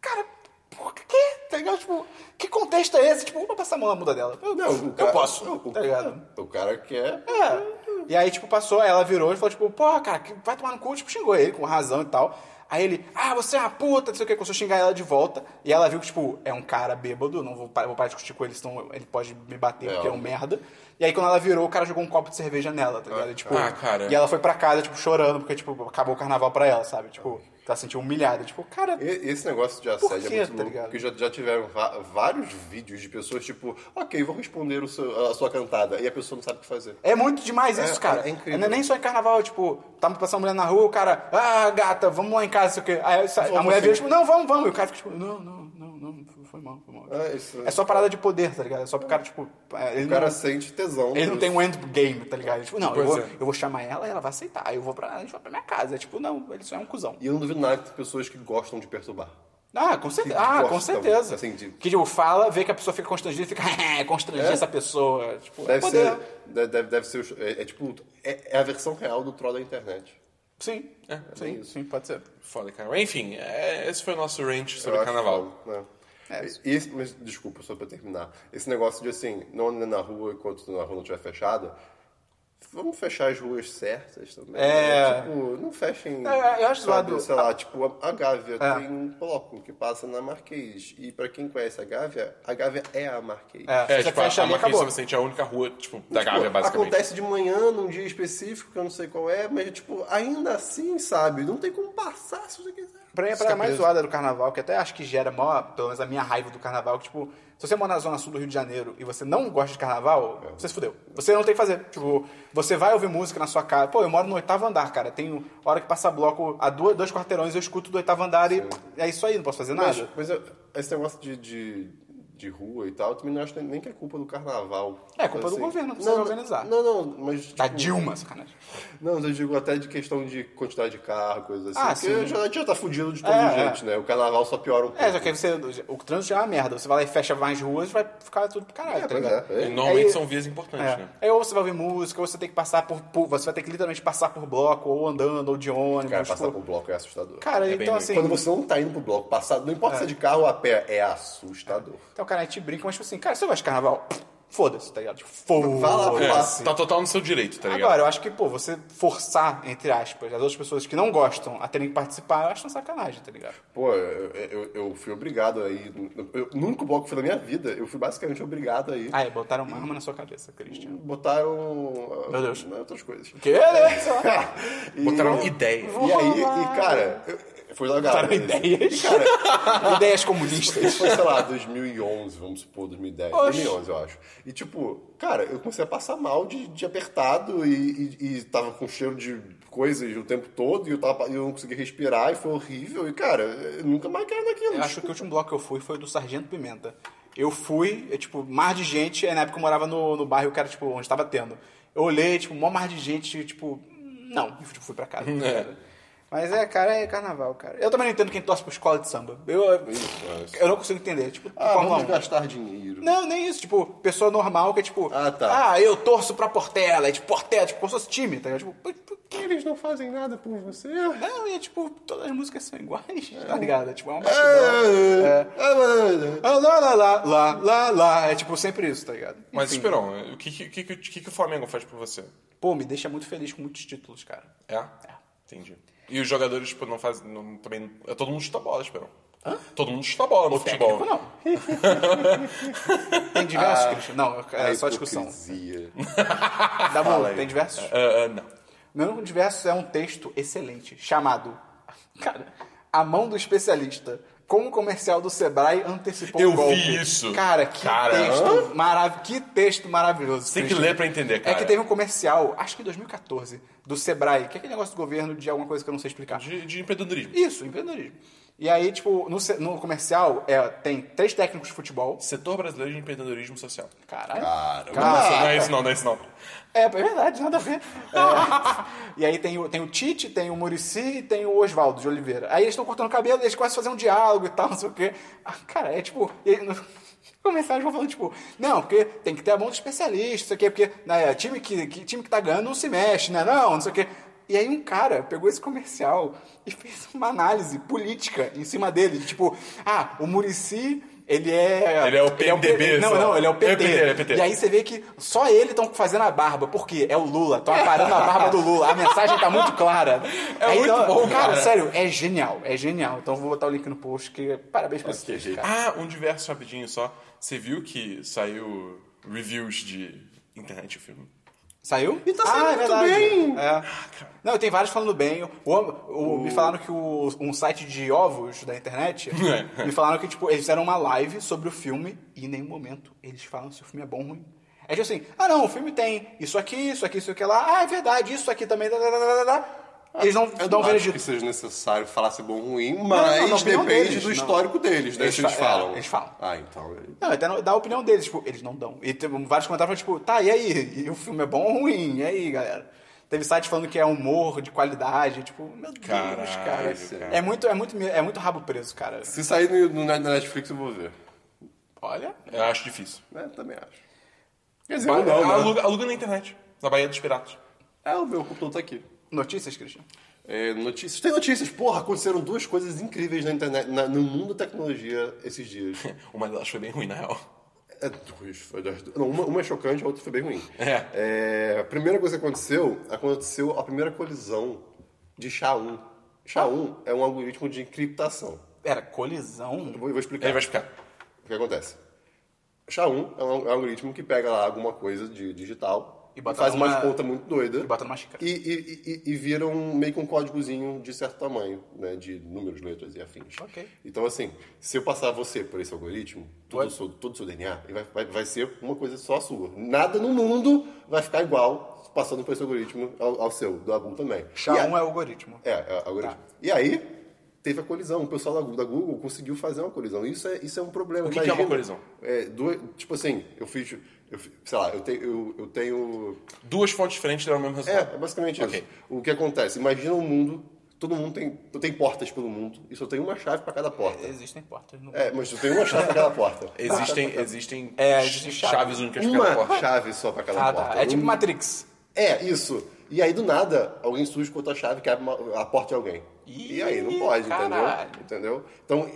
Speaker 1: cara, por quê? Tá ligado? Tipo, que contexto é esse? Tipo, eu vou passar a mão na bunda dela. Eu,
Speaker 3: Não, o
Speaker 1: eu
Speaker 3: cara-
Speaker 1: posso,
Speaker 3: não, o-
Speaker 1: tá ligado?
Speaker 3: O cara quer...
Speaker 1: É. (laughs) E aí, tipo, passou, aí ela virou e falou, tipo, porra, cara, que vai tomar no cu, tipo, xingou ele com razão e tal. Aí ele, ah, você é uma puta, não sei o que, começou a xingar ela de volta. E ela viu que, tipo, é um cara bêbado, não vou, parar- vou parar de discutir com ele, senão ele pode me bater porque é um
Speaker 3: óbvio.
Speaker 1: merda. E aí, quando ela virou, o cara jogou um copo de cerveja nela, tá ligado? E, tipo,
Speaker 2: Ah, cara.
Speaker 1: E ela foi pra casa, tipo, chorando, porque, tipo, acabou o carnaval pra ela, sabe? Tipo, ela se sentiu humilhada. Tipo, cara,
Speaker 3: E- Esse negócio de
Speaker 1: Por
Speaker 3: assédio
Speaker 1: quê,
Speaker 3: é muito
Speaker 1: tá
Speaker 3: louco,
Speaker 1: ligado?
Speaker 3: porque já, já tiveram va- vários vídeos de pessoas tipo, ok, vou responder o seu- a sua cantada, e a pessoa não sabe o que fazer.
Speaker 1: É muito demais isso,
Speaker 3: É,
Speaker 1: cara.
Speaker 3: é incrível.
Speaker 1: Não é nem só em carnaval, tipo, tá passando uma mulher na rua, o cara, ah, gata, vamos lá em casa, sei o quê. Aí sa- a
Speaker 3: Vamos
Speaker 1: mulher
Speaker 3: sim.
Speaker 1: vira, tipo, não, vamos, vamos. E o cara fica, tipo, não, não, não, não, foi mal, foi mal.
Speaker 3: É, isso-
Speaker 1: É só parada de poder, tá ligado? É só pro cara, tipo, é, ele,
Speaker 3: O cara é
Speaker 1: não,
Speaker 3: sente tesão.
Speaker 1: ele não
Speaker 3: nisso.
Speaker 1: tem um endgame, tá ligado? Tipo, não, eu
Speaker 2: Pois
Speaker 1: vou,
Speaker 2: é.
Speaker 1: eu vou chamar ela e ela vai aceitar. Aí eu vou pra, a gente vai pra minha casa. É tipo, não, ele só é um cuzão.
Speaker 3: E eu não duvido nada que tem pessoas que gostam de perturbar.
Speaker 1: Ah, com certeza.
Speaker 3: Que
Speaker 1: Ah,
Speaker 3: gosta,
Speaker 1: com certeza.
Speaker 3: assim, de- É?
Speaker 1: Que tipo, fala, vê que a pessoa fica constrangida e fica, (laughs) constrangir essa pessoa. Tipo, é
Speaker 3: Deve
Speaker 1: poder.
Speaker 3: ser. de- Deve, deve ser. o- É, é tipo. É, é a versão real do troll da internet.
Speaker 1: Sim,
Speaker 3: É,
Speaker 1: sim, sim, pode ser.
Speaker 2: Foda, cara. Enfim, é- esse foi o nosso rant
Speaker 3: Eu
Speaker 2: sobre
Speaker 3: acho
Speaker 2: carnaval.
Speaker 3: que não, né? E- e esse- mas, desculpa, só pra terminar. Esse negócio de assim, não andar na rua enquanto a rua não estiver fechada. Vamos fechar as ruas certas também.
Speaker 1: É.
Speaker 3: né? Tipo, não fechem.
Speaker 1: É, eu acho
Speaker 3: sabe,
Speaker 1: zoado.
Speaker 3: Sei lá, tipo, a, a Gávea
Speaker 1: É.
Speaker 3: tem um bloco que passa na Marquês. E pra quem conhece a Gávea, a Gávea é a Marquês.
Speaker 1: É,
Speaker 2: É,
Speaker 1: você
Speaker 2: tipo, a,
Speaker 1: fecha
Speaker 2: a
Speaker 1: ali e
Speaker 2: Marquês
Speaker 1: acabou.
Speaker 2: São Vicente é a única rua, tipo, da
Speaker 3: Tipo,
Speaker 2: Gávea, basicamente.
Speaker 3: Acontece de manhã, num dia específico, que eu não sei qual é, mas, tipo, ainda assim, sabe? Não tem como passar se você quiser.
Speaker 1: Pra mim, é a parada mais zoada do carnaval, que até acho que gera maior, pelo menos a minha raiva do carnaval, que, tipo, se você mora na zona sul do Rio de Janeiro e você não gosta de carnaval,
Speaker 3: É.
Speaker 1: você se fudeu. Você não tem o que fazer. Tipo, você vai ouvir música na sua casa. Pô, eu moro no oitavo andar, cara. Tem hora que passa bloco a duas, dois quarteirões, eu escuto do oitavo andar e é isso aí, não posso fazer nada.
Speaker 3: Mas, mas eu- esse negócio de, de, de rua e tal, eu também não acho nem que é culpa do carnaval. Assim,
Speaker 1: É, culpa do governo, precisa
Speaker 3: não,
Speaker 1: organizar.
Speaker 3: Não, não, mas...
Speaker 1: Da
Speaker 3: tipo,
Speaker 1: Tá Dilma, sacanagem.
Speaker 3: Não, eu digo até de questão de quantidade de carro, coisas assim.
Speaker 1: Ah, sim.
Speaker 3: porque já, já tá fudido de todo
Speaker 1: É,
Speaker 3: jeito, né? O carnaval só piora um pouco.
Speaker 1: É, só que aí você, o trânsito já é uma merda. Você vai lá e fecha mais ruas, vai ficar tudo pro caralho, tá
Speaker 3: pois
Speaker 1: ligado?
Speaker 3: é,
Speaker 2: E
Speaker 3: é.
Speaker 2: normalmente
Speaker 1: Aí-
Speaker 2: são vias importantes,
Speaker 1: É.
Speaker 2: né?
Speaker 1: Aí ou você vai ouvir música, ou você tem que passar por, por- Você vai ter que literalmente passar por bloco, ou andando, ou de ônibus.
Speaker 3: Cara, passar
Speaker 1: tipo-
Speaker 3: pro bloco é assustador.
Speaker 1: Cara,
Speaker 2: É bem
Speaker 1: então
Speaker 2: ruim.
Speaker 1: assim.
Speaker 3: Quando você não tá indo pro bloco, passar, não importa se é de carro ou a pé, é assustador.
Speaker 1: Então, cara, a gente brinca, mas tipo assim, cara, você gosta de carnaval? Foda-se, tá ligado? Tipo,
Speaker 3: Vai lá,
Speaker 1: foda-se.
Speaker 2: É,
Speaker 3: pô, assim.
Speaker 2: tá total no seu direito, tá ligado?
Speaker 1: Agora, eu acho que, pô, você forçar, entre aspas, as outras pessoas que não gostam a terem que participar, eu acho uma sacanagem, tá ligado?
Speaker 3: Pô, eu, eu, eu fui obrigado aí. Eu, no único bloco que foi da minha vida, eu fui basicamente obrigado aí.
Speaker 1: Ah, é, botaram uma arma na sua cabeça, Christian.
Speaker 3: Botaram.
Speaker 1: Meu Deus.
Speaker 3: né, outras coisas.
Speaker 1: Que? né? Sei lá.
Speaker 3: (laughs) E-
Speaker 2: Botaram ideia.
Speaker 3: E aí, e cara, eu- foi legal.
Speaker 1: Botaram
Speaker 3: né?
Speaker 1: (laughs) ideias. ideias comunistas.
Speaker 3: Foi, sei lá, 2011, vamos supor, 2010. 2011, eu acho. E, tipo, cara, eu comecei a passar mal de, de apertado e, e, e tava com cheiro de coisas o tempo todo e eu, tava, e eu não conseguia respirar e foi horrível. E, cara, eu nunca mais quero daquilo. Tipo,
Speaker 1: Eu acho que o último bloco que eu fui foi o do Sargento Pimenta. Eu fui, é, tipo, mar de gente, aí na época eu morava no, no bairro que era, tipo, onde tava tendo. Eu olhei, tipo, mó mar de gente, tipo, não, e tipo, fui pra
Speaker 3: É.
Speaker 1: casa. Mas é, cara, é carnaval, cara. Eu também não entendo quem torce pra escola de samba. Eu,
Speaker 3: Isso,
Speaker 1: eu não consigo entender, tipo,
Speaker 3: Ah,
Speaker 1: Fórmula
Speaker 3: vamos
Speaker 1: 1.
Speaker 3: gastar dinheiro.
Speaker 1: Não, nem isso, tipo, pessoa normal que é tipo,
Speaker 3: Ah, tá.
Speaker 1: ah, eu torço pra Portela, é tipo, Portela, tipo, como se fosse time, tá ligado? Tipo, "Pô, pô,
Speaker 3: Eles não fazem nada por você.
Speaker 1: não, e é tipo, todas as músicas são iguais, (laughs) tá ligado? É tipo, é uma
Speaker 3: É,
Speaker 1: batidão.
Speaker 3: é, é.
Speaker 1: Ah, lá, lá, lá, lá, lá, lá. É tipo sempre isso, tá ligado?
Speaker 2: Mas, Esperão, o que, que, que, que, que o Flamengo faz por você?
Speaker 1: Pô, me deixa muito feliz com muitos títulos, cara.
Speaker 2: É? Entendi. E os jogadores, tipo, não fazem. Não, também. É todo mundo chuta bola, Esperão. Todo mundo chuta bola no futebol.
Speaker 1: Tipo, não. (laughs) tem
Speaker 2: Ah,
Speaker 1: diversos, Christian. Não, é
Speaker 3: A
Speaker 1: só discussão. Ah,
Speaker 3: hipocrisia.
Speaker 1: Dá bom, tem diversos.
Speaker 2: Ah, ah, não.
Speaker 1: Meu único diverso é um texto excelente, chamado... Cara, a mão do especialista. Como o comercial do Sebrae antecipou
Speaker 2: Eu
Speaker 1: o golpe.
Speaker 2: vi isso.
Speaker 1: Cara, que
Speaker 2: Cara,
Speaker 1: texto maravilhoso. Que texto maravilhoso.
Speaker 2: Tem que
Speaker 1: Christian.
Speaker 2: ler pra entender, cara.
Speaker 1: É que teve um comercial, acho que em 2014, do Sebrae, que é aquele negócio do governo de alguma coisa que eu não sei explicar.
Speaker 2: De, de empreendedorismo.
Speaker 1: Isso, empreendedorismo. E aí, tipo, no, ce- no comercial é, tem três técnicos de futebol.
Speaker 2: Setor brasileiro de empreendedorismo social.
Speaker 1: Caralho.
Speaker 3: Cara,
Speaker 1: Cara.
Speaker 2: Não é isso não, não é isso não.
Speaker 1: É, é verdade, nada a ver. É. (laughs) e aí tem o, tem o Tite, tem o Murici e tem o Oswaldo de Oliveira. Aí eles estão cortando o cabelo, eles quase fazem um diálogo e tal, (laughs) não sei o quê. Ah, cara, é tipo. E, no, (laughs) no mensagem vão falando, tipo, não, porque tem que ter a mão do especialista, não sei o quê, porque né, time, que, que- time que tá ganhando não se mexe, né? Não, não sei o quê. E aí um cara pegou esse comercial e (laughs) fez uma análise política em cima dele, de tipo, ah, o Murici. Ele é.
Speaker 2: Ele é o
Speaker 1: um
Speaker 2: PMDB,
Speaker 1: P- Não,
Speaker 2: sei lá.
Speaker 1: não, ele é o PT.
Speaker 2: É o PT, ele é PT.
Speaker 1: E aí aí você vê que só ele estão fazendo a barba, porque é o Lula, estão aparando a barba do Lula. A mensagem tá muito clara.
Speaker 2: (laughs)
Speaker 1: então,
Speaker 2: É muito bom, cara.
Speaker 1: sério, é genial, é genial. Então eu vou botar o link no post que parabéns pra
Speaker 3: que
Speaker 1: vocês,
Speaker 3: jeito.
Speaker 1: cara.
Speaker 2: Ah, um diverso rapidinho só. Você viu que saiu reviews de internet o filme?
Speaker 1: Saiu?
Speaker 3: E tá saindo
Speaker 1: é
Speaker 3: muito
Speaker 1: verdade.
Speaker 3: bem.
Speaker 1: É. Não, tem vários falando bem. O- o- Me falaram que o- um site de ovos da
Speaker 3: (laughs)
Speaker 1: internet
Speaker 3: É.
Speaker 1: me falaram que, tipo, eles fizeram uma live sobre o filme e em nenhum momento eles falam se o filme é bom ou ruim. É tipo assim, ah não, o filme tem isso aqui, isso aqui, isso aqui lá, ah, é verdade, isso aqui também, tá, tá, tá, tá, tá, tá. Eles não
Speaker 3: Ah, Eu
Speaker 1: dão
Speaker 3: não acho
Speaker 1: veredito.
Speaker 3: que seja necessário falar se é bom ou ruim, mas
Speaker 1: não, não, na opinião
Speaker 3: depende
Speaker 1: deles,
Speaker 3: do
Speaker 1: não.
Speaker 3: histórico deles, né?
Speaker 1: Eles
Speaker 3: se eles
Speaker 1: fa- é,
Speaker 3: falam.
Speaker 1: eles falam.
Speaker 3: Ah, então. é-
Speaker 1: Não, até não- dá a opinião deles, tipo, eles não dão. E teve vários comentários tipo, tá, e aí? E o filme é bom ou ruim? E aí, galera? Teve site falando que é humor de qualidade, tipo, meu Deus,
Speaker 2: Caralho,
Speaker 1: cara.
Speaker 2: cara.
Speaker 1: É muito, é muito, é muito rabo preso, cara.
Speaker 3: Se sair no, no- na Netflix, eu vou ver.
Speaker 1: Olha.
Speaker 2: Eu acho difícil.
Speaker 3: É, também acho. Quer dizer, eu não, né?
Speaker 2: aluga, aluga na internet. Na Bahia dos Piratas.
Speaker 3: É, o meu computador tá aqui.
Speaker 1: Notícias, Christian?
Speaker 3: É, notícias. Tem notícias, porra, aconteceram duas coisas incríveis na internet, na- no mundo da tecnologia esses dias.
Speaker 2: Uma delas foi bem ruim, na real.
Speaker 3: É duas, foi das duas. Não, uma, uma é chocante, a outra foi bem ruim.
Speaker 2: É.
Speaker 3: É, a primeira coisa que aconteceu, aconteceu a primeira colisão de SHA-1. SHA-1 é um algoritmo de encriptação.
Speaker 1: Era colisão?
Speaker 3: Eu vou, eu vou explicar
Speaker 2: Ele vai explicar.
Speaker 3: o que acontece. SHA-1 é um algoritmo que pega lá alguma coisa de digital
Speaker 1: E bota
Speaker 3: faz
Speaker 1: numa-
Speaker 3: uma conta muito doida.
Speaker 1: E bota numa xícara.
Speaker 3: E, e, e- e vira um, meio que um códigozinho de certo tamanho, né? De números, letras e afins.
Speaker 1: Ok.
Speaker 3: Então, assim, se eu passar você por esse algoritmo, todo o
Speaker 1: What?
Speaker 3: seu, todo o seu DNA, ele vai, vai, vai ser uma coisa só sua. Nada no mundo vai ficar igual passando por esse um algoritmo ao, ao seu, do Abu também.
Speaker 1: Chá
Speaker 3: E a-
Speaker 2: Tá.
Speaker 1: 1 é algoritmo.
Speaker 3: é, é algoritmo. E aí, teve a colisão. O pessoal da Google, da Google conseguiu fazer uma colisão. Isso é, isso é um problema.
Speaker 2: O que que é uma
Speaker 3: Imagina,
Speaker 2: colisão?
Speaker 3: é, duas- tipo assim, eu fiz. Eu, fiz- sei lá, eu tenho. Eu, eu tenho
Speaker 2: Duas fontes diferentes deram o
Speaker 3: é,
Speaker 2: mesmo resultado.
Speaker 3: é basicamente isso.
Speaker 2: Ok.
Speaker 3: O que acontece? Imagina um mundo. Todo mundo tem, tem portas pelo mundo e só tem uma chave para cada porta.
Speaker 1: Existem portas no
Speaker 3: É, mas tu tem uma chave para cada
Speaker 2: (laughs)
Speaker 3: porta.
Speaker 2: Existem, existem
Speaker 1: É,
Speaker 2: ch-
Speaker 1: existem chaves.
Speaker 2: chaves únicas para cada
Speaker 3: Uma
Speaker 2: é porta.
Speaker 3: chave só para cada
Speaker 1: Ah,
Speaker 3: porta.
Speaker 1: tá. É tipo
Speaker 3: Um-
Speaker 1: Matrix.
Speaker 3: É, isso. E aí, do nada, alguém surge com outra chave que abre uma- a porta de alguém.
Speaker 1: Ih,
Speaker 3: e aí, não pode,
Speaker 1: caralho.
Speaker 3: entendeu? Entendeu? Então,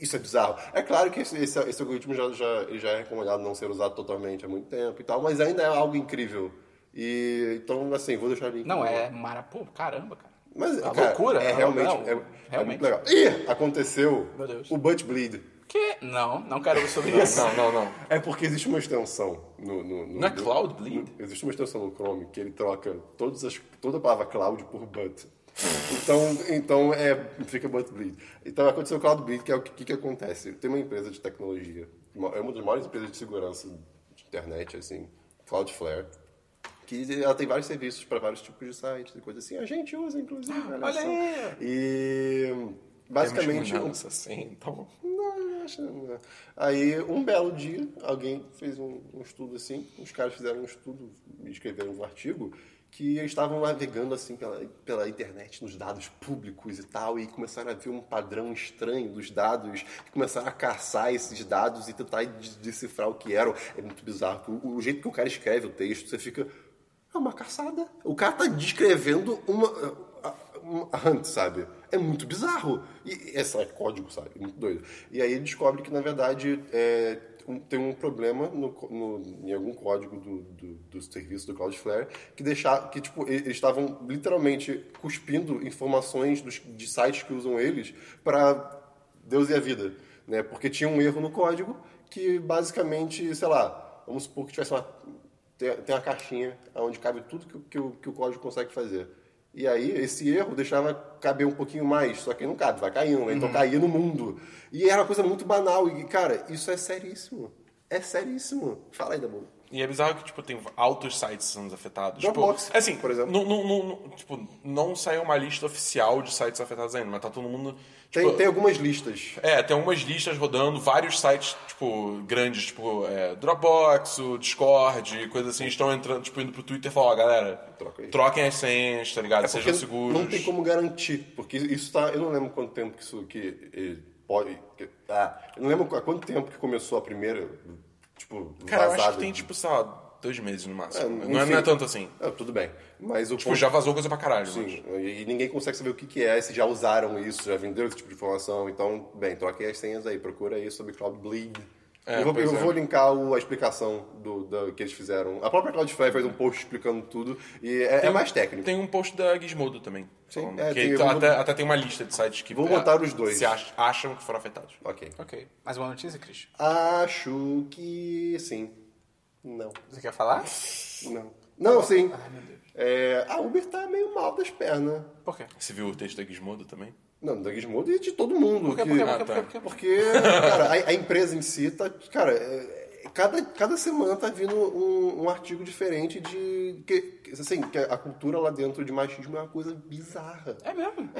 Speaker 3: isso é bizarro. É claro que esse, esse- esse algoritmo já, já, ele já é recomendado não ser usado totalmente há muito tempo e tal, mas ainda é algo incrível. E, então, assim, vou deixar o link.
Speaker 1: Não, é Marapô, caramba, cara.
Speaker 3: Mas,
Speaker 1: Uma
Speaker 3: cara,
Speaker 1: loucura,
Speaker 3: É
Speaker 1: não,
Speaker 3: realmente,
Speaker 1: não,
Speaker 3: é, é
Speaker 1: realmente.
Speaker 3: muito legal. Ih, aconteceu
Speaker 1: Meu Deus.
Speaker 3: o Butt Bleed.
Speaker 1: Que? Não, não quero ouvir sobre isso.
Speaker 2: Não, não, não.
Speaker 3: É porque existe uma extensão no. no, no
Speaker 2: Não é
Speaker 3: no-
Speaker 2: Cloud Bleed?
Speaker 3: no- existe uma extensão no Chrome que ele troca todas as, toda a palavra cloud por but. Então, então é, fica but bleed. Então aconteceu o cloud bleed, que é o que, que, que acontece. Tem uma empresa de tecnologia, uma- é uma das maiores empresas de segurança de internet, assim, Cloudflare, que ela tem vários serviços para vários tipos de sites e coisas assim. A gente usa, inclusive.
Speaker 1: Olha
Speaker 3: só.
Speaker 1: aí!
Speaker 3: E basicamente um
Speaker 2: Temos mudança, sim, então.
Speaker 3: não, eu acho. não. Aí, um belo dia, alguém fez um, um estudo assim, os caras fizeram um estudo, escreveram um artigo, que eles estavam navegando assim pela, pela internet, nos dados públicos e tal, e começaram a ver um padrão estranho dos dados, e começaram a caçar esses dados e tentar de- decifrar o que eram. É muito bizarro. O, o jeito que o cara escreve o texto, você fica. É uma caçada. O cara tá descrevendo uma um hunt, sabe? É muito bizarro. E é, sei lá, código, sabe? É Muito doido. E aí ele descobre que, na verdade, é, um- tem um problema no, co- no- em algum código do, do, do serviço do Cloudflare que deixar que tipo e- eles estavam literalmente cuspindo informações dos, de sites que usam eles para Deus e a vida, né? Porque tinha um erro no código que basicamente, sei lá, vamos supor que tivesse uma tem, tem uma caixinha onde cabe tudo que, o- que, o, que o código consegue fazer. E aí, esse erro deixava caber um pouquinho mais, só que não cabe, vai caindo, né? então caía no mundo. E era uma coisa muito banal, e cara, isso é seríssimo. É seríssimo. Fala aí, Dabu.
Speaker 2: E é bizarro que, tipo, tem altos sites sendo afetados.
Speaker 3: Dropbox,
Speaker 2: tipo, assim,
Speaker 3: por exemplo.
Speaker 2: Não, não, não- não- tipo, não saiu uma lista oficial de sites afetados ainda, mas tá todo mundo.
Speaker 3: Tem,
Speaker 2: tipo,
Speaker 3: tem algumas listas.
Speaker 2: É, tem algumas listas rodando, vários sites, tipo, grandes, tipo, é, Dropbox, o Discord, coisas assim, estão entrando, tipo, indo pro Twitter e falam, ó, galera,
Speaker 3: Troca aí."
Speaker 2: troquem as senhas, tá ligado? Sejam
Speaker 3: É Porque
Speaker 2: seguros.
Speaker 3: Não tem como garantir, porque isso tá. Eu não lembro quanto tempo que isso que eh, pode. que- ah, eu não lembro há quanto tempo que começou a primeira, tipo,
Speaker 2: Cara, eu acho
Speaker 3: vazada
Speaker 2: que tem,
Speaker 3: de-
Speaker 2: tipo, sei lá, dois meses no máximo.
Speaker 3: enfim.
Speaker 2: não, é, não é tanto assim.
Speaker 3: Ah, tudo bem. Mas o
Speaker 2: Tipo, já vazou coisa pra caralho. mas-
Speaker 3: Sim, e e ninguém consegue saber o que, que é, se já usaram isso, já venderam esse tipo de informação. Então, bem, troquei as senhas aí, procura aí sobre Cloud Bleed.
Speaker 2: É,
Speaker 3: eu vou,
Speaker 2: pois
Speaker 3: eu
Speaker 2: é.
Speaker 3: vou linkar o- a explicação do, da- que eles fizeram. A própria Cloudflare fez um post explicando tudo e é, é mais técnico.
Speaker 2: Tem um post da Gizmodo também. falando,
Speaker 3: é,
Speaker 2: que tá
Speaker 3: tem- eu vou-
Speaker 2: até, até tem uma lista de sites que
Speaker 3: Vou
Speaker 2: é,
Speaker 3: botar os dois.
Speaker 2: se ach- acham que foram afetados.
Speaker 3: Ok.
Speaker 1: Ok. Mais uma notícia, Cris?
Speaker 3: Acho que sim. Não.
Speaker 1: Você quer falar?
Speaker 3: Não. Não, sim. É, a Uber tá meio mal das pernas.
Speaker 1: Por quê?
Speaker 2: Você viu o texto da Gizmodo também?
Speaker 3: Não, da Gizmodo e de todo mundo.
Speaker 1: Por quê?
Speaker 3: que-
Speaker 1: Por quê? Por quê? Por quê?
Speaker 2: Ah, tá.
Speaker 1: Por quê? Por quê?
Speaker 3: Porque, cara, a, a empresa em si tá. Cara, é, é, cada, cada semana tá vindo um, um artigo diferente de. Que, que, assim, que a cultura lá dentro de machismo é uma coisa bizarra.
Speaker 1: É mesmo?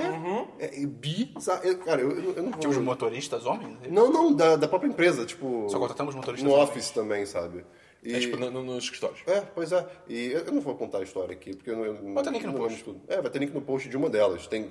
Speaker 3: É, é, é bizarra. Eu- cara, eu, eu- eu não
Speaker 1: Tipo, os
Speaker 3: eu-
Speaker 1: motoristas homens?
Speaker 3: Não, não, da, da própria empresa, tipo.
Speaker 1: Só contratamos motoristas
Speaker 3: No
Speaker 1: homens.
Speaker 3: office também, sabe? E-
Speaker 2: É tipo no, no, nos escritórios.
Speaker 3: é, pois é. E eu eu não vou contar a história aqui, porque eu não. eu
Speaker 1: Bota link no
Speaker 3: não
Speaker 1: post.
Speaker 3: lembro de tudo. É, vai ter link no post de uma delas. Tem.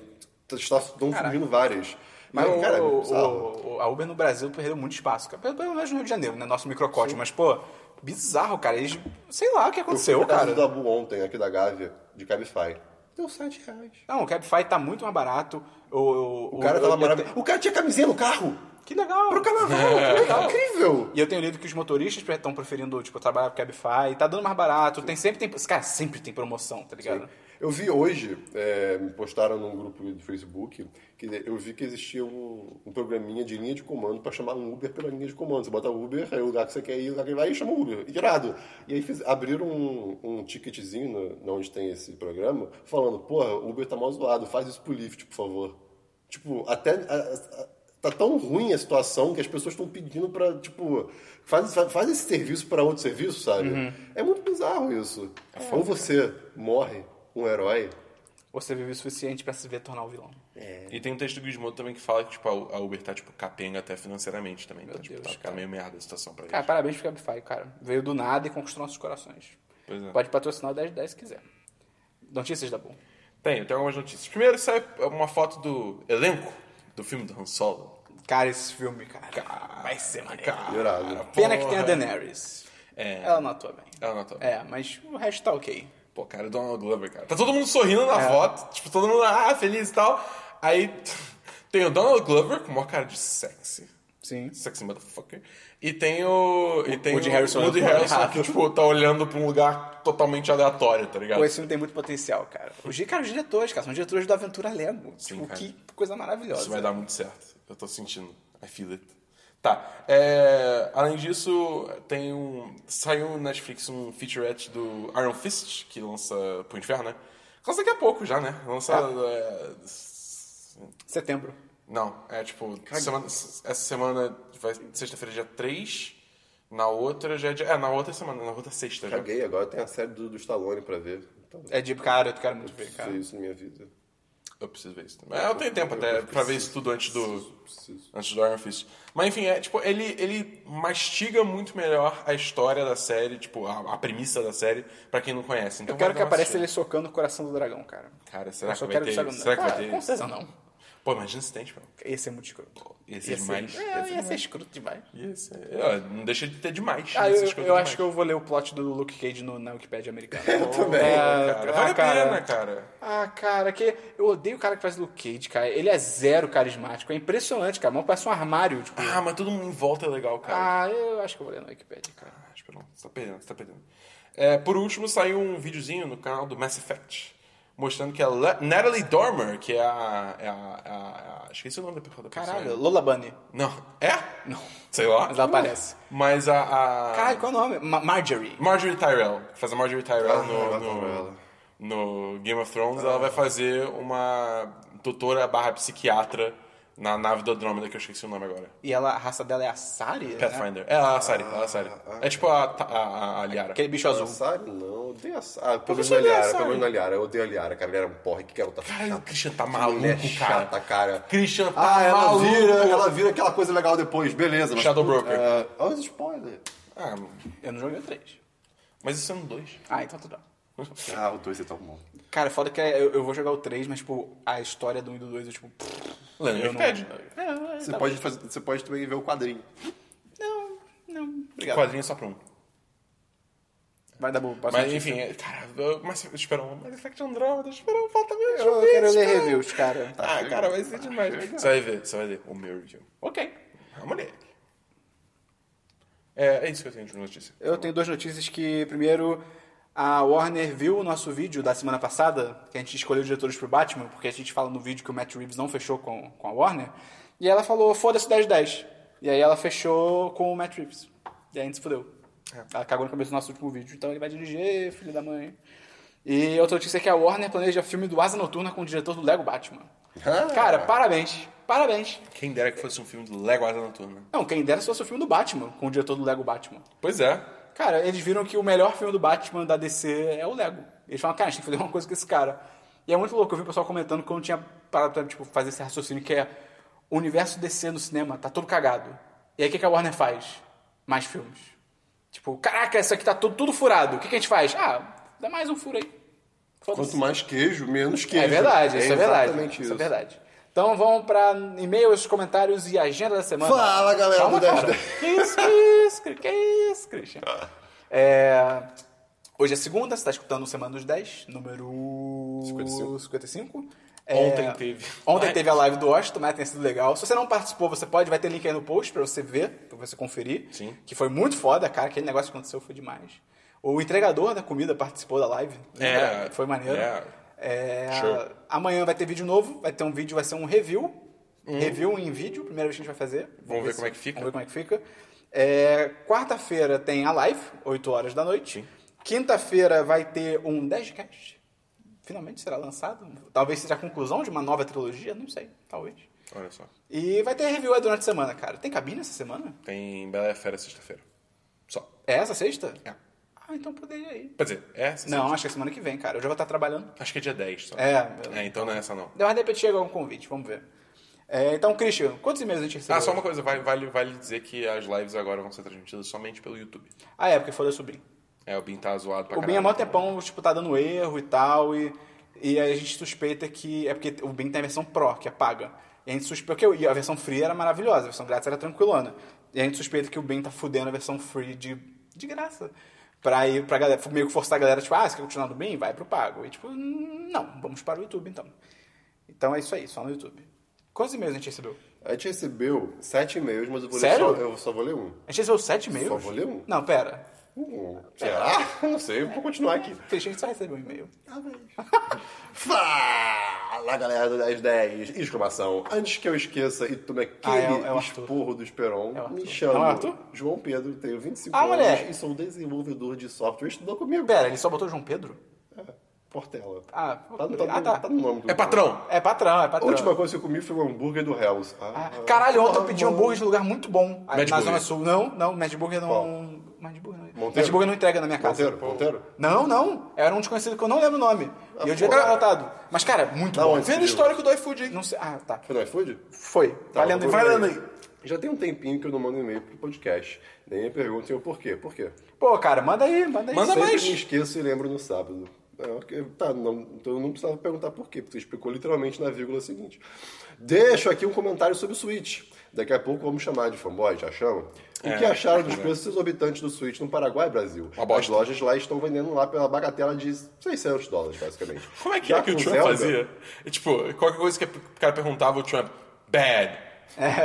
Speaker 3: Estão surgindo várias. E,
Speaker 1: Mas o-
Speaker 3: cara, é
Speaker 1: o-
Speaker 3: bizarro.
Speaker 1: o- a Uber no Brasil perdeu muito espaço. cara. Pelo pelo menos no Rio de Janeiro, né? Nosso microcosmo. Mas, pô, bizarro, cara. Eles... Sei lá o que aconteceu,
Speaker 3: Eu fui na
Speaker 1: cara.
Speaker 3: casa Um do Dabu ontem, aqui da Gávea, de Cabify. Deu 7 reais.
Speaker 1: Não, o Cabify tá muito mais barato. O, o-
Speaker 3: O cara
Speaker 1: o-
Speaker 3: tava
Speaker 1: eu-
Speaker 3: maravilhoso. O cara tinha camisinha
Speaker 1: (laughs)
Speaker 3: no carro.
Speaker 1: Que legal. (laughs)
Speaker 3: Pro carnaval.
Speaker 1: legal.
Speaker 3: É incrível.
Speaker 1: E eu tenho lido que os motoristas estão preferindo, tipo, trabalhar com Cabify. Tá dando mais barato. Tem sempre tem... Cara, sempre tem promoção, tá ligado?
Speaker 3: Eu vi hoje, é, me postaram num grupo do Facebook, que eu vi que existia um, um programinha de linha de comando pra chamar um Uber pela linha de comando. Você bota Uber, aí o lugar que você quer ir, o lugar que vai, e chama o Uber. Irado. E aí fiz- abriram um, um ticketzinho no- na onde tem esse programa, falando, porra, o Uber tá mal zoado, faz isso pro Lyft, por favor. Tipo, até... a- a- Tá tão ruim a situação que as pessoas estão pedindo pra, tipo, faz, fa- faz esse serviço pra outro
Speaker 2: Uhum. É
Speaker 3: serviço, sabe? É muito bizarro isso. Ou você morre um herói,
Speaker 1: Você vive o suficiente pra se ver tornar o vilão.
Speaker 2: E tem um texto do Gizmodo também que fala que tipo, a a Uber tá tipo, capenga até financeiramente também. Então, tipo,
Speaker 1: Deus,
Speaker 2: tá, tá
Speaker 1: cara.
Speaker 2: meio merda a situação pra eles.
Speaker 1: Cara, parabéns pro Cabify, cara. Veio do nada e conquistou nossos corações.
Speaker 2: Pois é.
Speaker 1: Pode patrocinar o 1010 se quiser. Notícias da Boom.
Speaker 2: Tem, tem algumas notícias. Primeiro sai uma foto do elenco do filme do Han Solo.
Speaker 1: Cara, esse filme, cara, vai ser maneiro.
Speaker 3: Irado.
Speaker 1: Pena que tem
Speaker 2: Porra.
Speaker 1: a Daenerys.
Speaker 2: É.
Speaker 1: Ela não atua bem.
Speaker 2: Ela não atua bem.
Speaker 1: É, mas o resto tá ok.
Speaker 2: Pô, cara, o Donald Glover, cara. Tá todo mundo sorrindo na
Speaker 1: É.
Speaker 2: foto, tipo, todo mundo, ah, feliz e tal. Aí (laughs) tem o Donald Glover com uma cara de sexy.
Speaker 1: Sim.
Speaker 2: Sexy motherfucker. E tem o. E tem
Speaker 1: Woody Harrelson
Speaker 2: o Woody
Speaker 1: olhando pro
Speaker 2: Harrelson
Speaker 1: lado.
Speaker 2: que, tipo, tá olhando pra um lugar totalmente aleatório, tá ligado?
Speaker 1: Pô, esse filme tem muito potencial, cara. Os, di- cara, os diretores, cara, são diretores do Aventura Lego.
Speaker 2: Sim,
Speaker 1: tipo,
Speaker 2: cara.
Speaker 1: que coisa maravilhosa.
Speaker 2: Isso vai dar muito certo. Eu tô sentindo. I feel it. Tá. é, além disso, tem um. Saiu no Netflix um featurette do Iron Fist, que lança pro inferno, né? Lança daqui a pouco já, né? Lança. é, s-
Speaker 1: Setembro.
Speaker 2: não, é tipo. semana- essa semana vai. Sexta-feira, é dia 3. Na outra já é dia. É, na outra semana, na outra sexta já.
Speaker 3: Caguei, agora tem a série do, do Stallone pra ver. Então,
Speaker 1: É de cara, tu quero muito ver,
Speaker 3: Cara.
Speaker 1: cara.
Speaker 3: isso na minha vida.
Speaker 2: Eu preciso ver isso também. É, Eu tenho tempo até pra ver isso tudo antes do.
Speaker 3: Preciso.
Speaker 2: Antes do Iron Fist. Mas enfim, é tipo, ele, ele mastiga muito melhor a história da série, tipo, a, a premissa da série, pra quem não conhece. Então
Speaker 1: Eu quero
Speaker 2: vai
Speaker 1: que
Speaker 2: dar uma
Speaker 1: apareça ele
Speaker 2: assistida.
Speaker 1: socando o coração do dragão, cara.
Speaker 2: Cara, será
Speaker 1: Eu só
Speaker 2: que vai
Speaker 1: quero
Speaker 2: ter?
Speaker 1: que o
Speaker 2: Será que vai
Speaker 1: Cara,
Speaker 2: ter?
Speaker 1: Com certeza não.
Speaker 2: Pô, imagina se tem, tipo.
Speaker 1: Esse é muito escroto.
Speaker 2: Ia ser demais.
Speaker 1: É,
Speaker 2: Ia
Speaker 1: ia
Speaker 2: ser
Speaker 1: ser, escroto demais.
Speaker 2: Yes, é, é, não deixa de ter demais.
Speaker 1: Ah,
Speaker 2: essas
Speaker 1: eu,
Speaker 2: coisas
Speaker 1: eu
Speaker 2: demais.
Speaker 1: acho que eu vou ler o plot do Luke Cage no, na Wikipédia
Speaker 2: (laughs)
Speaker 1: americana.
Speaker 3: também.
Speaker 1: É,
Speaker 2: Cara, vale
Speaker 1: ah,
Speaker 2: a pena,
Speaker 1: cara.
Speaker 2: cara.
Speaker 1: Ah, cara, que eu odeio o cara que faz Luke Cage, cara. Ele é zero carismático. É impressionante, cara. Mas parece um armário, tipo.
Speaker 2: Ah, mas todo mundo em volta é legal, cara.
Speaker 1: Ah, eu acho que eu vou ler na Wikipédia, cara.
Speaker 2: Ah, espera, você tá perdendo, você tá perdendo. É, por último, saiu um videozinho no canal do Mass Effect, mostrando que a Le- Natalie Dormer, que é a, é a- é a- é a- Esqueci o nome da pessoa. da pessoa.
Speaker 1: Caralho, Lola Bunny.
Speaker 2: Não, é? Não. Sei lá.
Speaker 1: Mas ela aparece.
Speaker 2: Mas a... a-
Speaker 1: Caralho, qual é o nome? Ma- Marjorie.
Speaker 2: Marjorie Tyrell, que faz a Marjorie Tyrell
Speaker 3: Ah, eu
Speaker 1: tá
Speaker 2: no,
Speaker 3: adoro
Speaker 2: no,
Speaker 3: ela.
Speaker 2: no Game of Thrones,
Speaker 1: Ah.
Speaker 2: ela vai fazer uma doutora barra psiquiatra na nave do Andrômeda, que eu esqueci o nome agora.
Speaker 1: E ela, a raça dela é Ah, a Sari? né?
Speaker 2: Pathfinder. É a Sari, é a Sari. É tipo a, Ta- a, a, a Liara.
Speaker 1: Aquele bicho
Speaker 3: A
Speaker 1: azul.
Speaker 3: Sari não, eu odeio a Sari. Ah, pelo menos
Speaker 2: você
Speaker 3: na
Speaker 2: odeia a
Speaker 3: Liara,
Speaker 2: Sari?
Speaker 3: pelo menos na Liara. Eu odeio a Liara, cara. Ela era um porra, que que ela tá
Speaker 2: Caralho, o
Speaker 3: chata.
Speaker 2: Christian tá
Speaker 3: Que
Speaker 2: maluco,
Speaker 3: mulher
Speaker 1: é
Speaker 2: cara.
Speaker 3: chata, cara.
Speaker 2: Christian tá
Speaker 3: Ah, ela
Speaker 2: maluco.
Speaker 3: vira, ela vira aquela coisa legal depois, beleza. mas-
Speaker 2: Shadow Broker.
Speaker 3: É, olha os spoilers.
Speaker 2: Ah,
Speaker 1: Eu não joguei o 3.
Speaker 2: mas isso é no 2.
Speaker 1: Ah, então tudo bem.
Speaker 3: Ah, o 2 é tão bom.
Speaker 1: (laughs) Cara, foda que é, eu, eu vou jogar o 3, mas, tipo, a história do 1 e do 2, eu, tipo... pff,
Speaker 2: Lendo
Speaker 1: Eu não...
Speaker 2: Wikipedia.
Speaker 1: É,
Speaker 3: Você,
Speaker 1: tá
Speaker 3: pode fazer, você pode também ver o quadrinho.
Speaker 1: bom. Não, não. Obrigado.
Speaker 2: Quadrinho só pra um.
Speaker 1: Vai dar boa.
Speaker 2: Mas enfim, é, cara, eu- mas espera um. Mas Effect Andromeda, espera um, falta mesmo.
Speaker 1: eu quero ler reviews, cara. Tá.
Speaker 2: Ah, cara, vai ser demais. Você vai ver, você vai ver. O meu review.
Speaker 1: Ok.
Speaker 2: Ah, moleque. É, é isso que eu tenho de notícia.
Speaker 1: Eu tenho duas notícias que, primeiro, a Warner viu o nosso vídeo da semana passada, que a gente escolheu diretores pro Batman, porque a gente fala no vídeo que o Matt Reeves não fechou com, com a Warner, e ela falou, foda-se 10-10. E aí ela fechou com o Matt Reeves. E aí a gente se fudeu. Ela cagou na cabeça do nosso último vídeo. Então ele vai dirigir, filho da mãe. E outra notícia é que a Warner planeja filme do Asa Noturna com o diretor do Lego Batman. Cara, parabéns. Parabéns.
Speaker 2: Quem dera que fosse um filme do Lego Asa Noturna.
Speaker 1: Não, quem dera se fosse o filme do Batman, com o diretor do Lego Batman.
Speaker 2: Pois é.
Speaker 1: Cara, eles viram que o melhor filme do Batman da DC é o Lego. Eles falam, cara, a gente tem que fazer uma coisa com esse cara. E é muito louco, eu vi o pessoal comentando que eu não tinha parado pra tipo, fazer esse raciocínio que é o universo DC no cinema tá todo cagado. E aí o que que a Warner faz? Mais filmes. Tipo, caraca, isso aqui tá tudo, tudo furado. O que, que a gente faz? Ah, dá mais um furo aí. Foda-se.
Speaker 3: Quanto mais queijo, menos queijo.
Speaker 1: É verdade, isso é, verdade.
Speaker 3: exatamente
Speaker 1: Isso. é verdade. Então vamos pra e-mails, comentários e agenda da semana.
Speaker 3: Fala, galera
Speaker 1: Calma,
Speaker 3: do 10.
Speaker 1: cara. Que isso, que isso, Cri- que isso, Christian.
Speaker 2: Ah.
Speaker 1: É, hoje é segunda, você está escutando o Semana dos 10, número
Speaker 3: 55.
Speaker 1: 55.
Speaker 2: Ontem É. teve.
Speaker 1: É, Ontem teve a live do Washington, mas tem sido legal. Se você não participou, você pode, vai ter link aí no post pra você ver, pra você conferir.
Speaker 2: Sim.
Speaker 1: Que foi muito foda, cara. Aquele negócio que aconteceu foi demais. O entregador da comida participou da live. lembra?
Speaker 2: É.
Speaker 1: Foi maneiro.
Speaker 2: É.
Speaker 1: É,
Speaker 2: Show.
Speaker 1: Amanhã vai ter vídeo novo, vai ter um vídeo, vai ser um review. Review em vídeo, primeira vez que a gente vai fazer.
Speaker 2: Hum. Vamos ver
Speaker 1: se-
Speaker 2: como é que fica.
Speaker 1: Vamos ver como é que fica. É, Quarta-feira tem a live, 8 horas da noite. Quinta-feira vai ter um 10 cast. Finalmente será lançado. Talvez seja a conclusão de uma nova trilogia, não sei, talvez.
Speaker 2: Olha só.
Speaker 1: E vai ter review aí durante a semana, cara. Tem cabine essa semana?
Speaker 2: Tem Bela e a Fera sexta-feira. Só.
Speaker 1: É essa sexta?
Speaker 2: É.
Speaker 1: Ah, então poderia ir.
Speaker 2: Quer dizer, é? essa
Speaker 1: Não, acho que é semana que vem, cara. Eu já vou estar trabalhando.
Speaker 2: Acho que é dia 10. Só.
Speaker 1: É,
Speaker 2: É, então não é essa não.
Speaker 1: mas de repente chega um convite, vamos ver. É, então, Christian, quantos e-mails a gente recebeu?
Speaker 2: Ah, só uma
Speaker 1: hoje?
Speaker 2: coisa, vale, vale, vale dizer que as lives agora vão ser transmitidas somente pelo YouTube.
Speaker 1: Ah, é, porque foi eu sobrinho.
Speaker 2: É, o Bin tá zoado pra
Speaker 1: O
Speaker 2: caralho.
Speaker 1: Bin há mó tempão, tipo, tá dando erro e tal, e, e aí a gente suspeita que... É porque o Bin tem a versão Pro, que é paga. E a gente suspeita... Porque a versão free era maravilhosa, a versão grátis era tranquilona. E a gente suspeita que o Bin tá fudendo a versão free de, de graça. Pra ir pra galera, meio que forçar a galera, tipo, ah, você quer continuar no Bin? Vai pro pago. E tipo, não, vamos para o YouTube então. Então é isso aí, só no YouTube. Quantos e-mails a gente recebeu?
Speaker 3: A gente recebeu sete e-mails, mas eu vou
Speaker 1: Sério?
Speaker 3: ler só, eu só vou ler um.
Speaker 1: A gente recebeu sete e-mails?
Speaker 3: Só vou ler um.
Speaker 1: Não, pera.
Speaker 3: Hum, será?
Speaker 1: Ah.
Speaker 3: (laughs) Não sei, eu vou continuar aqui.
Speaker 1: Christian, a gente só recebeu um e-mail.
Speaker 3: Fala, galera do 1010! Exclamação. Antes que eu esqueça e tome aquele
Speaker 1: Ah, é o- é o Arthur.
Speaker 3: esporro do Esperon,
Speaker 1: É o Arthur.
Speaker 3: me
Speaker 1: Não
Speaker 3: chamo
Speaker 1: é o Arthur?
Speaker 3: João Pedro, tenho 25
Speaker 1: Ah,
Speaker 3: anos
Speaker 1: moleque.
Speaker 3: e sou um desenvolvedor de software. Estudou comigo?
Speaker 1: Pera, ele só botou João Pedro?
Speaker 3: Portela.
Speaker 1: Ah,
Speaker 3: tá, no- tá, no-
Speaker 1: ah, tá.
Speaker 3: tá no nome do
Speaker 2: É patrão!
Speaker 1: É patrão, é
Speaker 3: A
Speaker 1: patrão.
Speaker 3: última coisa que eu comi foi o hambúrguer do Hells. Ah,
Speaker 1: Ah, Caralho, ontem eu pedi um
Speaker 3: mano.
Speaker 1: hambúrguer de lugar muito bom. Aí,
Speaker 2: Mad
Speaker 1: na
Speaker 2: Burger.
Speaker 1: Zona Sul. Não, não, Mad Burger
Speaker 3: Qual?
Speaker 1: não. Mad Burger não. é.
Speaker 3: Monteiro?
Speaker 1: Mad Burger não entrega na minha casa.
Speaker 3: Ponteiro, ponteiro?
Speaker 1: Não, não. Era um desconhecido que eu não lembro o nome. e eu devia
Speaker 3: porra.
Speaker 1: ter anotado. Mas, cara, muito
Speaker 3: Ah, Da
Speaker 1: bom.
Speaker 3: onde?
Speaker 2: Vendo o
Speaker 3: Deus.
Speaker 2: histórico do iFood, hein?
Speaker 1: Não sei. Ah, tá.
Speaker 3: Foi no iFood?
Speaker 1: Foi.
Speaker 3: Tá,
Speaker 1: Valendo
Speaker 3: eu
Speaker 1: aí.
Speaker 3: vou ler.
Speaker 1: Valendo aí.
Speaker 3: Já tem um tempinho que eu não mando e-mail pro podcast. Nem me perguntem o porquê. Por quê?
Speaker 1: Pô, cara, manda aí, manda aí.
Speaker 2: Manda
Speaker 3: Sempre
Speaker 2: mais.
Speaker 3: me esqueço e lembro no sábado. É, ok. Tá, não, então eu não precisava perguntar por quê, porque você explicou literalmente na vírgula seguinte. Deixo aqui um comentário sobre o Switch. Daqui a pouco vamos chamar de fanboy, já chamo. O
Speaker 2: É.
Speaker 3: que acharam
Speaker 1: né?
Speaker 3: dos preços exorbitantes do Switch no Paraguai e Brasil?
Speaker 2: Uma bosta.
Speaker 3: As lojas lá estão vendendo lá pela bagatela de 600 dólares, basicamente.
Speaker 2: Como é que
Speaker 3: Já
Speaker 2: é que o
Speaker 3: com
Speaker 2: Trump
Speaker 3: Zelda,
Speaker 2: fazia? É, tipo, qualquer coisa que o cara perguntava, o Trump, bad,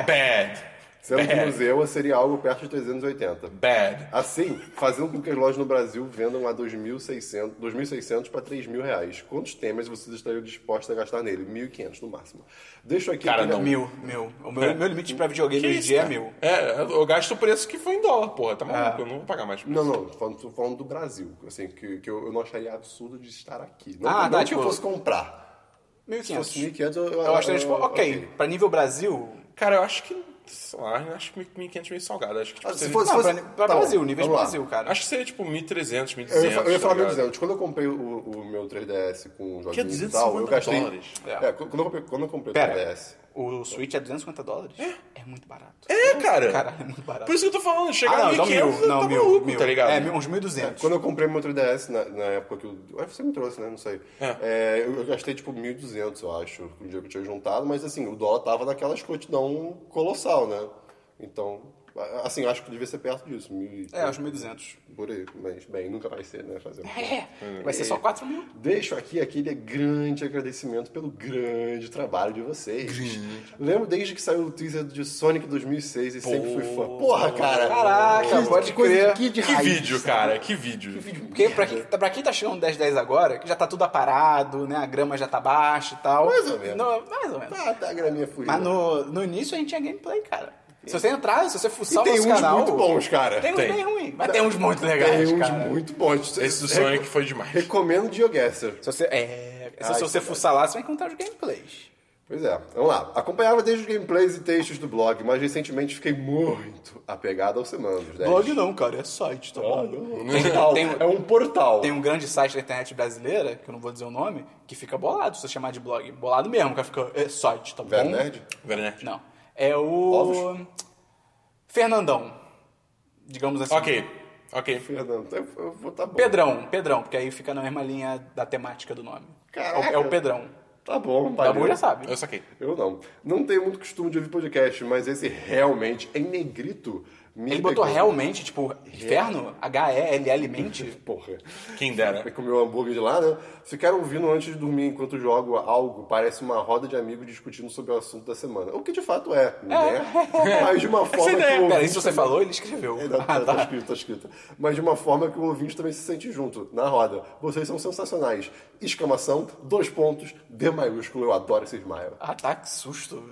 Speaker 2: bad,
Speaker 3: Sendo que
Speaker 1: É.
Speaker 2: bad,
Speaker 3: no Zewa seria algo perto de 380.
Speaker 2: bad.
Speaker 3: Assim, fazendo com que as lojas no Brasil vendam a 2.600 2.600 para 3.000 reais. Quantos temas vocês estariam dispostos a gastar nele? 1.500 no máximo. Deixo aqui...
Speaker 2: Cara, não.
Speaker 1: Mil, mil. O meu,
Speaker 3: É.
Speaker 1: meu limite pra videogame
Speaker 2: Que
Speaker 1: hoje em
Speaker 2: isso,
Speaker 1: dia é
Speaker 2: cara?
Speaker 1: mil.
Speaker 2: É, eu gasto o preço que foi em dólar, porra. Tá maluco, eu não vou pagar mais.
Speaker 3: Não, não, tô falando, tô falando do Brasil, assim, que, que eu, eu não acharia absurdo de estar aqui. Não,
Speaker 1: Ah,
Speaker 3: não
Speaker 1: tá,
Speaker 3: que
Speaker 1: tipo-
Speaker 3: eu fosse comprar.
Speaker 1: Mil e
Speaker 3: Se fosse
Speaker 1: quinhentos.
Speaker 3: 1.500, eu...
Speaker 1: Eu acho que, tipo, ok, pra nível Brasil,
Speaker 2: Cara, eu acho que, sei lá, eu acho que 1.500 meio salgado. Acho que, tipo,
Speaker 3: Ah, se
Speaker 2: seria-
Speaker 3: fosse-
Speaker 1: Não, pra, pra
Speaker 3: tá bom,
Speaker 1: Brasil, nível de
Speaker 3: vamos lá.
Speaker 1: Brasil, cara.
Speaker 2: Acho que seria, tipo, 1.300, 1.200.
Speaker 3: Eu ia, fa- eu ia falar
Speaker 2: tá ligado?
Speaker 3: 1.200. Quando eu comprei o, o meu 3DS com o joguinho e
Speaker 2: 250
Speaker 3: tal, eu gastei...
Speaker 2: dólares.
Speaker 3: É, quando eu comprei, quando eu comprei o
Speaker 1: Pera,
Speaker 3: 3DS...
Speaker 1: o Switch é 250 dólares? É, muito barato.
Speaker 2: É, cara.
Speaker 1: Cara, é muito barato.
Speaker 2: Por isso que eu tô falando, chega
Speaker 1: ah, não,
Speaker 2: a
Speaker 1: então
Speaker 2: 1.500,
Speaker 1: mil,
Speaker 2: eu
Speaker 1: não,
Speaker 2: tô
Speaker 1: mil,
Speaker 2: maluco,
Speaker 1: mil.
Speaker 2: tá ligado?
Speaker 1: É, mil- uns
Speaker 3: É,
Speaker 1: 1.200.
Speaker 3: Quando eu comprei meu 3DS, na, na época que eu... ah, Você me trouxe, né? Não sei. É, eu, eu gastei, tipo, 1.200, eu acho, no dia que eu tinha juntado. Mas, assim, o dólar tava naquela escrotidão colossal, né? Então, a- assim, acho que devia ser perto disso. Mil, e-
Speaker 1: É, uns 1.200.
Speaker 3: Por aí. Mas, bem, nunca vai ser, né? Fazer
Speaker 1: (laughs) É, vai ser só 4 mil.
Speaker 3: Deixo aqui aquele grande agradecimento pelo grande trabalho de vocês. Lembro desde que saiu o teaser de Sonic 2006 e sempre fui fã. Porra, cara!
Speaker 1: Caraca, pode
Speaker 3: coisa-
Speaker 1: crer.
Speaker 3: Que, de
Speaker 2: Que
Speaker 3: raiz,
Speaker 2: vídeo,
Speaker 1: né?
Speaker 3: sabe?
Speaker 2: cara, que vídeo.
Speaker 1: Porque pra quem, pra quem tá chegando no 10 10 agora, que já tá tudo aparado, né, a grama já tá baixa e tal.
Speaker 3: Mais ou menos.
Speaker 1: Não, mais ou menos.
Speaker 3: Ah, tá a graninha fugida.
Speaker 1: Mas no, no início a gente tinha gameplay, cara. Se você entrar, se você fuçar
Speaker 3: E
Speaker 1: o
Speaker 3: tem
Speaker 1: nosso
Speaker 3: uns
Speaker 1: canal...
Speaker 3: muito bons, cara.
Speaker 1: Tem uns
Speaker 2: Tem.
Speaker 1: bem ruins, mas tem uns muito legais,
Speaker 3: Tem uns
Speaker 1: cara.
Speaker 3: muito bons.
Speaker 2: Esse do
Speaker 1: É,
Speaker 3: Re-
Speaker 2: Sonic foi demais.
Speaker 3: Recomendo o GeoGuessr.
Speaker 1: Se você, é, se
Speaker 3: Ai,
Speaker 1: você
Speaker 3: que
Speaker 1: fuçar lá, você vai encontrar os gameplays.
Speaker 3: Pois é, vamos lá. Acompanhava desde os gameplays e textos do blog, mas recentemente fiquei muito apegado ao Semandos. 10.
Speaker 1: Blog não, cara, é site, tá
Speaker 3: Ah,
Speaker 1: bom?
Speaker 3: não.
Speaker 1: tem-
Speaker 3: é um portal.
Speaker 1: Tem um grande site da internet brasileira, que eu não vou dizer o nome, que fica bolado se você chamar de blog. Bolado mesmo, o cara fica, é site, tá bom?
Speaker 3: Velho Nerd?
Speaker 2: Verdade.
Speaker 1: Não. É o.
Speaker 3: Ovos?
Speaker 1: Fernandão. Digamos assim.
Speaker 2: Ok, ok.
Speaker 3: Fernando, eu, eu vou tá bom.
Speaker 1: Pedrão, Pedrão, porque aí fica na mesma linha da temática do nome.
Speaker 3: Caraca.
Speaker 1: É o Pedrão.
Speaker 3: Tá bom,
Speaker 1: Tá
Speaker 3: valeu.
Speaker 1: bom, já sabe.
Speaker 2: Eu saquei.
Speaker 3: Eu não. Não tenho muito costume de ouvir podcast, mas esse realmente, em negrito, me
Speaker 1: Ele botou
Speaker 3: pegou.
Speaker 1: realmente, tipo, inferno? H-E-L-L
Speaker 3: (laughs)
Speaker 1: mente?
Speaker 3: Porra.
Speaker 2: Quem dera.
Speaker 3: Aí comeu hambúrguer de lá, né? Ficaram ouvindo antes de dormir enquanto jogo algo, parece uma roda de amigos discutindo sobre o assunto da semana. O que de fato é, né? Mas
Speaker 1: (laughs)
Speaker 3: de uma forma que
Speaker 1: Peraí,
Speaker 3: o
Speaker 1: Pera,
Speaker 3: ouvinte
Speaker 1: isso você falou, ele escreveu.
Speaker 3: É, tá,
Speaker 1: Ah,
Speaker 3: tá escrito, tá escrito. Mas de uma forma que o ouvinte também se sente junto, na roda. Vocês são sensacionais. Exclamação, dois pontos, D maiúsculo, eu adoro esse smile.
Speaker 1: Ah, tá, que susto.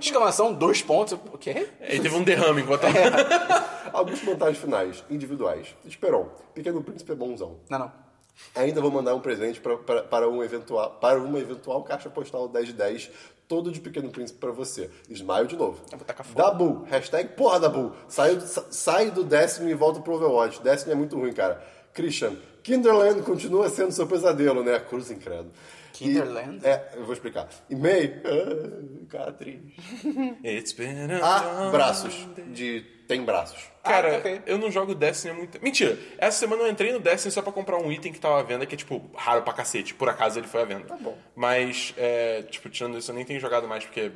Speaker 1: Exclamação, dois pontos. O quê?
Speaker 2: Ele teve um derrame enquanto tava...
Speaker 1: É.
Speaker 3: Alguns comentários finais, individuais. Esperon, Pequeno Príncipe é bonzão.
Speaker 1: Não, não.
Speaker 3: Ainda vou mandar um presente pra, pra- para, um eventual, para uma eventual caixa postal 1010, todo de Pequeno Príncipe para você. Smile de novo.
Speaker 1: Eu vou tacar fogo.
Speaker 3: Dabu, hashtag porra Dabu. Sai, sa- sai do décimo e volta pro Overwatch. Décimo é muito ruim, cara. Christian, Kinderland continua sendo seu pesadelo, né? Cruz incrédulo.
Speaker 1: Kinderland?
Speaker 3: E- é, eu vou explicar. E May, ah, cara triste.
Speaker 2: It's been a
Speaker 3: Ah,
Speaker 2: long-
Speaker 3: braços. De tem braços.
Speaker 2: Cara,
Speaker 1: Ah, ok.
Speaker 2: eu não jogo Destiny há muito tempo. Mentira, essa semana eu entrei no Destiny só pra comprar um item que tava à venda, que é, tipo, raro pra cacete. Por acaso ele foi à venda. Tá
Speaker 3: bom.
Speaker 2: Mas, é, tipo, tirando isso, eu nem tenho jogado mais, porque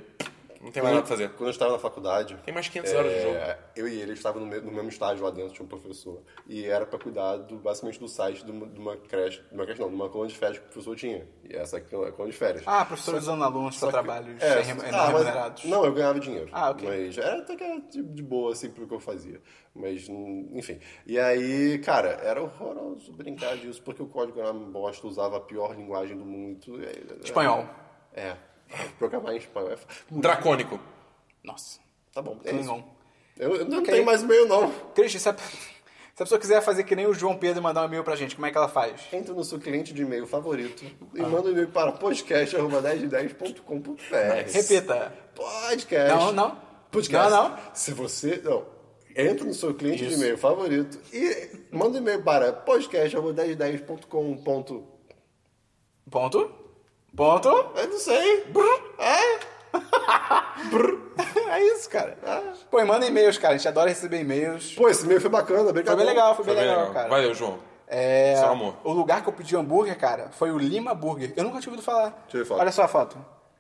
Speaker 2: não tem mais nada pra fazer.
Speaker 3: Quando eu estava na faculdade.
Speaker 2: Tem mais 500 horas de
Speaker 3: é,
Speaker 2: jogo.
Speaker 3: Eu e ele estávamos no, me- no mesmo estágio lá dentro, tinha um professor. E era pra cuidar do, basicamente do site de uma, de uma creche. De uma creche, não, de uma colônia de férias que o professor tinha. E essa aqui é uma colônia de férias.
Speaker 1: Ah, professor usando alunos para trabalhos sem rem-
Speaker 3: ah,
Speaker 1: não
Speaker 3: mas-
Speaker 1: remunerados.
Speaker 3: Não, eu ganhava dinheiro.
Speaker 1: Ah, ok.
Speaker 3: Mas era até que era de, de boa, assim, pro que eu fazia. Mas, hum, enfim. E aí, cara, era horroroso brincar disso, porque o código era uma bosta, usava a pior linguagem do mundo. e-
Speaker 1: Espanhol.
Speaker 3: É. Programar em espanhol é. fa-
Speaker 2: Dracônico.
Speaker 1: Nossa.
Speaker 3: Tá bom. É isso.
Speaker 1: Klingon.
Speaker 3: Eu, eu não
Speaker 1: Ok.
Speaker 3: tenho mais e-mail, não.
Speaker 1: Christian, se a, se a pessoa quiser fazer que nem o João Pedro e mandar um e-mail pra gente, como é que ela faz?
Speaker 3: Entra no seu cliente de e-mail favorito e manda um e-mail para podcast.1010.com.br.
Speaker 1: Repita.
Speaker 3: Podcast.
Speaker 1: Não, não.
Speaker 3: É Podcast.
Speaker 1: Não, não.
Speaker 3: Se você. Não. Entra no seu cliente de e-mail favorito e manda um e-mail para podcast.1010.com.
Speaker 1: Ponto. Ponto.
Speaker 3: Eu não sei. É?
Speaker 1: (laughs) É isso, cara. Pô, e manda e-mails, cara. A gente adora receber e-mails.
Speaker 3: Pô, esse e-mail foi bacana,
Speaker 1: Foi bem legal, foi
Speaker 2: Foi
Speaker 1: bem
Speaker 2: bem
Speaker 1: legal, cara.
Speaker 2: Valeu, João.
Speaker 1: É,
Speaker 2: Seu amor.
Speaker 1: O lugar que eu pedi hambúrguer, cara, foi o Lima Burger. Eu nunca tinha ouvido falar.
Speaker 3: Deixa eu ver a foto.
Speaker 1: Olha só a foto.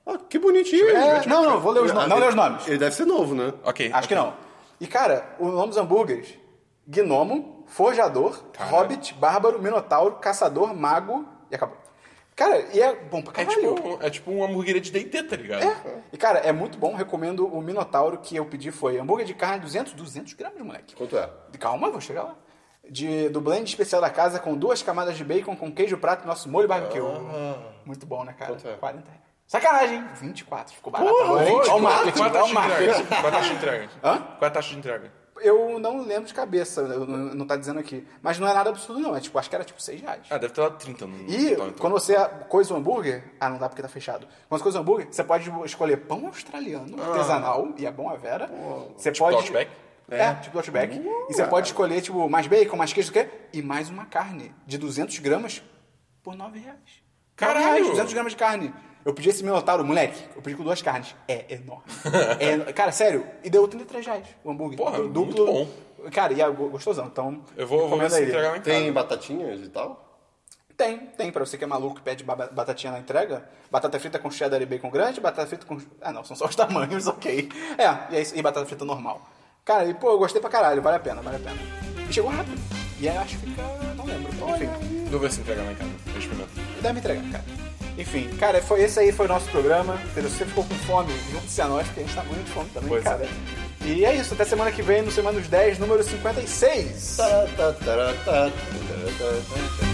Speaker 3: Ah, que bonitinho.
Speaker 1: É,
Speaker 3: gente. Ah,
Speaker 1: não, não, vou ler os nomes. Não lê os nomes.
Speaker 3: Ele deve ser novo, né?
Speaker 2: Ok.
Speaker 1: Acho que não. E, cara, o nome dos hambúrgueres: Gnomo, Forjador,
Speaker 2: Caralho.
Speaker 1: Hobbit, Bárbaro, Minotauro, Caçador, Mago e acabou. Cara, e é bom pra
Speaker 2: É
Speaker 1: caralho.
Speaker 2: tipo, é tipo uma hamburgueria de D&D, tá ligado?
Speaker 1: É. E, cara, é muito bom. Recomendo o Minotauro que eu pedi. Foi hambúrguer de carne, 200, 200 gramas, moleque.
Speaker 3: Quanto é?
Speaker 1: Calma, vou chegar lá. De, do blend especial da casa com duas camadas de bacon, com queijo prato e nosso molho barbecue.
Speaker 2: Ah.
Speaker 1: Muito bom, né, cara?
Speaker 3: Quanto é?
Speaker 1: 40 reais. Sacanagem, hein? 24. Ficou barato.
Speaker 3: Porra,
Speaker 1: Olha o
Speaker 3: 24?
Speaker 1: marketing,
Speaker 2: tipo, Qual
Speaker 1: olha
Speaker 2: a
Speaker 1: o
Speaker 2: taxa de
Speaker 1: marketing.
Speaker 2: entrega? Qual a taxa de entrega?
Speaker 1: Hã?
Speaker 2: Qual a taxa de entrega?
Speaker 1: Eu não lembro de cabeça, eu não não tá dizendo aqui. Mas não é nada absurdo, não. É tipo, acho que era tipo 6 reais.
Speaker 2: Ah, deve ter lá 30 no no
Speaker 1: E
Speaker 2: total, então.
Speaker 1: quando você coisa o hambúrguer, ah, não dá porque tá fechado. Quando você coisa o hambúrguer, você pode escolher pão australiano, artesanal, e é bom a vera. Você
Speaker 2: Ah. Tipo
Speaker 1: pode.
Speaker 2: Outback? Uh.
Speaker 1: É, tipo do Outback. e você pode escolher, tipo, mais bacon, mais queijo, o quê? E mais uma carne de 200 gramas por 9 reais. Nove
Speaker 2: Caralho!
Speaker 1: Reais, 200 gramas de carne. Eu pedi esse minotauro, moleque. Eu pedi com duas carnes. É
Speaker 2: (laughs)
Speaker 1: enorme. É eno- cara, sério. E deu 33 reais o hambúrguer.
Speaker 2: Porra,
Speaker 1: duplo.
Speaker 2: muito bom.
Speaker 1: Cara, e é go- gostosão. Então,
Speaker 2: Eu vou, vou ver
Speaker 1: recomendo
Speaker 2: se
Speaker 1: aí.
Speaker 2: entregar lá em casa.
Speaker 3: Tem batatinhas e tal?
Speaker 1: Tem, tem. Pra você que é maluco e pede baba- batatinha na entrega, batata frita com cheddar e bacon grande, batata frita com... Ah, não, são só os (laughs) tamanhos, ok. É, e, é isso, e batata frita normal. Cara, e pô, eu gostei pra caralho, vale a pena, vale a pena. E chegou rápido. E aí eu acho que fica... não lembro. Então, enfim,
Speaker 2: Vou ver se entrega lá em casa. Eu experimento.
Speaker 1: dá me entregar, cara. Enfim, cara, foi, esse aí foi o nosso programa. entendeu? Se você ficou com fome, junte-se a nós, porque a gente tá muito de fome também,
Speaker 3: Pois é.
Speaker 1: cara. E é isso, até semana que vem, no Semana dos 10, número 56.
Speaker 3: Tará, tá, tará, tá, tará, tá, tá, tá.